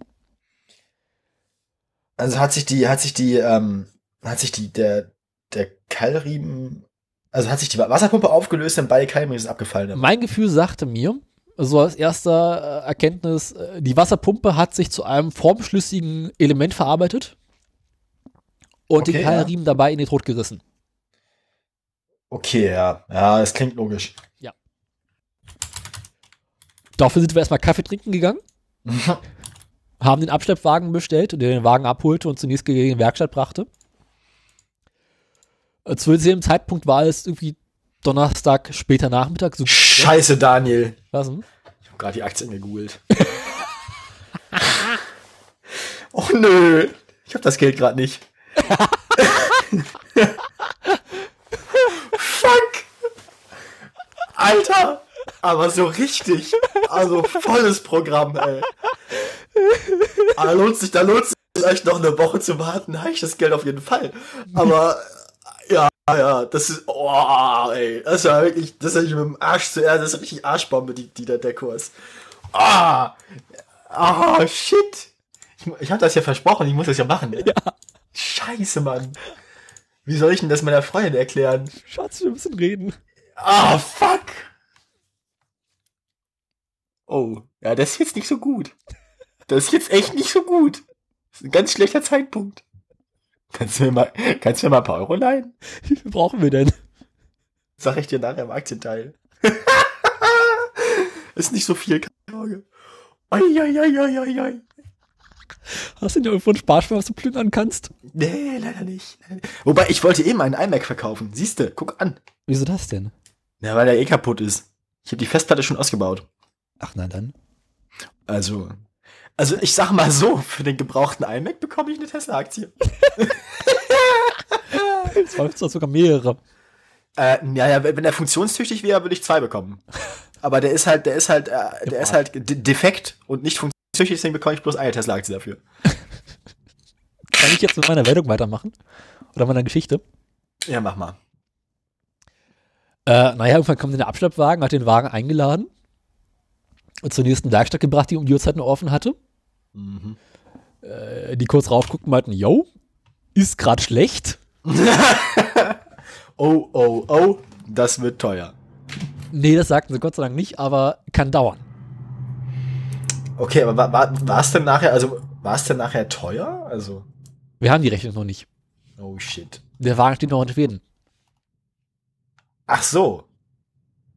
Speaker 1: Also hat sich die, hat sich die, ähm, hat sich die, der, der Keilriemen, also hat sich die Wasserpumpe aufgelöst und beide Keilriemen sind abgefallen.
Speaker 2: Mein Gefühl sagte mir, so als erster äh, Erkenntnis, äh, die Wasserpumpe hat sich zu einem formschlüssigen Element verarbeitet und
Speaker 1: Okay,
Speaker 2: den
Speaker 1: ja.
Speaker 2: Keilriemen dabei in den Tod gerissen.
Speaker 1: Okay, ja, ja, das klingt logisch.
Speaker 2: Dafür sind wir erstmal Kaffee trinken (laughs) gegangen, haben den Abschleppwagen bestellt, der den Wagen abholte und zunächst gegen die Werkstatt brachte. Äh, Zu dem Zeitpunkt war es irgendwie Donnerstag, später Nachmittag, so
Speaker 1: Scheiße, Daniel.
Speaker 2: was denn?
Speaker 1: Ich habe gerade die Aktien gegoogelt. (laughs) Och Oh, nö, ich habe das Geld gerade (laughs) nicht. Fuck! Alter! Aber so richtig. Also volles Programm, ey. Aber lohnt sich, da lohnt sich vielleicht noch eine Woche zu warten, da hab ich das Geld auf jeden Fall. Aber ja, Ah ja, das ist. Oh, ey. Das war wirklich. Das hab ich mit dem Arsch zuerst. Das ist richtig Arschbombe, die, die der, der Kurs. Ah! Ah, shit! Ich, mu- ich habe das ja versprochen, ich muss das ja machen. Ja. Scheiße, Mann. Wie soll ich denn das meiner Freundin erklären?
Speaker 2: Schatz, wir müssen reden. (laughs)
Speaker 1: Ah, fuck! Oh, ja, das ist jetzt nicht so gut. Das ist jetzt echt nicht so gut. Das ist ein ganz schlechter Zeitpunkt. Kannst du mir mal, kannst du mir mal ein paar Euro leihen?
Speaker 2: Wie viel brauchen wir denn?
Speaker 1: Sag ich dir nachher im Aktienteil. (laughs) ist nicht so viel, keine Sorge. Eieieiei.
Speaker 2: Hast du denn irgendwo einen Sparschwein, was du plündern kannst?
Speaker 1: Nee, leider nicht. Wobei, ich wollte eben einen iMac verkaufen. Siehste, guck an.
Speaker 2: Wieso das denn?
Speaker 1: Na, weil der eh kaputt ist. Ich habe die Festplatte schon ausgebaut.
Speaker 2: Ach na dann.
Speaker 1: Also, also ich sag mal so, für den gebrauchten iMac bekomme ich eine Tesla-Aktie.
Speaker 2: Es waren sogar mehrere.
Speaker 1: Äh, naja, wenn wenn er funktionstüchtig wäre, würde ich zwei bekommen. Aber der ist halt, der ist halt, äh, der ist halt de- defekt und nicht funktionstüchtig, deswegen bekomme ich bloß eine Tesla-Aktie dafür.
Speaker 2: Kann ich jetzt mit meiner Meldung weitermachen? Oder meiner Geschichte?
Speaker 1: Ja, mach mal.
Speaker 2: Äh, naja, irgendwann kommt der Abschleppwagen, hat den Wagen eingeladen und zur nächsten Werkstatt gebracht, die um die Uhrzeit noch offen hatte.
Speaker 1: Mhm.
Speaker 2: Äh, die kurz raufguckten und meinten, yo, ist gerade schlecht.
Speaker 1: Oh, oh, oh, das wird teuer.
Speaker 2: Nee, das sagten sie Gott sei Dank nicht, aber kann dauern.
Speaker 1: Okay, aber war, war, war es denn nachher, also war es denn nachher teuer? Also,
Speaker 2: Wir haben die Rechnung noch nicht.
Speaker 1: oh shit.
Speaker 2: Der Wagen steht noch in Schweden.
Speaker 1: Ach so.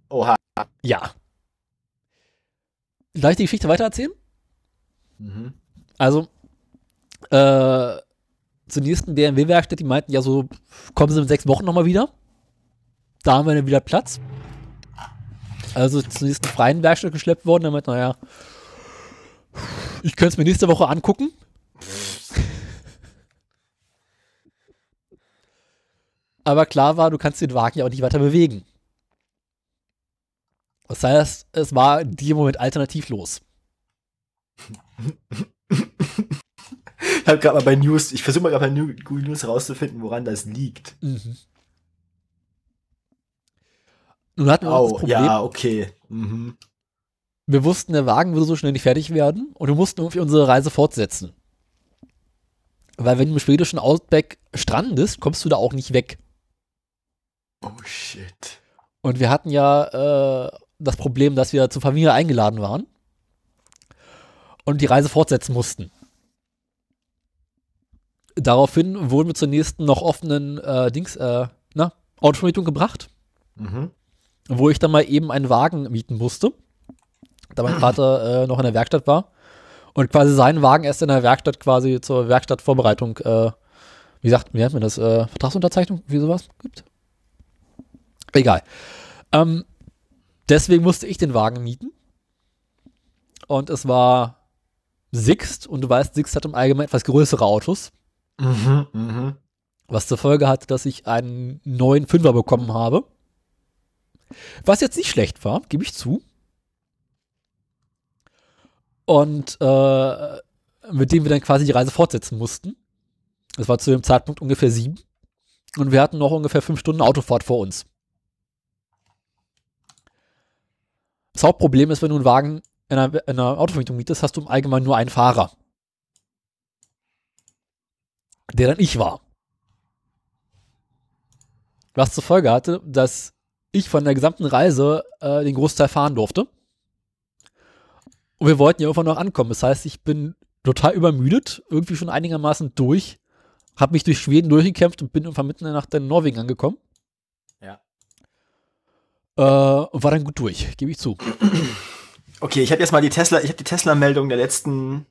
Speaker 1: Oha.
Speaker 2: Ja. Darf ich die Geschichte weitererzählen?
Speaker 1: Mhm.
Speaker 2: Also, äh, zur nächsten BMW-Werkstatt, die meinten, ja, so kommen sie in sechs Wochen nochmal wieder. Da haben wir dann wieder Platz. Also zur nächsten freien Werkstatt geschleppt worden, damit, naja, ich könnte es mir nächste Woche angucken. Aber klar war, du kannst den Wagen ja auch nicht weiter bewegen. Das heißt, es war in dem Moment alternativlos.
Speaker 1: Ich habe gerade mal bei News, ich versuche mal gerade bei New- Google News herauszufinden, woran das liegt.
Speaker 2: Mhm. Nun hatten wir auch das
Speaker 1: Oh,
Speaker 2: Problem,
Speaker 1: ja, okay. Mhm.
Speaker 2: wir wussten, der Wagen würde so schnell nicht fertig werden und wir mussten irgendwie unsere Reise fortsetzen. Weil wenn du im schwedischen Outback strandest, kommst du da auch nicht weg.
Speaker 1: Oh shit.
Speaker 2: Und wir hatten ja äh, das Problem, dass wir zur Familie eingeladen waren und die Reise fortsetzen mussten. Daraufhin wurden wir zur nächsten noch offenen äh, Dings, äh, na, Autovermietung gebracht.
Speaker 1: Mhm.
Speaker 2: wo ich dann mal eben einen Wagen mieten musste, da mein Vater äh, noch in der Werkstatt war und quasi seinen Wagen erst in der Werkstatt quasi zur Werkstattvorbereitung, äh, wie sagt, wie nennt man das, äh, Vertragsunterzeichnung, wie sowas gibt? Egal. Ähm, deswegen musste ich den Wagen mieten und es war Sixt und du weißt, Sixt hat im Allgemeinen etwas größere Autos,
Speaker 1: Mhm. Mhm.
Speaker 2: was zur Folge hatte, dass ich einen neuen Fünfer bekommen habe. Was jetzt nicht schlecht war, gebe ich zu. Und äh, mit dem wir dann quasi die Reise fortsetzen mussten. Es war zu dem Zeitpunkt ungefähr sieben. Und wir hatten noch ungefähr fünf Stunden Autofahrt vor uns. Das Hauptproblem ist, wenn du einen Wagen in einer, in einer Autovermietung mietest, hast du im Allgemeinen nur einen Fahrer. Der dann ich war. Was zur Folge hatte, dass ich von der gesamten Reise äh, den Großteil fahren durfte. Und wir wollten ja irgendwann noch ankommen. Das heißt, ich bin total übermüdet, irgendwie schon einigermaßen durch, habe mich durch Schweden durchgekämpft und bin irgendwann mitten in der Nacht dann in Norwegen angekommen.
Speaker 1: Ja.
Speaker 2: Äh, und war dann gut durch, gebe ich zu.
Speaker 1: Okay, ich habe jetzt mal die Tesla, ich habe die Tesla-Meldung der letzten,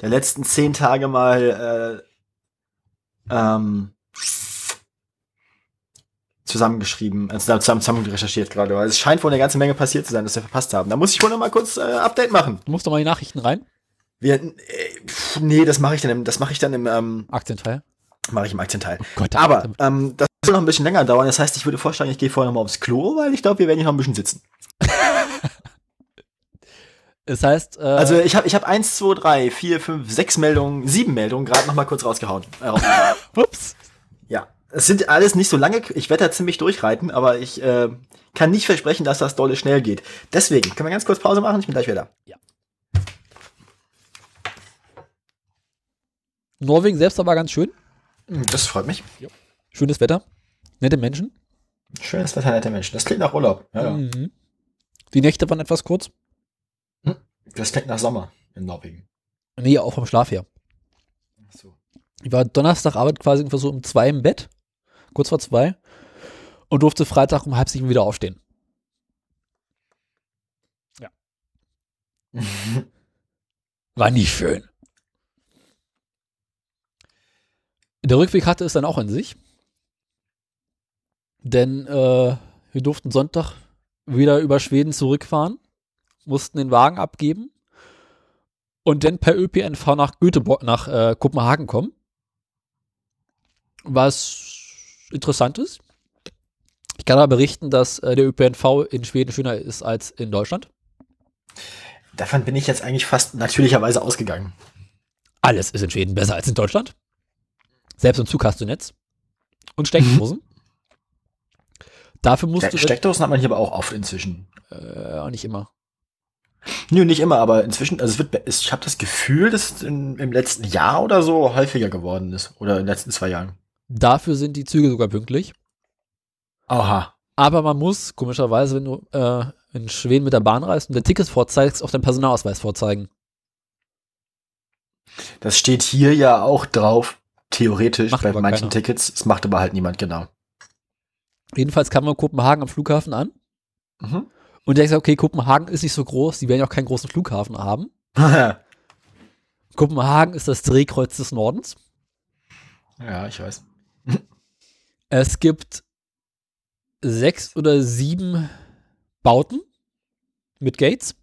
Speaker 1: der letzten zehn Tage mal äh, ähm, zusammengeschrieben, äh, zusammen, zusammen, zusammen recherchiert gerade, weil es scheint wohl eine ganze Menge passiert zu sein, dass wir verpasst haben. Da muss ich wohl noch mal kurz äh, Update machen.
Speaker 2: Du musst doch mal in die Nachrichten rein.
Speaker 1: Wir, äh, pf, nee, das mache ich dann, im, das mache ich dann im, ähm,
Speaker 2: Aktienteil.
Speaker 1: mache ich im Aktienteil.
Speaker 2: Gott,
Speaker 1: Aber ähm, das soll noch ein bisschen länger dauern. Das heißt, ich würde vorschlagen, ich gehe vorher noch mal aufs Klo, weil ich glaube, wir werden hier noch ein bisschen sitzen.
Speaker 2: Das heißt, äh,
Speaker 1: Also ich habe ich hab 1, 2, 3, 4, 5, 6 Meldungen, 7 Meldungen gerade nochmal kurz rausgehauen. Äh, (laughs) raus-
Speaker 2: ups.
Speaker 1: ja. Es sind alles nicht so lange, ich werde da ziemlich durchreiten, aber ich äh, kann nicht versprechen, dass das dolle schnell geht. Deswegen, können wir ganz kurz Pause machen? Ich bin gleich wieder da.
Speaker 2: Norwegen selbst war ganz schön.
Speaker 1: Hm, Das freut mich.
Speaker 2: Schönes Wetter. Nette Menschen.
Speaker 1: Schönes Wetter, nette Menschen. Das klingt nach Urlaub. Ja, ja.
Speaker 2: Mhm. Die Nächte waren etwas kurz.
Speaker 1: Das klingt nach Sommer in Norwegen.
Speaker 2: Nee, auch vom Schlaf her.
Speaker 1: So.
Speaker 2: Ich war Donnerstagabend quasi ungefähr so um zwei im Bett, kurz vor zwei, und durfte Freitag um halb sieben wieder aufstehen. Ja. War nicht schön. Der Rückweg hatte es dann auch in sich. Denn äh, wir durften Sonntag wieder über Schweden zurückfahren, mussten den Wagen abgeben und dann per ÖPNV nach Göteborg, nach äh, Kopenhagen kommen. Was interessant ist. Ich kann aber berichten, dass äh, der ÖPNV in Schweden schöner ist als in Deutschland.
Speaker 1: Davon bin ich jetzt eigentlich fast natürlicherweise ausgegangen.
Speaker 2: Alles ist in Schweden besser als in Deutschland. Selbst im Zug hast du Netz und Steckdosen. Dafür musst
Speaker 1: Ste-
Speaker 2: du
Speaker 1: Steckdosen hat man hier aber auch oft inzwischen.
Speaker 2: äh, auch nicht immer.
Speaker 1: Nö, nicht immer, aber inzwischen, also es wird, be- ich habe das Gefühl, dass es in, im letzten Jahr oder so häufiger geworden ist. Oder in den letzten zwei Jahren.
Speaker 2: Dafür sind die Züge sogar pünktlich.
Speaker 1: Aha.
Speaker 2: Aber man muss, komischerweise, wenn du äh, in Schweden mit der Bahn reist und dein Ticket vorzeigst, auch deinen Personalausweis vorzeigen.
Speaker 1: Das steht hier ja auch drauf, theoretisch,
Speaker 2: Macht
Speaker 1: bei
Speaker 2: aber
Speaker 1: manchen
Speaker 2: keiner.
Speaker 1: Tickets. Es macht aber halt niemand, genau.
Speaker 2: Jedenfalls kam man in Kopenhagen am Flughafen an
Speaker 1: Mhm.
Speaker 2: und denkst, okay, Kopenhagen ist nicht so groß, die werden ja auch keinen großen Flughafen haben.
Speaker 1: (laughs) ja,
Speaker 2: Kopenhagen ist das Drehkreuz des Nordens.
Speaker 1: ich weiß.
Speaker 2: Es gibt sechs oder sieben Bauten mit Gates.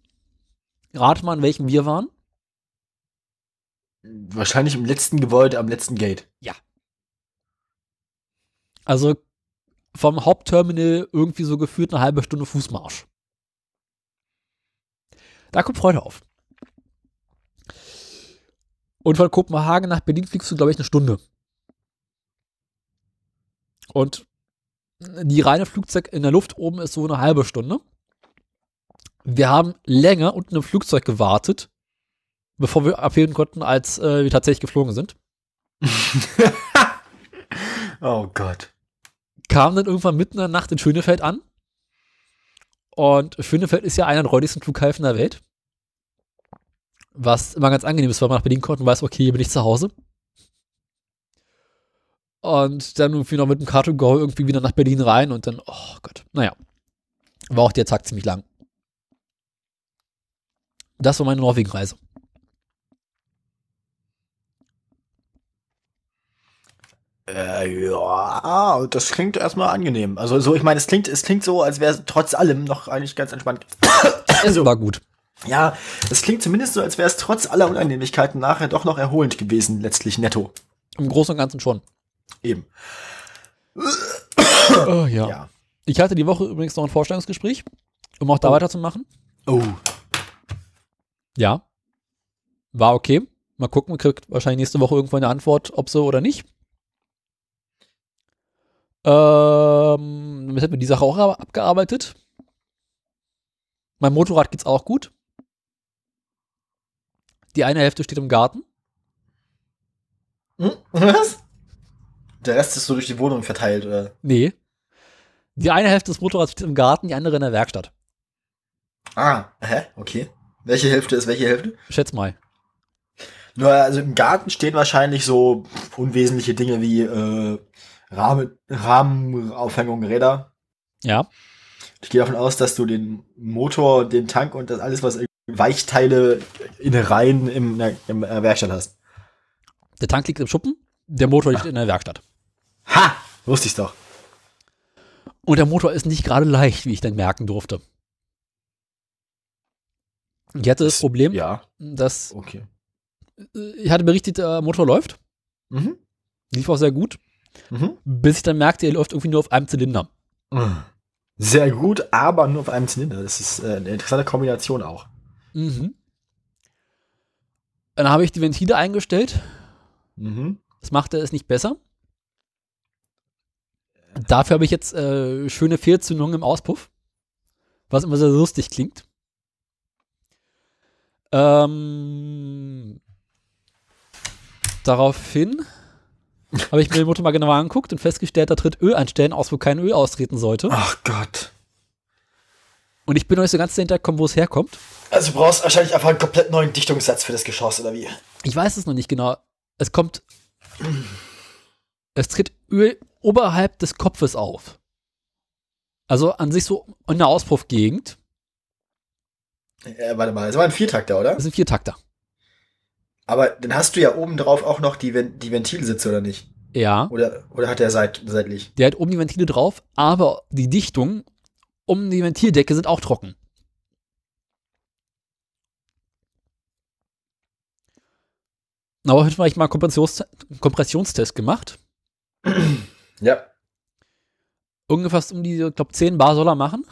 Speaker 2: Rat mal, in welchem wir waren.
Speaker 1: Wahrscheinlich im letzten Gebäude, am letzten Gate.
Speaker 2: Also vom Hauptterminal irgendwie so geführt eine halbe Stunde Fußmarsch. Da kommt Freude auf. Und von Kopenhagen nach Berlin fliegst du, glaube ich, eine Stunde. Und die reine Flugzeug in der Luft oben ist so eine halbe Stunde. Wir haben länger unten im Flugzeug gewartet, bevor wir abheben konnten, als äh, wir tatsächlich geflogen sind.
Speaker 1: Oh Gott.
Speaker 2: kam dann irgendwann mitten in der Nacht in Schönefeld an. Und Schönefeld ist ja einer der räudigsten Flughäfen der Welt. Was immer ganz angenehm ist, weil man nach Berlin kommt und weiß, okay, hier bin ich zu Hause. Und dann irgendwie noch mit dem Car to go irgendwie wieder nach Berlin rein und dann, oh Gott, naja. War auch der Tag ziemlich lang. Das war meine Norwegen-Reise.
Speaker 1: Äh, ja, das klingt erstmal angenehm. Also so, ich meine, es klingt, es klingt so, als wäre es trotz allem noch eigentlich ganz entspannt.
Speaker 2: Es
Speaker 1: Also.
Speaker 2: war gut.
Speaker 1: Ja, es klingt zumindest so, als wäre es trotz aller Unannehmlichkeiten nachher doch noch erholend gewesen, letztlich netto.
Speaker 2: Im Großen und Ganzen schon.
Speaker 1: Eben.
Speaker 2: Oh,
Speaker 1: (coughs) Ja.
Speaker 2: Ich hatte die Woche übrigens noch ein Vorstellungsgespräch, um auch da
Speaker 1: Oh.
Speaker 2: weiterzumachen.
Speaker 1: Oh.
Speaker 2: Ja. War okay. Mal gucken, kriegt wahrscheinlich nächste Woche irgendwann eine Antwort, ob so oder nicht. Ähm, damit hätten wir die Sache auch ab- abgearbeitet. Mein Motorrad geht's auch gut. Die eine Hälfte steht im Garten.
Speaker 1: Hm? Was? Der Rest ist so durch die Wohnung verteilt, oder?
Speaker 2: Nee. Die eine Hälfte des Motorrads steht im Garten, die andere in der Werkstatt.
Speaker 1: Ah, hä? Okay. Welche Hälfte ist welche Hälfte?
Speaker 2: Schätz mal.
Speaker 1: Nur, also im Garten stehen wahrscheinlich so unwesentliche Dinge wie äh, Rahmen, Rahmen, Aufhängung, Räder.
Speaker 2: Ja.
Speaker 1: Ich gehe davon aus, dass du den Motor, den Tank und das alles, was Weichteile in Reihen im, in der- im äh, Werkstatt hast.
Speaker 2: Der Tank liegt im Schuppen, der Motor liegt in der Werkstatt.
Speaker 1: Ha! Wusste ich's doch.
Speaker 2: Und der Motor ist nicht gerade leicht, wie ich dann merken durfte. Ich hatte das
Speaker 1: Das-
Speaker 2: Problem,
Speaker 1: Ja,
Speaker 2: dass
Speaker 1: okay.
Speaker 2: äh, ich hatte berichtet, der Motor läuft,
Speaker 1: Mhm.
Speaker 2: lief auch sehr gut,
Speaker 1: Mhm.
Speaker 2: bis ich dann merkte, er läuft irgendwie nur auf einem Zylinder.
Speaker 1: Sehr gut, aber nur auf einem Zylinder. Das ist äh, eine interessante Kombination auch.
Speaker 2: Mhm. Dann habe ich die Ventile eingestellt,
Speaker 1: Mhm.
Speaker 2: das machte es nicht besser. Dafür habe ich jetzt äh, schöne Fehlzündungen im Auspuff, was immer sehr lustig klingt. Ähm, daraufhin habe ich mir den Motor mal genauer angeguckt und festgestellt, da tritt Öl einstellen aus, wo kein Öl austreten sollte.
Speaker 1: Ach Gott.
Speaker 2: Und ich bin noch nicht so ganz dahinter gekommen, wo es herkommt.
Speaker 1: Also du brauchst wahrscheinlich einfach einen komplett neuen Dichtungssatz für das Geschoss, oder wie?
Speaker 2: Ich weiß es noch nicht genau. Es kommt. Es tritt Öl oberhalb des Kopfes auf. Also an sich so in der Auspuffgegend.
Speaker 1: Äh, warte mal, das war ein Viertakter, oder?
Speaker 2: Das sind Viertakter.
Speaker 1: Aber dann hast du ja oben drauf auch noch die, Ven die Ventilsitze, oder nicht?
Speaker 2: Ja.
Speaker 1: Oder, oder hat er seit seitlich?
Speaker 2: Der hat oben die Ventile drauf, aber die Dichtungen um die Ventildecke sind auch trocken. Aber heute habe ich mal einen Kompressions Kompressionstest gemacht.
Speaker 1: Ja.
Speaker 2: ungefähr um die, ich glaube, 10 Bar soll er machen.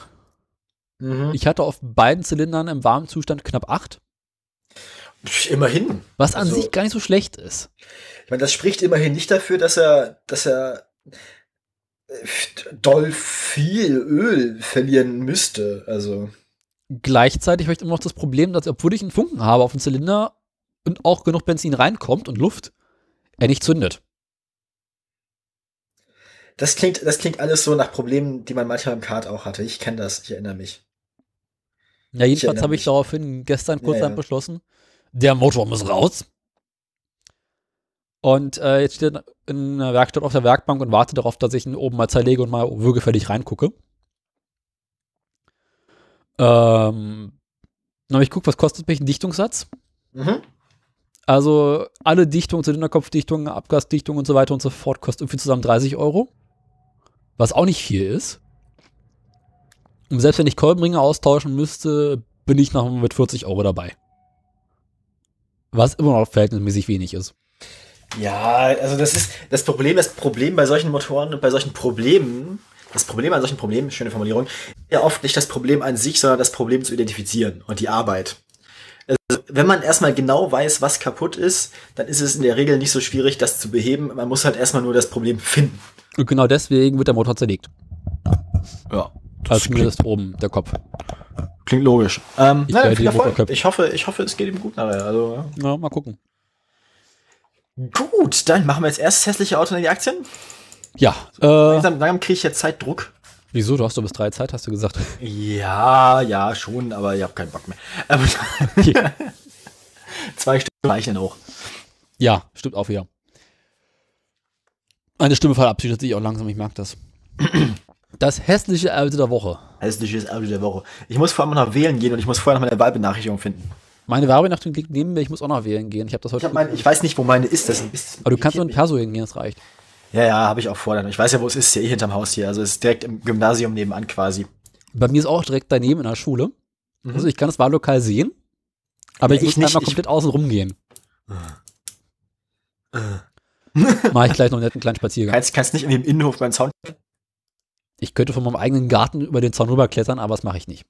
Speaker 1: Mhm.
Speaker 2: Ich hatte auf beiden Zylindern im warmen Zustand knapp 8,
Speaker 1: Pff, Immerhin.
Speaker 2: was an
Speaker 1: Also-
Speaker 2: sich gar nicht so schlecht ist.
Speaker 1: Ich meine, das spricht immerhin nicht dafür, dass er, dass er äh, doll viel Öl verlieren müsste. Also.
Speaker 2: Gleichzeitig habe ich immer noch das Problem, dass obwohl ich einen Funken habe auf dem Zylinder und auch genug Benzin reinkommt und Luft, er nicht zündet.
Speaker 1: Das klingt, das klingt alles so nach Problemen, die man manchmal im Kart auch hatte. Ich kenne das, ich erinnere mich.
Speaker 2: Ja, jedenfalls
Speaker 1: erinnere
Speaker 2: habe ich
Speaker 1: mich.
Speaker 2: daraufhin gestern kurz
Speaker 1: Ja, ja.
Speaker 2: beschlossen, der Motor muss raus. Und äh, jetzt steht er in der Werkstatt auf der Werkbank und warte darauf, dass ich ihn oben mal zerlege und mal würgefällig reingucke. Ähm, dann habe ich guckt, was kostet mich ein Dichtungssatz?
Speaker 1: Mhm.
Speaker 2: Also alle Dichtungen, Zylinderkopfdichtungen, Abgasdichtungen und so weiter und so fort kostet irgendwie zusammen 30 Euro. Was auch nicht viel ist. Und selbst wenn ich Kolbenringe austauschen müsste, bin ich noch mit 40 Euro dabei. Was immer noch verhältnismäßig wenig ist.
Speaker 1: Ja, also das ist das Problem, das Problem bei solchen Motoren und bei solchen Problemen, das Problem an solchen Problemen, schöne Formulierung, ja oft nicht das Problem an sich, sondern das Problem zu identifizieren und die Arbeit. Also, wenn man erstmal genau weiß, was kaputt ist, dann ist es in der Regel nicht so schwierig, das zu beheben. Man muss halt erstmal nur das Problem finden.
Speaker 2: Und genau deswegen wird der Motor zerlegt.
Speaker 1: Ja.
Speaker 2: Also zumindest oben der Kopf.
Speaker 1: klingt logisch. Ähm,
Speaker 2: Ich
Speaker 1: naja,
Speaker 2: werde
Speaker 1: viel
Speaker 2: die
Speaker 1: Erfolg.
Speaker 2: Motorköpfe-
Speaker 1: Ich hoffe, ich hoffe, es geht ihm gut nachher. Also,
Speaker 2: Na, mal gucken.
Speaker 1: ja. Gut, dann machen wir jetzt erst das hässliche Auto in die Aktien.
Speaker 2: Ja, äh,
Speaker 1: Langsam, langsam kriege ich jetzt Zeitdruck.
Speaker 2: wieso? Du hast doch bis drei Zeit, hast du gesagt.
Speaker 1: Ja, ja, schon, aber ich habe keinen Bock mehr. Aber (laughs) Zwei Stunden reichen auch.
Speaker 2: ja, stimmt auch wieder. Meine Stimme verabschiedet sich auch langsam, ich mag das. (clears throat) Das hässliche Auto der Woche.
Speaker 1: Hässliches Auto der Woche. Ich muss vor allem noch wählen gehen und ich muss vorher noch meine Wahlbenachrichtigung finden.
Speaker 2: Meine Werbenachrichtigung liegt neben mir, ich muss auch noch wählen gehen. Ich habe das
Speaker 1: Ich,
Speaker 2: heute.
Speaker 1: hab mein, ich weiß nicht, wo meine ist. Das ist
Speaker 2: aber du kannst nur in Perso hingehen, das reicht.
Speaker 1: ja, ja, habe ich auch vor. dann. Ich weiß ja, wo es ist. Ist Ja, eh hinterm Haus hier. Also es ist direkt im Gymnasium nebenan quasi.
Speaker 2: Bei mir ist auch direkt daneben in der Schule. Also ich kann das Wahllokal sehen,
Speaker 1: Mhm. Ja,
Speaker 2: aber ich muss
Speaker 1: ich nicht,
Speaker 2: einmal
Speaker 1: ich-
Speaker 2: komplett
Speaker 1: (laughs)
Speaker 2: außen rumgehen. Äh. Mache ich gleich noch einen netten kleinen Spaziergang.
Speaker 1: Kannst, kannst nicht in dem Innenhof beim Zaun.
Speaker 2: Ich könnte von meinem eigenen Garten über den Zaun rüberklettern, aber das mache ich nicht.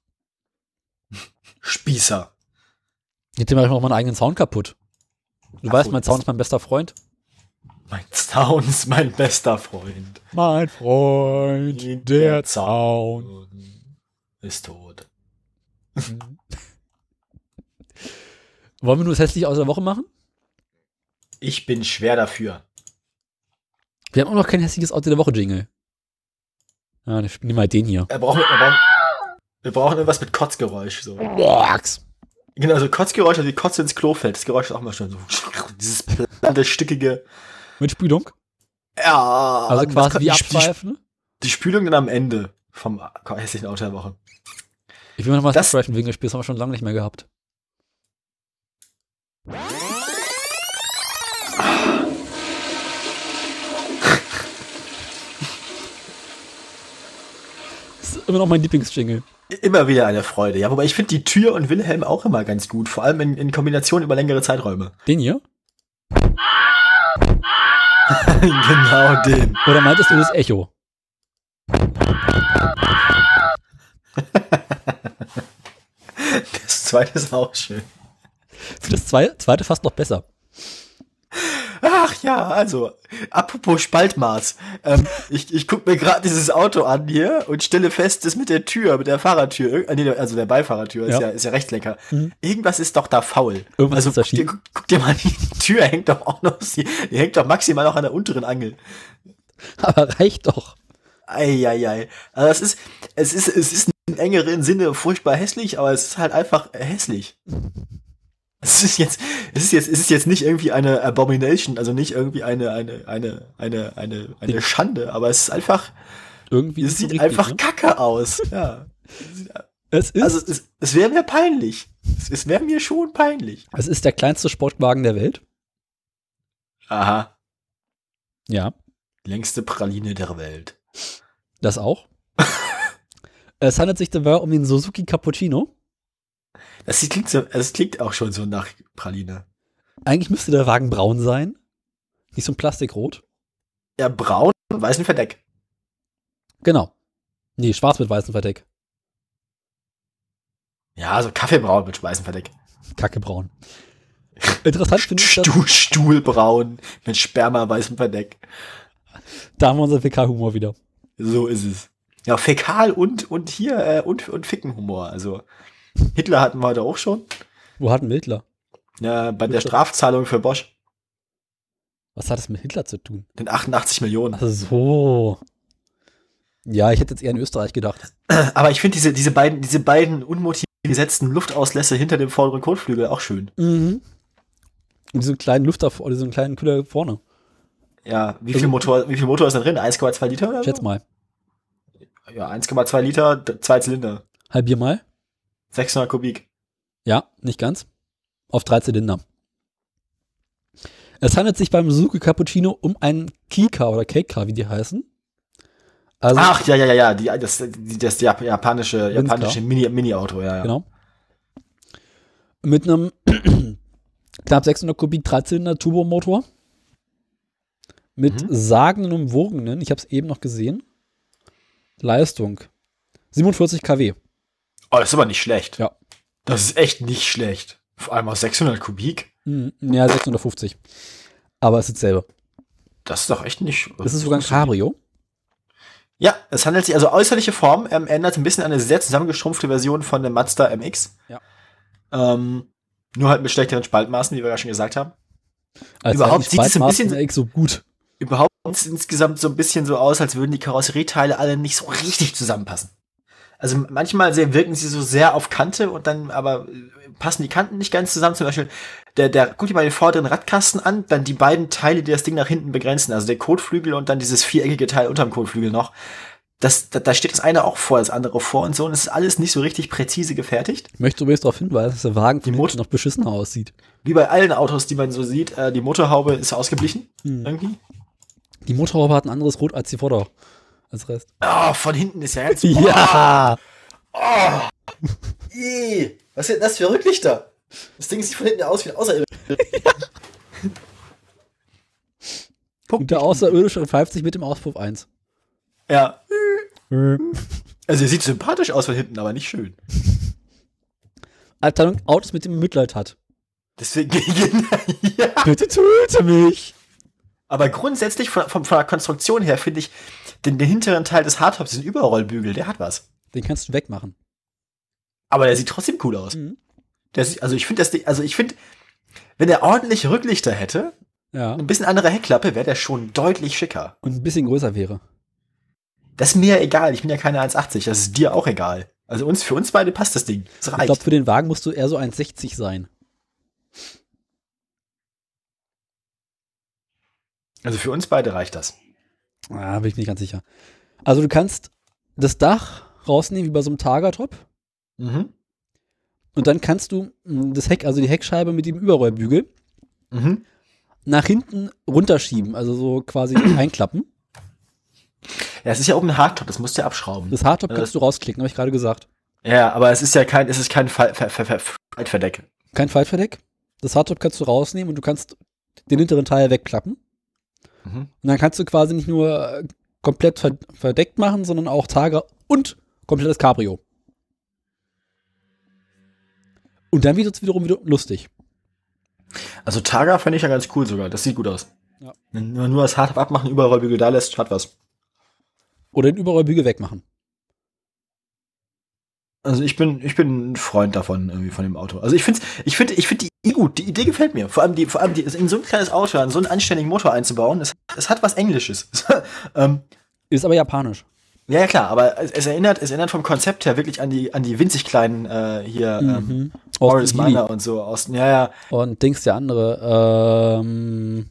Speaker 1: Spießer.
Speaker 2: Jetzt mache ich auch meinen eigenen Zaun kaputt. Du
Speaker 1: Ach
Speaker 2: weißt,
Speaker 1: so,
Speaker 2: mein
Speaker 1: das-
Speaker 2: Zaun ist mein bester Freund.
Speaker 1: Mein Zaun ist mein bester Freund.
Speaker 2: Mein Freund,
Speaker 1: der
Speaker 2: Zaun.
Speaker 1: Ist tot.
Speaker 2: Mhm. Wollen wir nur das hässliche aus der Woche machen?
Speaker 1: Ich bin schwer dafür.
Speaker 2: Wir haben auch noch kein hässliches Auto der Woche Jingle. Ja, dann nimm mal den hier.
Speaker 1: Wir brauchen, wir brauchen, wir brauchen irgendwas mit Kotzgeräusch. So.
Speaker 2: Box.
Speaker 1: Genau, so Kotzgeräusche, wie Kotze ins Klo fällt. Das Geräusch ist auch mal schön so. Dieses platte, stickige.
Speaker 2: Mit Spülung.
Speaker 1: Ja.
Speaker 2: Also
Speaker 1: Ah, was
Speaker 2: quasi
Speaker 1: kommt-
Speaker 2: wie
Speaker 1: die, die,
Speaker 2: abpfeifen.
Speaker 1: die Spülung dann am Ende vom hässlichen Auto der Woche.
Speaker 2: Ich will nochmal
Speaker 1: Das-
Speaker 2: das Wegen gespielt, das haben wir schon lange nicht mehr gehabt. Das ist immer noch mein Lieblingsjingle.
Speaker 1: Immer wieder eine Freude. Ja, wobei ich finde die Tür und Wilhelm auch immer ganz gut. Vor allem in, in Kombination über längere Zeiträume. (laughs)
Speaker 2: Den hier?
Speaker 1: genau den.
Speaker 2: Oder meintest du das Echo?
Speaker 1: Das zweite ist auch schön.
Speaker 2: Ich finde das zwei- zweite fast noch besser.
Speaker 1: Ach ja, also, apropos Spaltmaß. Ähm, ich ich gucke mir gerade dieses Auto an hier und stelle fest, dass mit der Tür, mit der Fahrertür, irg- äh, nee, also der Beifahrertür,
Speaker 2: Ja.
Speaker 1: Ist, ja, ist ja Rechtslenker,
Speaker 2: Mhm.
Speaker 1: irgendwas ist doch da faul.
Speaker 2: Irgendwas
Speaker 1: also,
Speaker 2: ist da
Speaker 1: guck dir,
Speaker 2: schief.
Speaker 1: guck, guck dir mal, (laughs) die Tür hängt doch auch noch, die, die hängt doch maximal noch an der unteren Angel.
Speaker 2: (laughs) Aber reicht doch.
Speaker 1: Eieiei. Also, das ist, es ist, es ist im engeren Sinne furchtbar hässlich, aber es ist halt einfach hässlich. Es ist jetzt, es ist jetzt, es ist jetzt nicht irgendwie eine Abomination, also nicht irgendwie eine, eine, eine, eine, eine, eine Schande, aber es ist einfach,
Speaker 2: Irgendwie
Speaker 1: es
Speaker 2: ist so
Speaker 1: sieht
Speaker 2: richtig,
Speaker 1: einfach
Speaker 2: ne?
Speaker 1: kacke aus. Ja.
Speaker 2: Es ist,
Speaker 1: Also, es, es wäre mir peinlich. Es, es wäre mir schon peinlich.
Speaker 2: es ist der kleinste Sportwagen der Welt.
Speaker 1: Aha.
Speaker 2: Ja.
Speaker 1: Längste Praline der Welt. (laughs)
Speaker 2: Das auch. es handelt sich dabei um den Suzuki Cappuccino.
Speaker 1: Das sieht- klingt so, es klingt auch schon so nach Praline.
Speaker 2: Eigentlich müsste der Wagen braun sein. Nicht so ein Plastikrot.
Speaker 1: Ja, braun, weißen Verdeck.
Speaker 2: Genau. Nee, schwarz mit weißem Verdeck.
Speaker 1: Ja, so Kaffeebraun mit weißem Verdeck.
Speaker 2: Kacke braun. Interessant finde ich, dass,
Speaker 1: Stuhl, Stuhlbraun mit Sperma weißem Verdeck.
Speaker 2: da haben wir unseren PK-Humor wieder.
Speaker 1: So ist es. Ja, Fäkal und, und hier, äh, und, und Fickenhumor. Also, Hitler hatten wir heute auch schon.
Speaker 2: Wo hatten wir Hitler?
Speaker 1: Ja, bei der Strafzahlung für Bosch.
Speaker 2: Was hat das mit Hitler zu tun?
Speaker 1: Den 88 Millionen.
Speaker 2: Ach so. Ja, ich hätte jetzt eher in Österreich gedacht.
Speaker 1: Aber ich finde diese, diese beiden, diese beiden unmotiviert gesetzten Luftauslässe hinter dem vorderen Kotflügel auch schön.
Speaker 2: Mhm. Und diesen kleinen Lüfter, vor- diesen kleinen Kühler vorne.
Speaker 1: Ja, wie viel Motor, wie viel Motor ist da drin? 1,2 Liter oder
Speaker 2: Also Schätz
Speaker 1: so?
Speaker 2: mal.
Speaker 1: Ja, 1,2 Liter, d- zwei Zylinder.
Speaker 2: Halbier mal.
Speaker 1: 600 Kubik.
Speaker 2: Ja, nicht ganz. Auf drei Zylinder. Es handelt sich beim Suzuki Cappuccino um einen Kika oder Keika, wie die heißen. Also,
Speaker 1: Ach, ja, ja, ja, ja, die, das, die, das Jap- japanische,
Speaker 2: Windkraft.
Speaker 1: japanische Mini- Mini-Auto, ja, ja.
Speaker 2: genau. Mit einem (clears throat) knapp 600 Kubik Dreizylinder Turbomotor. Mit
Speaker 1: Mhm.
Speaker 2: sagenden und wogenden, ich habe es eben noch gesehen, Leistung 47 kW.
Speaker 1: Oh, das ist aber nicht schlecht.
Speaker 2: Ja.
Speaker 1: Das ist echt nicht schlecht. Vor allem aus 600 Kubik.
Speaker 2: Mhm, ja, 650. Aber es ist dasselbe.
Speaker 1: Das ist doch echt nicht.
Speaker 2: Es ist sogar ein Cabrio.
Speaker 1: Ja, es handelt sich, also äußerliche Form ähm, ändert ein bisschen an eine sehr zusammengeschrumpfte Version von der Mazda MX.
Speaker 2: Ja.
Speaker 1: Ähm, nur halt mit schlechteren Spaltmaßen, wie wir ja schon gesagt haben.
Speaker 2: Als
Speaker 1: Überhaupt
Speaker 2: wären die
Speaker 1: sieht es ein
Speaker 2: Spaltmaßen
Speaker 1: bisschen-
Speaker 2: der X so gut.
Speaker 1: Überhaupt sieht's insgesamt so ein bisschen so aus, als würden die Karosserieteile alle nicht so richtig zusammenpassen. Also manchmal sehr- wirken sie so sehr auf Kante und dann aber äh, passen die Kanten nicht ganz zusammen. Zum Beispiel, der, der guck dir mal den vorderen Radkasten an, dann die beiden Teile, die das Ding nach hinten begrenzen, also der Kotflügel und dann dieses viereckige Teil unterm Kotflügel noch. Das, da, da steht das eine auch vor, das andere vor und so und es ist alles nicht so richtig präzise gefertigt.
Speaker 2: Ich möchte übrigens darauf hinweisen, dass der Wagen von
Speaker 1: Die
Speaker 2: hinten
Speaker 1: Mut-
Speaker 2: noch beschissener aussieht.
Speaker 1: Wie bei allen Autos, die man so sieht, äh, die Motorhaube ist ausgeblichen irgendwie.
Speaker 2: Die Motorhaube hat ein anderes Rot als die Vorder. Als Rest. Ah,
Speaker 1: Ah, von hinten ist ja
Speaker 2: (laughs)
Speaker 1: ganz
Speaker 2: Ja!
Speaker 1: Ih, was ist denn das für Rücklichter? Das Ding sieht von hinten aus wie ein Außerirdischer.
Speaker 2: Und der Außerirdische pfeift sich mit dem Auspuff 1.
Speaker 1: Ja.
Speaker 2: Abteilung
Speaker 1: Also er sieht sympathisch aus von hinten, aber nicht schön.
Speaker 2: Autos, mit dem man Mitleid hat.
Speaker 1: Deswegen, ja.
Speaker 2: Bitte töte mich!
Speaker 1: (laughs) Aber grundsätzlich von, von, von der Konstruktion her finde ich den, den hinteren Teil des Hardtops, diesen Überrollbügel, der hat was.
Speaker 2: Den kannst du wegmachen.
Speaker 1: Aber der sieht trotzdem cool aus.
Speaker 2: Mhm.
Speaker 1: Der sieht, also ich finde das, Ding- also ich finde, wenn er ordentliche Rücklichter hätte,
Speaker 2: Ja.
Speaker 1: ein bisschen andere Heckklappe, wäre der schon deutlich schicker.
Speaker 2: Und ein bisschen größer wäre.
Speaker 1: Das ist mir ja egal. Ich bin ja keine 1,80. Das ist dir auch egal. Also uns, für uns beide passt das Ding. Das
Speaker 2: Ich
Speaker 1: reicht.
Speaker 2: glaube, für den Wagen musst du eher so 1,60 sein.
Speaker 1: Also für uns beide reicht das.
Speaker 2: Ah, bin ich mir nicht ganz sicher. Also du kannst das Dach rausnehmen wie bei so einem Tagertop.
Speaker 1: Mhm.
Speaker 2: Und dann kannst du mh, das Heck, also die Heckscheibe mit dem Überrollbügel,
Speaker 1: Mhm.
Speaker 2: nach hinten runterschieben, also so
Speaker 1: (clears throat)
Speaker 2: quasi einklappen.
Speaker 1: Ja, es ist ja oben ein Hardtop, das musst du ja abschrauben.
Speaker 2: Das Hardtop
Speaker 1: Ja,
Speaker 2: kannst du rausklicken, habe ich gerade gesagt.
Speaker 1: ja, aber es ist ja kein, es ist kein Fall- Ver- Ver- Ver- Faltverdeck.
Speaker 2: Kein Faltverdeck. Das Hardtop kannst du rausnehmen und du kannst den hinteren Teil wegklappen.
Speaker 1: Mhm.
Speaker 2: Und dann kannst du quasi nicht nur äh, komplett ver- verdeckt machen, sondern auch Tager und komplettes Cabrio. Und dann wird es wiederum wieder lustig.
Speaker 1: Also Targa fände ich ja ganz cool sogar. Das sieht gut aus.
Speaker 2: Ja.
Speaker 1: Wenn man nur das Hardtop abmachen, Überrollbügel da lässt, hat was.
Speaker 2: Oder den Überrollbügel wegmachen.
Speaker 1: Also ich bin, ich bin ein Freund davon, irgendwie von dem Auto. Also ich finde, ich finde, ich finde die Idee gut. Die Idee gefällt mir. Vor allem die, vor allem die, in so ein kleines Auto, an so einen anständigen Motor einzubauen, es, es hat was Englisches. (laughs) ähm,
Speaker 2: Ist aber japanisch.
Speaker 1: ja, ja, klar, aber es, es erinnert, es erinnert vom Konzept her wirklich an die, an die winzig kleinen, äh, hier, ähm,
Speaker 2: Mhm. Aus
Speaker 1: Morris
Speaker 2: Dili.
Speaker 1: Manor und so aus, ja, ja.
Speaker 2: Und Dings der andere. Ähm,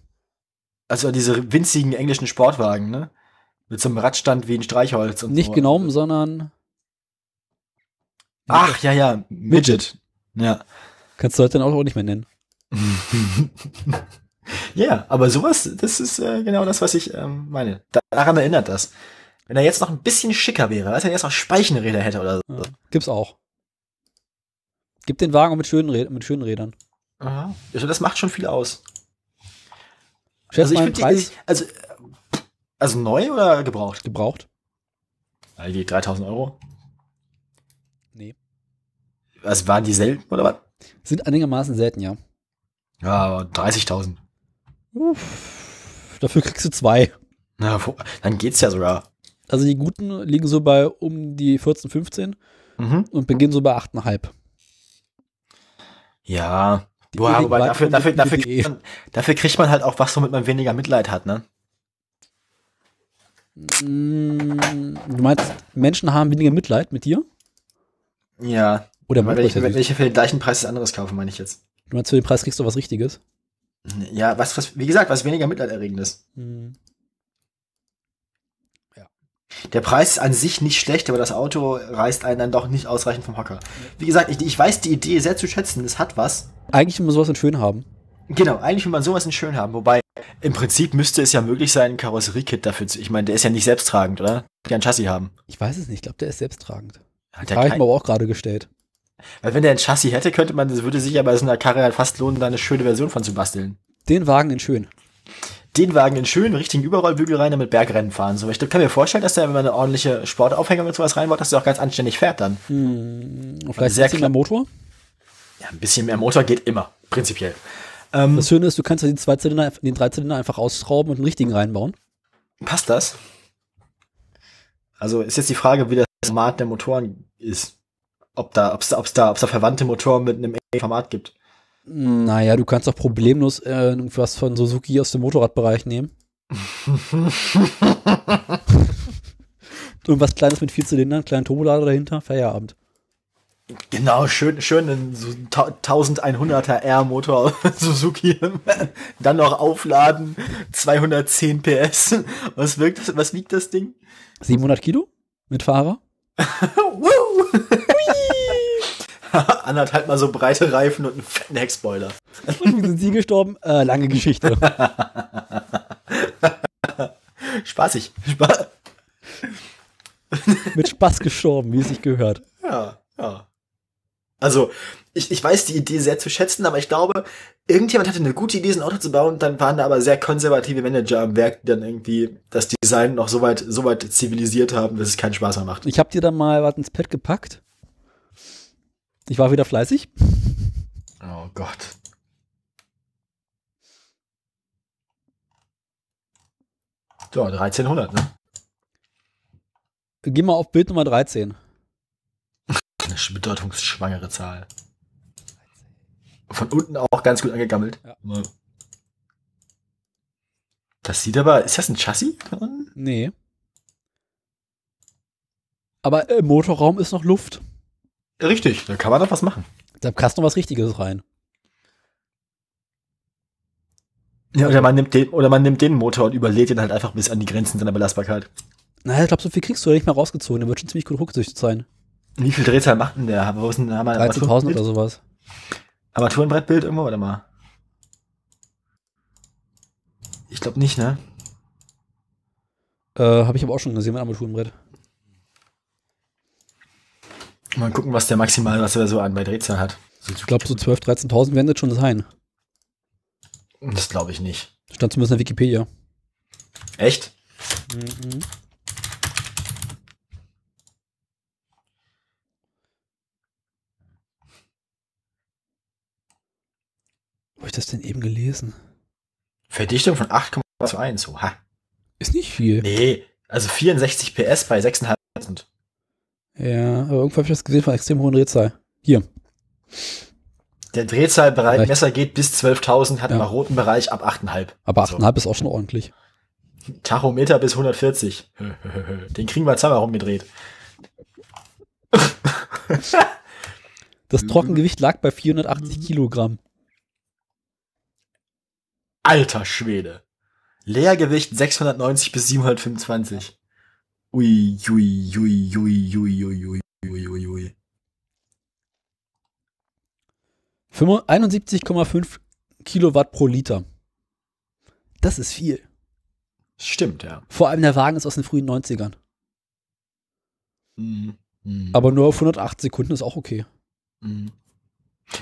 Speaker 1: Also diese winzigen englischen Sportwagen, ne? Mit so einem Radstand wie ein Streichholz und
Speaker 2: nicht
Speaker 1: so.
Speaker 2: genau. genommen, sondern.
Speaker 1: Ach, ja, ja, Midget. Ja.
Speaker 2: Kannst du heute dann auch nicht mehr nennen.
Speaker 1: Ja, aber sowas, das ist äh, genau das, was ich ähm, meine. Da- Daran erinnert das. Wenn er jetzt noch ein bisschen schicker wäre, als er jetzt noch Speichenräder hätte oder so.
Speaker 2: Ja. Gibt's auch. Gibt den Wagen auch mit schönen, Rä mit schönen Rädern.
Speaker 1: Aha. Also das macht schon viel aus.
Speaker 2: Schätz
Speaker 1: also ich
Speaker 2: mal einen
Speaker 1: finde die,
Speaker 2: Preis
Speaker 1: also, also neu oder gebraucht?
Speaker 2: gebraucht.
Speaker 1: All die 3000 Euro?
Speaker 2: Nee.
Speaker 1: Was waren die selten oder was?
Speaker 2: Sind einigermaßen selten, ja.
Speaker 1: Ja, aber 30.000.
Speaker 2: Uff, dafür kriegst du zwei.
Speaker 1: Na, wo- dann geht's ja sogar.
Speaker 2: Also die guten liegen so bei um die 14, 15
Speaker 1: Mhm.
Speaker 2: und beginnen so bei 8,5.
Speaker 1: Ja.
Speaker 2: Die
Speaker 1: Boah,
Speaker 2: billigen
Speaker 1: aber
Speaker 2: Weinen
Speaker 1: dafür,
Speaker 2: und
Speaker 1: dafür,
Speaker 2: die
Speaker 1: dafür,
Speaker 2: billige
Speaker 1: kriegt man, dafür kriegt man halt auch was, womit man weniger Mitleid hat, ne?
Speaker 2: Mm, Du meinst, Menschen haben weniger Mitleid mit dir?
Speaker 1: Ja.
Speaker 2: Oder mit
Speaker 1: Weil
Speaker 2: euch?
Speaker 1: ich, wenn
Speaker 2: natürlich.
Speaker 1: ich für den gleichen Preis das anderes kaufe, meine ich jetzt.
Speaker 2: Du meinst, für den Preis kriegst du was Richtiges?
Speaker 1: Ja, was, was, wie gesagt, was weniger mitleiderregendes.
Speaker 2: Hm.
Speaker 1: Der Preis ist an sich nicht schlecht, aber das Auto reißt einen dann doch nicht ausreichend vom Hocker. Wie gesagt, ich, ich weiß die Idee sehr zu schätzen, es hat was.
Speaker 2: Eigentlich muss man sowas in schön haben.
Speaker 1: Genau, eigentlich will man sowas in schön haben, wobei im Prinzip müsste es ja möglich sein, ein Karosseriekit dafür zu. Ich meine, der ist ja nicht selbsttragend, oder? Die ein Chassis haben.
Speaker 2: Ich weiß es nicht, ich glaube, der ist selbsttragend.
Speaker 1: Hat
Speaker 2: Da
Speaker 1: der
Speaker 2: habe ich
Speaker 1: kein-
Speaker 2: mir aber auch gerade gestellt.
Speaker 1: Weil Also wenn der ein Chassis hätte, könnte man, das würde sich ja bei so einer Karre halt fast lohnen, da eine schöne Version von zu basteln.
Speaker 2: Den Wagen in schön.
Speaker 1: Den Wagen in schönen, richtigen Überrollbügel rein, damit Bergrennen fahren. So, ich kann mir vorstellen, dass der, wenn man eine ordentliche Sportaufhängung und sowas reinbaut, dass der auch ganz anständig fährt dann.
Speaker 2: Hm. Und vielleicht
Speaker 1: Sehr
Speaker 2: ein bisschen mehr
Speaker 1: knapp.
Speaker 2: Motor.
Speaker 1: Ja, ein bisschen mehr Motor geht immer, prinzipiell. Ähm,
Speaker 2: Das Schöne ist, du kannst ja den Zweizylinder, den Dreizylinder einfach ausschrauben und einen richtigen reinbauen.
Speaker 1: passt das? Also ist jetzt die Frage, wie das Format der Motoren ist. Ob da, ob's da, ob's da, ob's da verwandte Motoren mit einem ähnlichen Format gibt.
Speaker 2: Naja, du kannst auch problemlos äh, was von Suzuki aus dem Motorradbereich nehmen. Irgendwas Kleines mit vier Zylindern, kleinen Turbolader dahinter, Feierabend.
Speaker 1: Genau, schön, schön einen so 1100er R-Motor (laughs) Suzuki. Dann noch aufladen, 210 PS. Was, wirkt das, was wiegt das Ding? (laughs)
Speaker 2: 700 Kilo mit Fahrer?
Speaker 1: Woo! (laughs) Anderthalb mal so breite Reifen und einen fetten Heckspoiler.
Speaker 2: Und wie sind sie gestorben? Äh, lange Geschichte.
Speaker 1: Spaßig. Spaß.
Speaker 2: mit Spaß gestorben, wie es sich gehört.
Speaker 1: Ja, ja. Also, ich, ich weiß die Idee sehr zu schätzen, aber ich glaube, irgendjemand hatte eine gute Idee, so ein Auto zu bauen, dann waren da aber sehr konservative Manager am Werk, die dann irgendwie das Design noch so weit, so weit zivilisiert haben, dass es keinen Spaß mehr macht.
Speaker 2: Ich habe dir dann mal was ins Pad gepackt. Ich war wieder fleißig.
Speaker 1: Oh Gott. So, 1300, ne?
Speaker 2: Geh mal auf Bild Nummer 13.
Speaker 1: Eine sch- bedeutungsschwangere Zahl. Von unten auch ganz gut angegammelt.
Speaker 2: Ja.
Speaker 1: Das sieht aber, ist das ein Chassis? von unten?
Speaker 2: Nee. Aber im Motorraum ist noch Luft.
Speaker 1: Richtig, da kann man doch was machen.
Speaker 2: Da kannst du noch was Richtiges rein.
Speaker 1: Ja, oder man nimmt den, oder man nimmt den Motor und überlädt ihn halt einfach bis an die Grenzen seiner Belastbarkeit.
Speaker 2: Naja, ich glaube, so viel kriegst du ja nicht mehr rausgezogen. Der wird schon ziemlich gut hochgezüchtet sein.
Speaker 1: Wie viel Drehzahl macht denn der? Wo ist denn, haben wir ein
Speaker 2: 13.000 oder
Speaker 1: Armaturenbrett-
Speaker 2: sowas.
Speaker 1: Armaturenbrettbild irgendwo? Warte mal. Ich glaube nicht, ne?
Speaker 2: Äh, Habe ich aber auch schon gesehen mit Armaturenbrett.
Speaker 1: Mal gucken, was der maximal, was er so an bei Drehzahl hat.
Speaker 2: Ich glaube, so 12.000, 13.000 werden das schon sein.
Speaker 1: Das glaube ich nicht.
Speaker 2: Stand zumindest in der Wikipedia.
Speaker 1: Echt?
Speaker 2: Wo habe ich das denn eben gelesen?
Speaker 1: Verdichtung von 8,21. So, ha.
Speaker 2: Ist nicht viel.
Speaker 1: Nee, also 64 PS bei 6.500.
Speaker 2: Ja, aber irgendwo habe ich das gesehen von extrem hohen Drehzahl. Hier.
Speaker 1: Der Drehzahlbereich
Speaker 2: Vielleicht.
Speaker 1: Messer geht bis 12.000, hat
Speaker 2: Ja.
Speaker 1: einen roten Bereich ab 8,5.
Speaker 2: Aber
Speaker 1: So.
Speaker 2: 8,5 ist auch schon ordentlich.
Speaker 1: Tachometer bis 140. (laughs) Den kriegen wir zweimal rumgedreht.
Speaker 2: Das Trockengewicht lag bei 480 Kilogramm.
Speaker 1: Alter Schwede. Leergewicht 690 bis 725. Ui, ui, ui, ui, ui, ui, ui, ui, ui, ui.
Speaker 2: Fünfund- 71,5 Kilowatt pro Liter. Das ist viel.
Speaker 1: Stimmt, ja.
Speaker 2: Vor allem der Wagen ist aus den frühen 90ern.
Speaker 1: Mhm. Mhm.
Speaker 2: Aber nur auf 108 Sekunden ist auch okay.
Speaker 1: Mhm.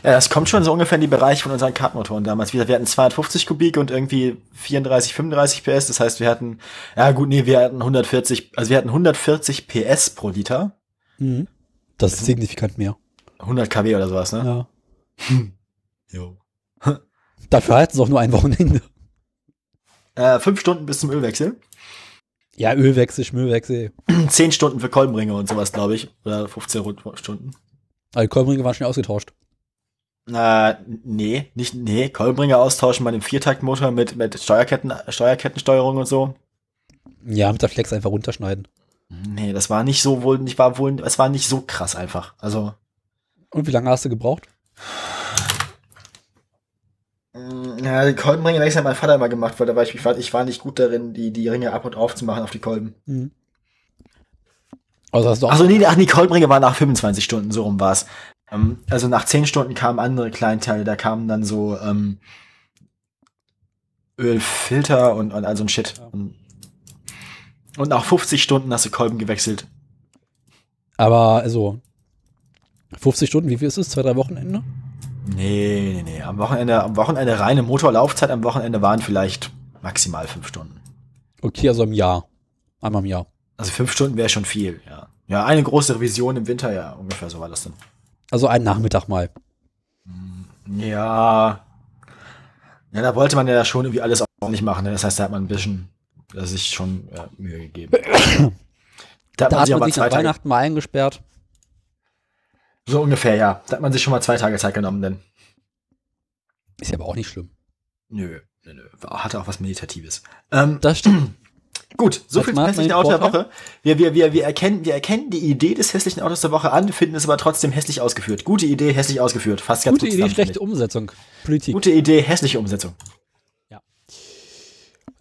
Speaker 1: Ja, das kommt schon so ungefähr in die Bereich von unseren Kartmotoren damals. Wie gesagt, wir hatten 250 Kubik und irgendwie 34, 35 PS. Das heißt, wir hatten, ja gut, nee, wir hatten 140, also wir hatten 140 PS pro Liter.
Speaker 2: Mhm. Das ist signifikant mehr.
Speaker 1: 100 kW oder sowas, ne?
Speaker 2: Ja.
Speaker 1: Jo.
Speaker 2: Dafür hatten sie auch nur ein Wochenende.
Speaker 1: Äh, fünf Stunden bis zum Ölwechsel. (clears throat)
Speaker 2: Ja, Ölwechsel, Schmüllwechsel.
Speaker 1: Zehn Stunden für Kolbenringe und sowas, glaube ich. Oder 15 Rund- Stunden.
Speaker 2: Aber die Kolbenringe waren schnell ausgetauscht.
Speaker 1: Äh, nee, nicht, nee, Kolbenbringer austauschen bei dem Viertaktmotor mit, mit Steuerketten, Steuerkettensteuerung und so.
Speaker 2: Ja, mit der Flex einfach runterschneiden.
Speaker 1: Nee, das war nicht so wohl, ich war wohl, es war nicht so krass einfach. Also,
Speaker 2: Und wie lange hast du gebraucht?
Speaker 1: mh, Mm, ja, die Kolbenringe habe ich mein Vater immer gemacht, weil da war ich, ich war, ich war nicht gut darin, die, die Ringe ab und auf zu machen auf die Kolben.
Speaker 2: Mhm. Also hast du auch
Speaker 1: Achso, nee, ach, nee, Kolbenringe war nach 25 Stunden, so rum war's. Ähm, also nach 10 Stunden kamen andere Kleinteile, da kamen dann so, ähm, Ölfilter und, und all so ein Shit.
Speaker 2: Ja.
Speaker 1: Und nach 50 Stunden hast du Kolben gewechselt.
Speaker 2: Aber also 50 Stunden, wie viel ist es? Zwei, drei Wochenende?
Speaker 1: Nee, nee, nee. Am Wochenende, am Wochenende reine Motorlaufzeit, am Wochenende waren vielleicht maximal fünf Stunden.
Speaker 2: Okay, also im Jahr. Einmal im Jahr.
Speaker 1: Also fünf Stunden wäre schon viel, ja. Ja, eine große Revision im Winter, ja, ungefähr so war das dann.
Speaker 2: Also einen Nachmittag mal.
Speaker 1: Ja. Ja, da wollte man ja schon irgendwie alles auch nicht machen. Ne? Das heißt, da hat man ein bisschen äh, sich schon äh, Mühe
Speaker 2: (coughs)
Speaker 1: gegeben. Da hat
Speaker 2: Da
Speaker 1: man
Speaker 2: hat
Speaker 1: sich
Speaker 2: man
Speaker 1: aber halt.
Speaker 2: sich
Speaker 1: zwei
Speaker 2: nach
Speaker 1: Tage,
Speaker 2: Weihnachten mal eingesperrt.
Speaker 1: so ungefähr, ja. Da hat man sich schon mal zwei Tage Zeit genommen, denn.
Speaker 2: Ist ja aber auch nicht schlimm.
Speaker 1: Nö, nö, nö. Hatte auch was Meditatives. Ähm,
Speaker 2: Das stimmt.
Speaker 1: Gut, so
Speaker 2: Jetzt
Speaker 1: viel zum
Speaker 2: mal
Speaker 1: hässlichen
Speaker 2: meinen
Speaker 1: Auto der
Speaker 2: Vortrag.
Speaker 1: Woche. Wir, wir, wir, wir, erkennen, wir erkennen die Idee des hässlichen Autos der Woche an, finden es aber trotzdem hässlich ausgeführt. Gute Idee, hässlich ausgeführt. Fast ganz
Speaker 2: Gute
Speaker 1: gut
Speaker 2: Idee,
Speaker 1: zusammen,
Speaker 2: schlechte
Speaker 1: finde
Speaker 2: Umsetzung.
Speaker 1: ich.
Speaker 2: Politik.
Speaker 1: Gute Idee, hässliche Umsetzung.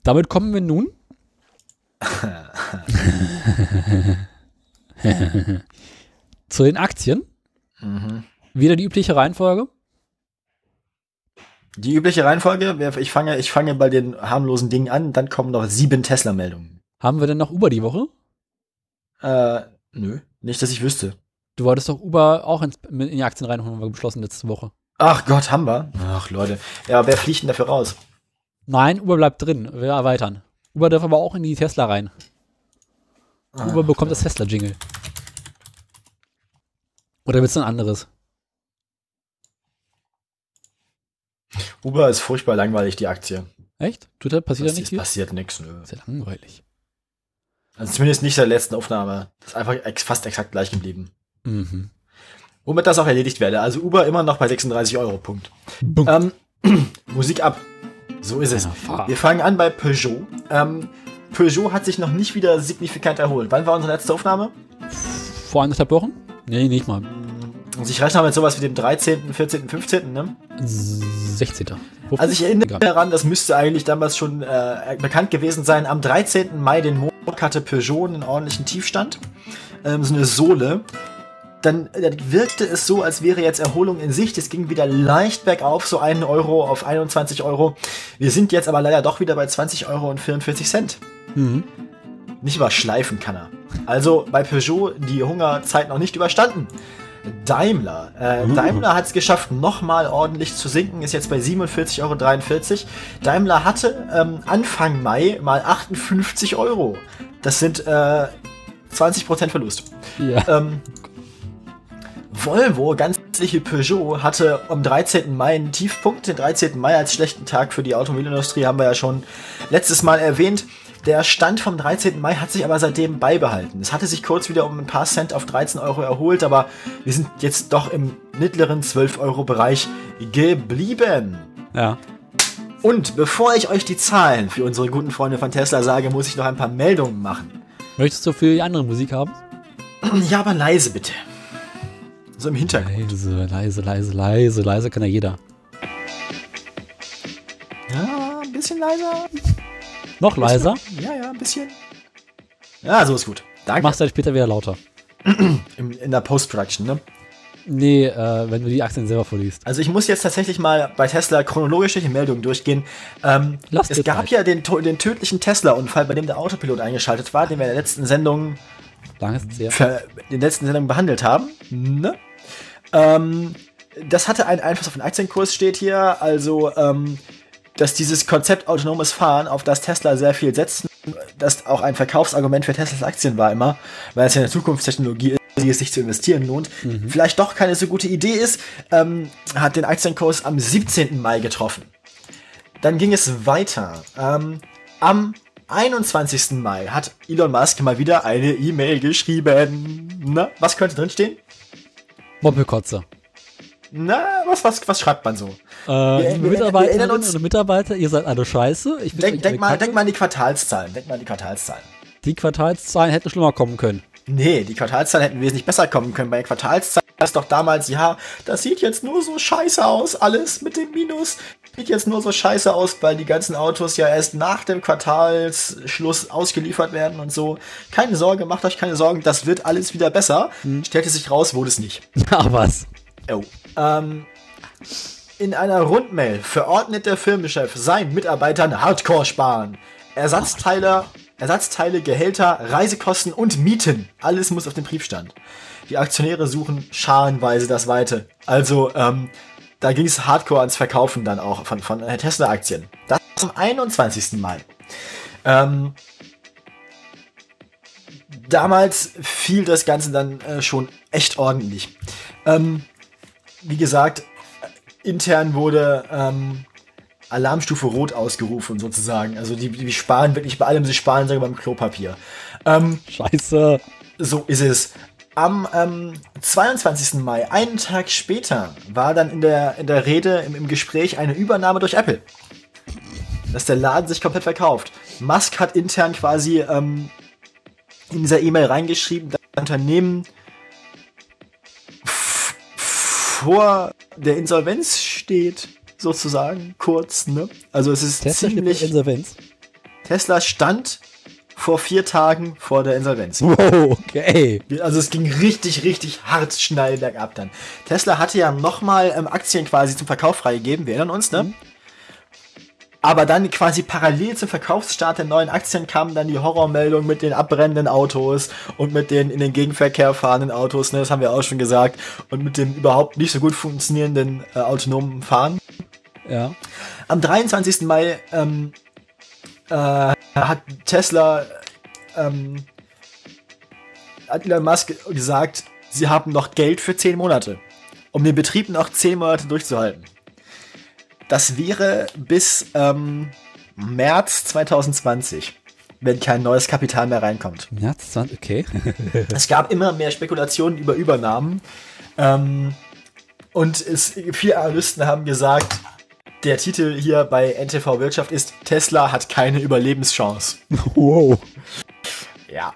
Speaker 2: Damit kommen wir nun. zu den Aktien.
Speaker 1: Mhm.
Speaker 2: Wieder die übliche Reihenfolge.
Speaker 1: Die übliche Reihenfolge, wir- ich fange, ich fange bei den harmlosen Dingen an, dann kommen noch sieben Tesla-Meldungen.
Speaker 2: Haben wir denn noch Uber die Woche?
Speaker 1: Äh, nö, nicht, dass ich wüsste.
Speaker 2: Du wolltest doch Uber auch ins, in die Aktien reinholen, haben wir beschlossen letzte Woche.
Speaker 1: Ach Gott, haben wir. Ach Leute. Ja, wer fliegt denn dafür raus?
Speaker 2: Nein, Uber bleibt drin. Wir erweitern. Uber darf aber auch in die Tesla rein.
Speaker 1: Ah,
Speaker 2: Uber bekommt das Tesla-Jingle. Oder willst du ein anderes?
Speaker 1: Uber ist furchtbar langweilig, die Aktie.
Speaker 2: Echt? Tut da, passiert da
Speaker 1: Es
Speaker 2: nichts?
Speaker 1: es
Speaker 2: viel?
Speaker 1: passiert nichts, nö.
Speaker 2: Ist ja langweilig.
Speaker 1: Also zumindest nicht seit der letzten Aufnahme. Das ist einfach ex fast exakt gleich geblieben.
Speaker 2: Mhm.
Speaker 1: Womit das auch erledigt werde. Also Uber immer noch bei 36 Euro. Punkt.
Speaker 2: Bum.
Speaker 1: Ähm, (clears throat) Musik ab. So ist es.
Speaker 2: Ja, fahr.
Speaker 1: Wir fangen an bei Peugeot. Ähm, Peugeot hat sich noch nicht wieder signifikant erholt. Wann war unsere letzte Aufnahme?
Speaker 2: Vor anderthalb Wochen? Nee, nicht mal.
Speaker 1: Also ich rechne mal mit sowas wie dem 13., 14., 15., ne?
Speaker 2: 16.
Speaker 1: Also ich erinnere mich
Speaker 2: Egal.
Speaker 1: daran, das müsste eigentlich damals schon äh, bekannt gewesen sein. Am 13. Mai, den Montag, hatte Peugeot einen ordentlichen Tiefstand. Ähm, so eine Sohle. Dann, äh, dann wirkte es so, als wäre jetzt Erholung in Sicht. Es ging wieder leicht bergauf, so 1 Euro auf 21 Euro. Wir sind jetzt aber leider doch wieder bei 20 Euro und 44 Cent.
Speaker 2: Mhm.
Speaker 1: Nicht mal schleifen kann er. Also bei Peugeot die Hungerzeit noch nicht überstanden. Daimler. Äh, Daimler hat es geschafft, nochmal ordentlich zu sinken, ist jetzt bei 47,43 Euro. Daimler hatte ähm, Anfang Mai mal 58 Euro. Das sind äh, 20% Verlust.
Speaker 2: Hm. Ja.
Speaker 1: Ähm, Volvo, ganz ähnliche Peugeot, hatte am 13. Mai einen Tiefpunkt. Den 13. Mai als schlechten Tag für die Automobilindustrie haben wir ja schon letztes Mal erwähnt. Der Stand vom 13. Mai hat sich aber seitdem beibehalten. Es hatte sich kurz wieder um ein paar Cent auf 13 Euro erholt, aber wir sind jetzt doch im mittleren 12 Euro Bereich geblieben.
Speaker 2: ja.
Speaker 1: Und bevor ich euch die Zahlen für unsere guten Freunde von Tesla sage, muss ich noch ein paar Meldungen machen.
Speaker 2: Möchtest du für die andere Musik haben?
Speaker 1: Ja, aber leise bitte. So im Hintergrund.
Speaker 2: Leise, leise, leise, leise, leise kann ja jeder.
Speaker 1: Ja, Ah, ein bisschen leiser.
Speaker 2: Noch leiser,
Speaker 1: Ja, ja, ein bisschen. Ja, so ist gut. Danke.
Speaker 2: machst du dann später wieder lauter.
Speaker 1: In, in der Post-Production, ne?
Speaker 2: Nee, äh, wenn du die Aktien selber vorliest.
Speaker 1: Also ich muss jetzt tatsächlich mal bei Tesla chronologisch durch die Meldungen durchgehen. Ähm,
Speaker 2: Lass
Speaker 1: es
Speaker 2: dir
Speaker 1: gab
Speaker 2: Zeit.
Speaker 1: ja den, to- den tödlichen Tesla-Unfall, bei dem der Autopilot eingeschaltet war, den wir in der letzten Sendung,
Speaker 2: Lang ist es sehr.
Speaker 1: ver- in der letzten Sendung behandelt haben. Ne? Ähm, das hatte einen Einfluss auf den Aktienkurs, steht hier. Also, ähm, dass dieses Konzept autonomes Fahren, auf das Tesla sehr viel setzt, das auch ein Verkaufsargument für Teslas Aktien war immer, weil es ja eine Zukunftstechnologie ist, die es sich zu investieren lohnt,
Speaker 2: Mhm.
Speaker 1: vielleicht doch keine so gute Idee ist, ähm, hat den Aktienkurs am 17. Mai getroffen. Dann ging es weiter. Ähm, am 21. Mai hat Elon Musk mal wieder eine E-Mail geschrieben. Na, was könnte drinstehen?
Speaker 2: Moppelkotzer.
Speaker 1: Na, was, was, was schreibt man so?
Speaker 2: Äh,
Speaker 1: wir
Speaker 2: liebe
Speaker 1: erinnern
Speaker 2: Mitarbeiterinnen
Speaker 1: uns-
Speaker 2: und Mitarbeiter, ihr seid alle scheiße. Ich bin
Speaker 1: Denk,
Speaker 2: euch
Speaker 1: denk,
Speaker 2: alle
Speaker 1: mal,
Speaker 2: Kacke.
Speaker 1: denk mal an die Quartalszahlen. Denk mal an die Quartalszahlen.
Speaker 2: Die Quartalszahlen hätten schlimmer kommen können. (laughs)
Speaker 1: Nee, die Quartalszahlen hätten wesentlich besser kommen können. Bei den Quartalszahlen war es doch damals, ja, das sieht jetzt nur so scheiße aus, alles mit dem Minus. Sieht jetzt nur so scheiße aus, weil die ganzen Autos ja erst nach dem Quartalsschluss ausgeliefert werden und so. Keine Sorge, macht euch keine Sorgen, das wird alles wieder besser. Stellte sich raus, wurde es nicht.
Speaker 2: Aber was?
Speaker 1: Oh. Ähm, in einer Rundmail verordnet der Firmenchef seinen Mitarbeitern Hardcore-Sparen. Ersatzteile, Ersatzteile, Gehälter, Reisekosten und Mieten. Alles muss auf dem Briefstand. Die Aktionäre suchen scharenweise das Weite. Also, ähm, da ging es hardcore ans Verkaufen dann auch von, von Tesla-Aktien. Das am 21. Mai. Ähm, damals fiel das Ganze dann äh, schon echt ordentlich. Ähm, wie gesagt, intern wurde ähm, Alarmstufe Rot ausgerufen, sozusagen. Also die, die sparen wirklich bei allem, sie sparen sogar beim Klopapier. Ähm,
Speaker 2: Scheiße.
Speaker 1: so ist es. Am ähm, 22. Mai, einen Tag später, war dann in der, in der Rede, im, im Gespräch eine Übernahme durch Apple. Dass der Laden sich komplett verkauft. Musk hat intern quasi ähm, in dieser E-Mail reingeschrieben, dass das Unternehmen f- vor der Insolvenz steht, sozusagen, kurz. Ne? Also es ist
Speaker 2: Tesla steht mit
Speaker 1: ziemlich...
Speaker 2: Insolvenz.
Speaker 1: Tesla stand vor vier Tagen vor der Insolvenz.
Speaker 2: Wow, okay.
Speaker 1: Also es ging richtig, richtig hart schnell bergab dann. Tesla hatte ja nochmal ähm, Aktien quasi zum Verkauf freigegeben, wir erinnern uns, ne? Aber dann quasi parallel zum Verkaufsstart der neuen Aktien kamen dann die Horrormeldung mit den abbrennenden Autos und mit den in den Gegenverkehr fahrenden Autos, ne? Das haben wir auch schon gesagt. Und mit dem überhaupt nicht so gut funktionierenden äh, autonomen Fahren.
Speaker 2: Ja.
Speaker 1: Am 23. Mai ähm, äh, hat Tesla, ähm, hat Elon Musk gesagt, sie haben noch Geld für 10 Monate, um den Betrieb noch 10 Monate durchzuhalten. Das wäre bis ähm, März 2020, wenn kein neues Kapital mehr reinkommt.
Speaker 2: März 20, okay. (laughs)
Speaker 1: (laughs) Es gab immer mehr Spekulationen über Übernahmen. Ähm, und es, viele Analysten haben gesagt, der Titel hier bei NTV Wirtschaft ist Tesla hat keine Überlebenschance.
Speaker 2: wow.
Speaker 1: Ja.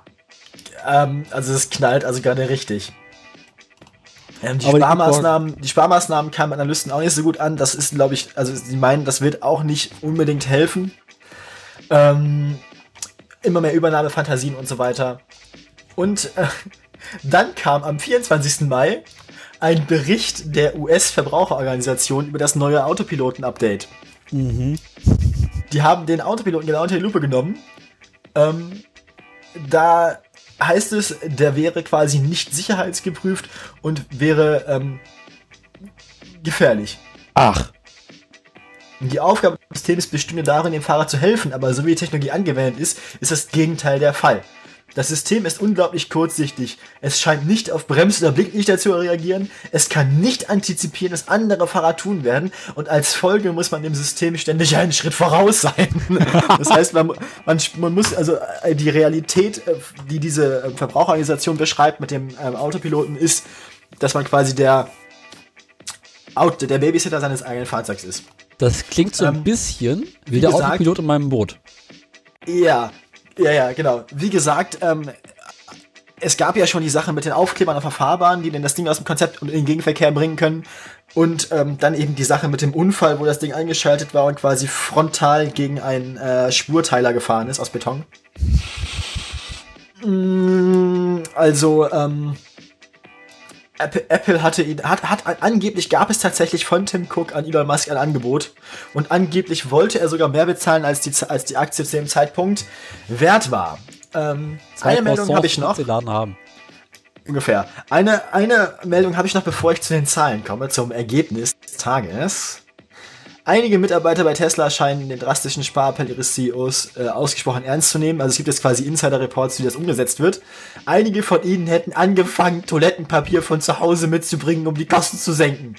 Speaker 1: Ähm, also es knallt also gerade richtig. Ähm, die,
Speaker 2: Aber die
Speaker 1: Sparmaßnahmen, die Sparmaßnahmen kamen Analysten auch nicht so gut an. Das ist, glaube ich, also sie meinen, das wird auch nicht unbedingt helfen. Ähm, immer mehr Übernahmefantasien und so weiter. Und äh, (laughs) dann kam am 24. Mai ein Bericht der US-Verbraucherorganisation über das neue Autopiloten-Update. Die haben den Autopiloten genau unter die Lupe genommen. Ähm, da heißt es, der wäre quasi nicht sicherheitsgeprüft und wäre ähm, gefährlich.
Speaker 2: Ach.
Speaker 1: Die Aufgabe des Systems bestünde darin, dem Fahrer zu helfen, aber so wie die Technologie angewendet ist, ist das Gegenteil der Fall. Das System ist unglaublich kurzsichtig. Es scheint nicht auf Brems- oder Blicklichter zu reagieren. Es kann nicht antizipieren, was andere Fahrer tun werden. Und als Folge muss man dem System ständig einen Schritt voraus sein. (laughs) Das heißt, man, mu- man, sch- man muss also äh, die Realität, äh, die diese äh, Verbraucherorganisation beschreibt mit dem ähm, Autopiloten, ist, dass man quasi der, Out, der Babysitter seines eigenen Fahrzeugs ist.
Speaker 2: Das klingt so ein
Speaker 1: Ähm,
Speaker 2: bisschen wie der
Speaker 1: gesagt-
Speaker 2: Autopilot in meinem Boot.
Speaker 1: Ja, ja, ja, genau. Wie gesagt, ähm, es gab ja schon die Sache mit den Aufklebern auf der Fahrbahn, die denn das Ding aus dem Konzept und in den Gegenverkehr bringen können. Und ähm, dann eben die Sache mit dem Unfall, wo das Ding eingeschaltet war und quasi frontal gegen einen äh, Spurteiler gefahren ist aus Beton. Mm, Also, ähm, Apple, Apple hatte ihn, hat, hat, angeblich gab es tatsächlich von Tim Cook an Elon Musk ein Angebot. Und angeblich wollte er sogar mehr bezahlen, als die, als die Aktie zu dem Zeitpunkt wert war. Ähm, eine Meldung habe ich noch.
Speaker 2: Den Laden haben.
Speaker 1: Ungefähr. Eine, eine Meldung habe ich noch, bevor ich zu den Zahlen komme, zum Ergebnis des Tages. Einige Mitarbeiter bei Tesla scheinen den drastischen Sparappell ihres CEOs äh, ausgesprochen ernst zu nehmen. Also es gibt jetzt quasi Insider-Reports, wie das umgesetzt wird. Einige von ihnen hätten angefangen, Toilettenpapier von zu Hause mitzubringen, um die Kosten zu senken.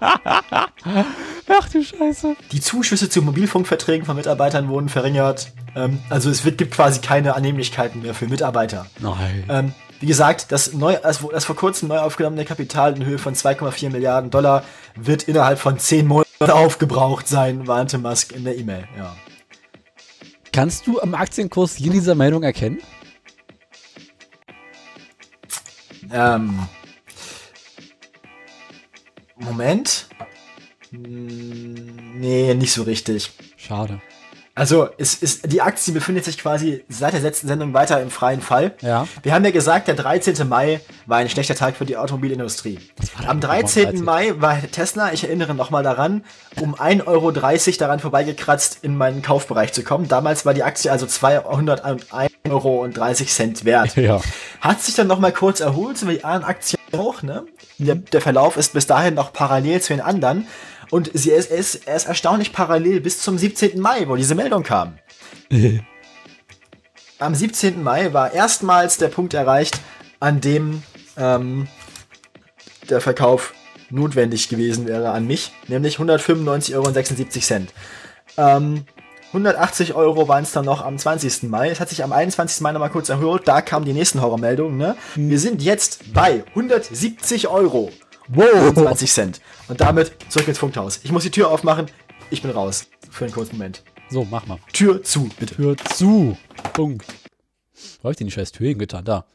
Speaker 2: Ach du Scheiße.
Speaker 1: Die Zuschüsse zu Mobilfunkverträgen von Mitarbeitern wurden verringert. Ähm, also es wird, gibt quasi keine Annehmlichkeiten mehr für Mitarbeiter.
Speaker 2: Nein.
Speaker 1: Ähm, wie gesagt, das, neu, das, das vor kurzem neu aufgenommene Kapital in Höhe von 2,4 Milliarden Dollar wird innerhalb von 10 Monaten aufgebraucht sein, warnte Musk in der E-Mail. Ja.
Speaker 2: Kannst du am Aktienkurs hier dieser Meinung erkennen?
Speaker 1: Ähm. Moment. Hm, Nee, nicht so richtig.
Speaker 2: Schade.
Speaker 1: Also, es ist, die Aktie befindet sich quasi seit der letzten Sendung weiter im freien Fall.
Speaker 2: Ja.
Speaker 1: Wir haben ja gesagt, der 13. Mai war ein schlechter Tag für die Automobilindustrie.
Speaker 2: Was war denn
Speaker 1: Am
Speaker 2: überhaupt
Speaker 1: 13.
Speaker 2: 13.?
Speaker 1: Mai war Tesla, ich erinnere nochmal daran, um 1,30 Euro daran vorbeigekratzt, in meinen Kaufbereich zu kommen. Damals war die Aktie also 201,30 Euro wert.
Speaker 2: Ja.
Speaker 1: Hat sich dann nochmal kurz erholt, so wie die anderen Aktien auch, ne? Der, der Verlauf ist bis dahin noch parallel zu den anderen. Und sie ist, er ist, er ist erstaunlich parallel bis zum 17. Mai, wo diese Meldung kam. Am 17. Mai war erstmals der Punkt erreicht, an dem ähm, der Verkauf notwendig gewesen wäre an mich, nämlich 195,76 Euro. Ähm, 180 Euro waren es dann noch am 20. Mai. Es hat sich am 21. Mai nochmal kurz erhöht. Da kamen die nächsten Horrormeldungen. Ne? Wir sind jetzt bei 170 Euro.
Speaker 2: Wow.
Speaker 1: 20 Cent. Und damit zurück ins Funkhaus. Ich muss die Tür aufmachen. Ich bin raus. Für einen kurzen Moment.
Speaker 2: So, mach mal.
Speaker 1: Tür zu, bitte.
Speaker 2: Tür zu. Punkt. Wo hab ich denn die scheiß Tür hingetan? Da.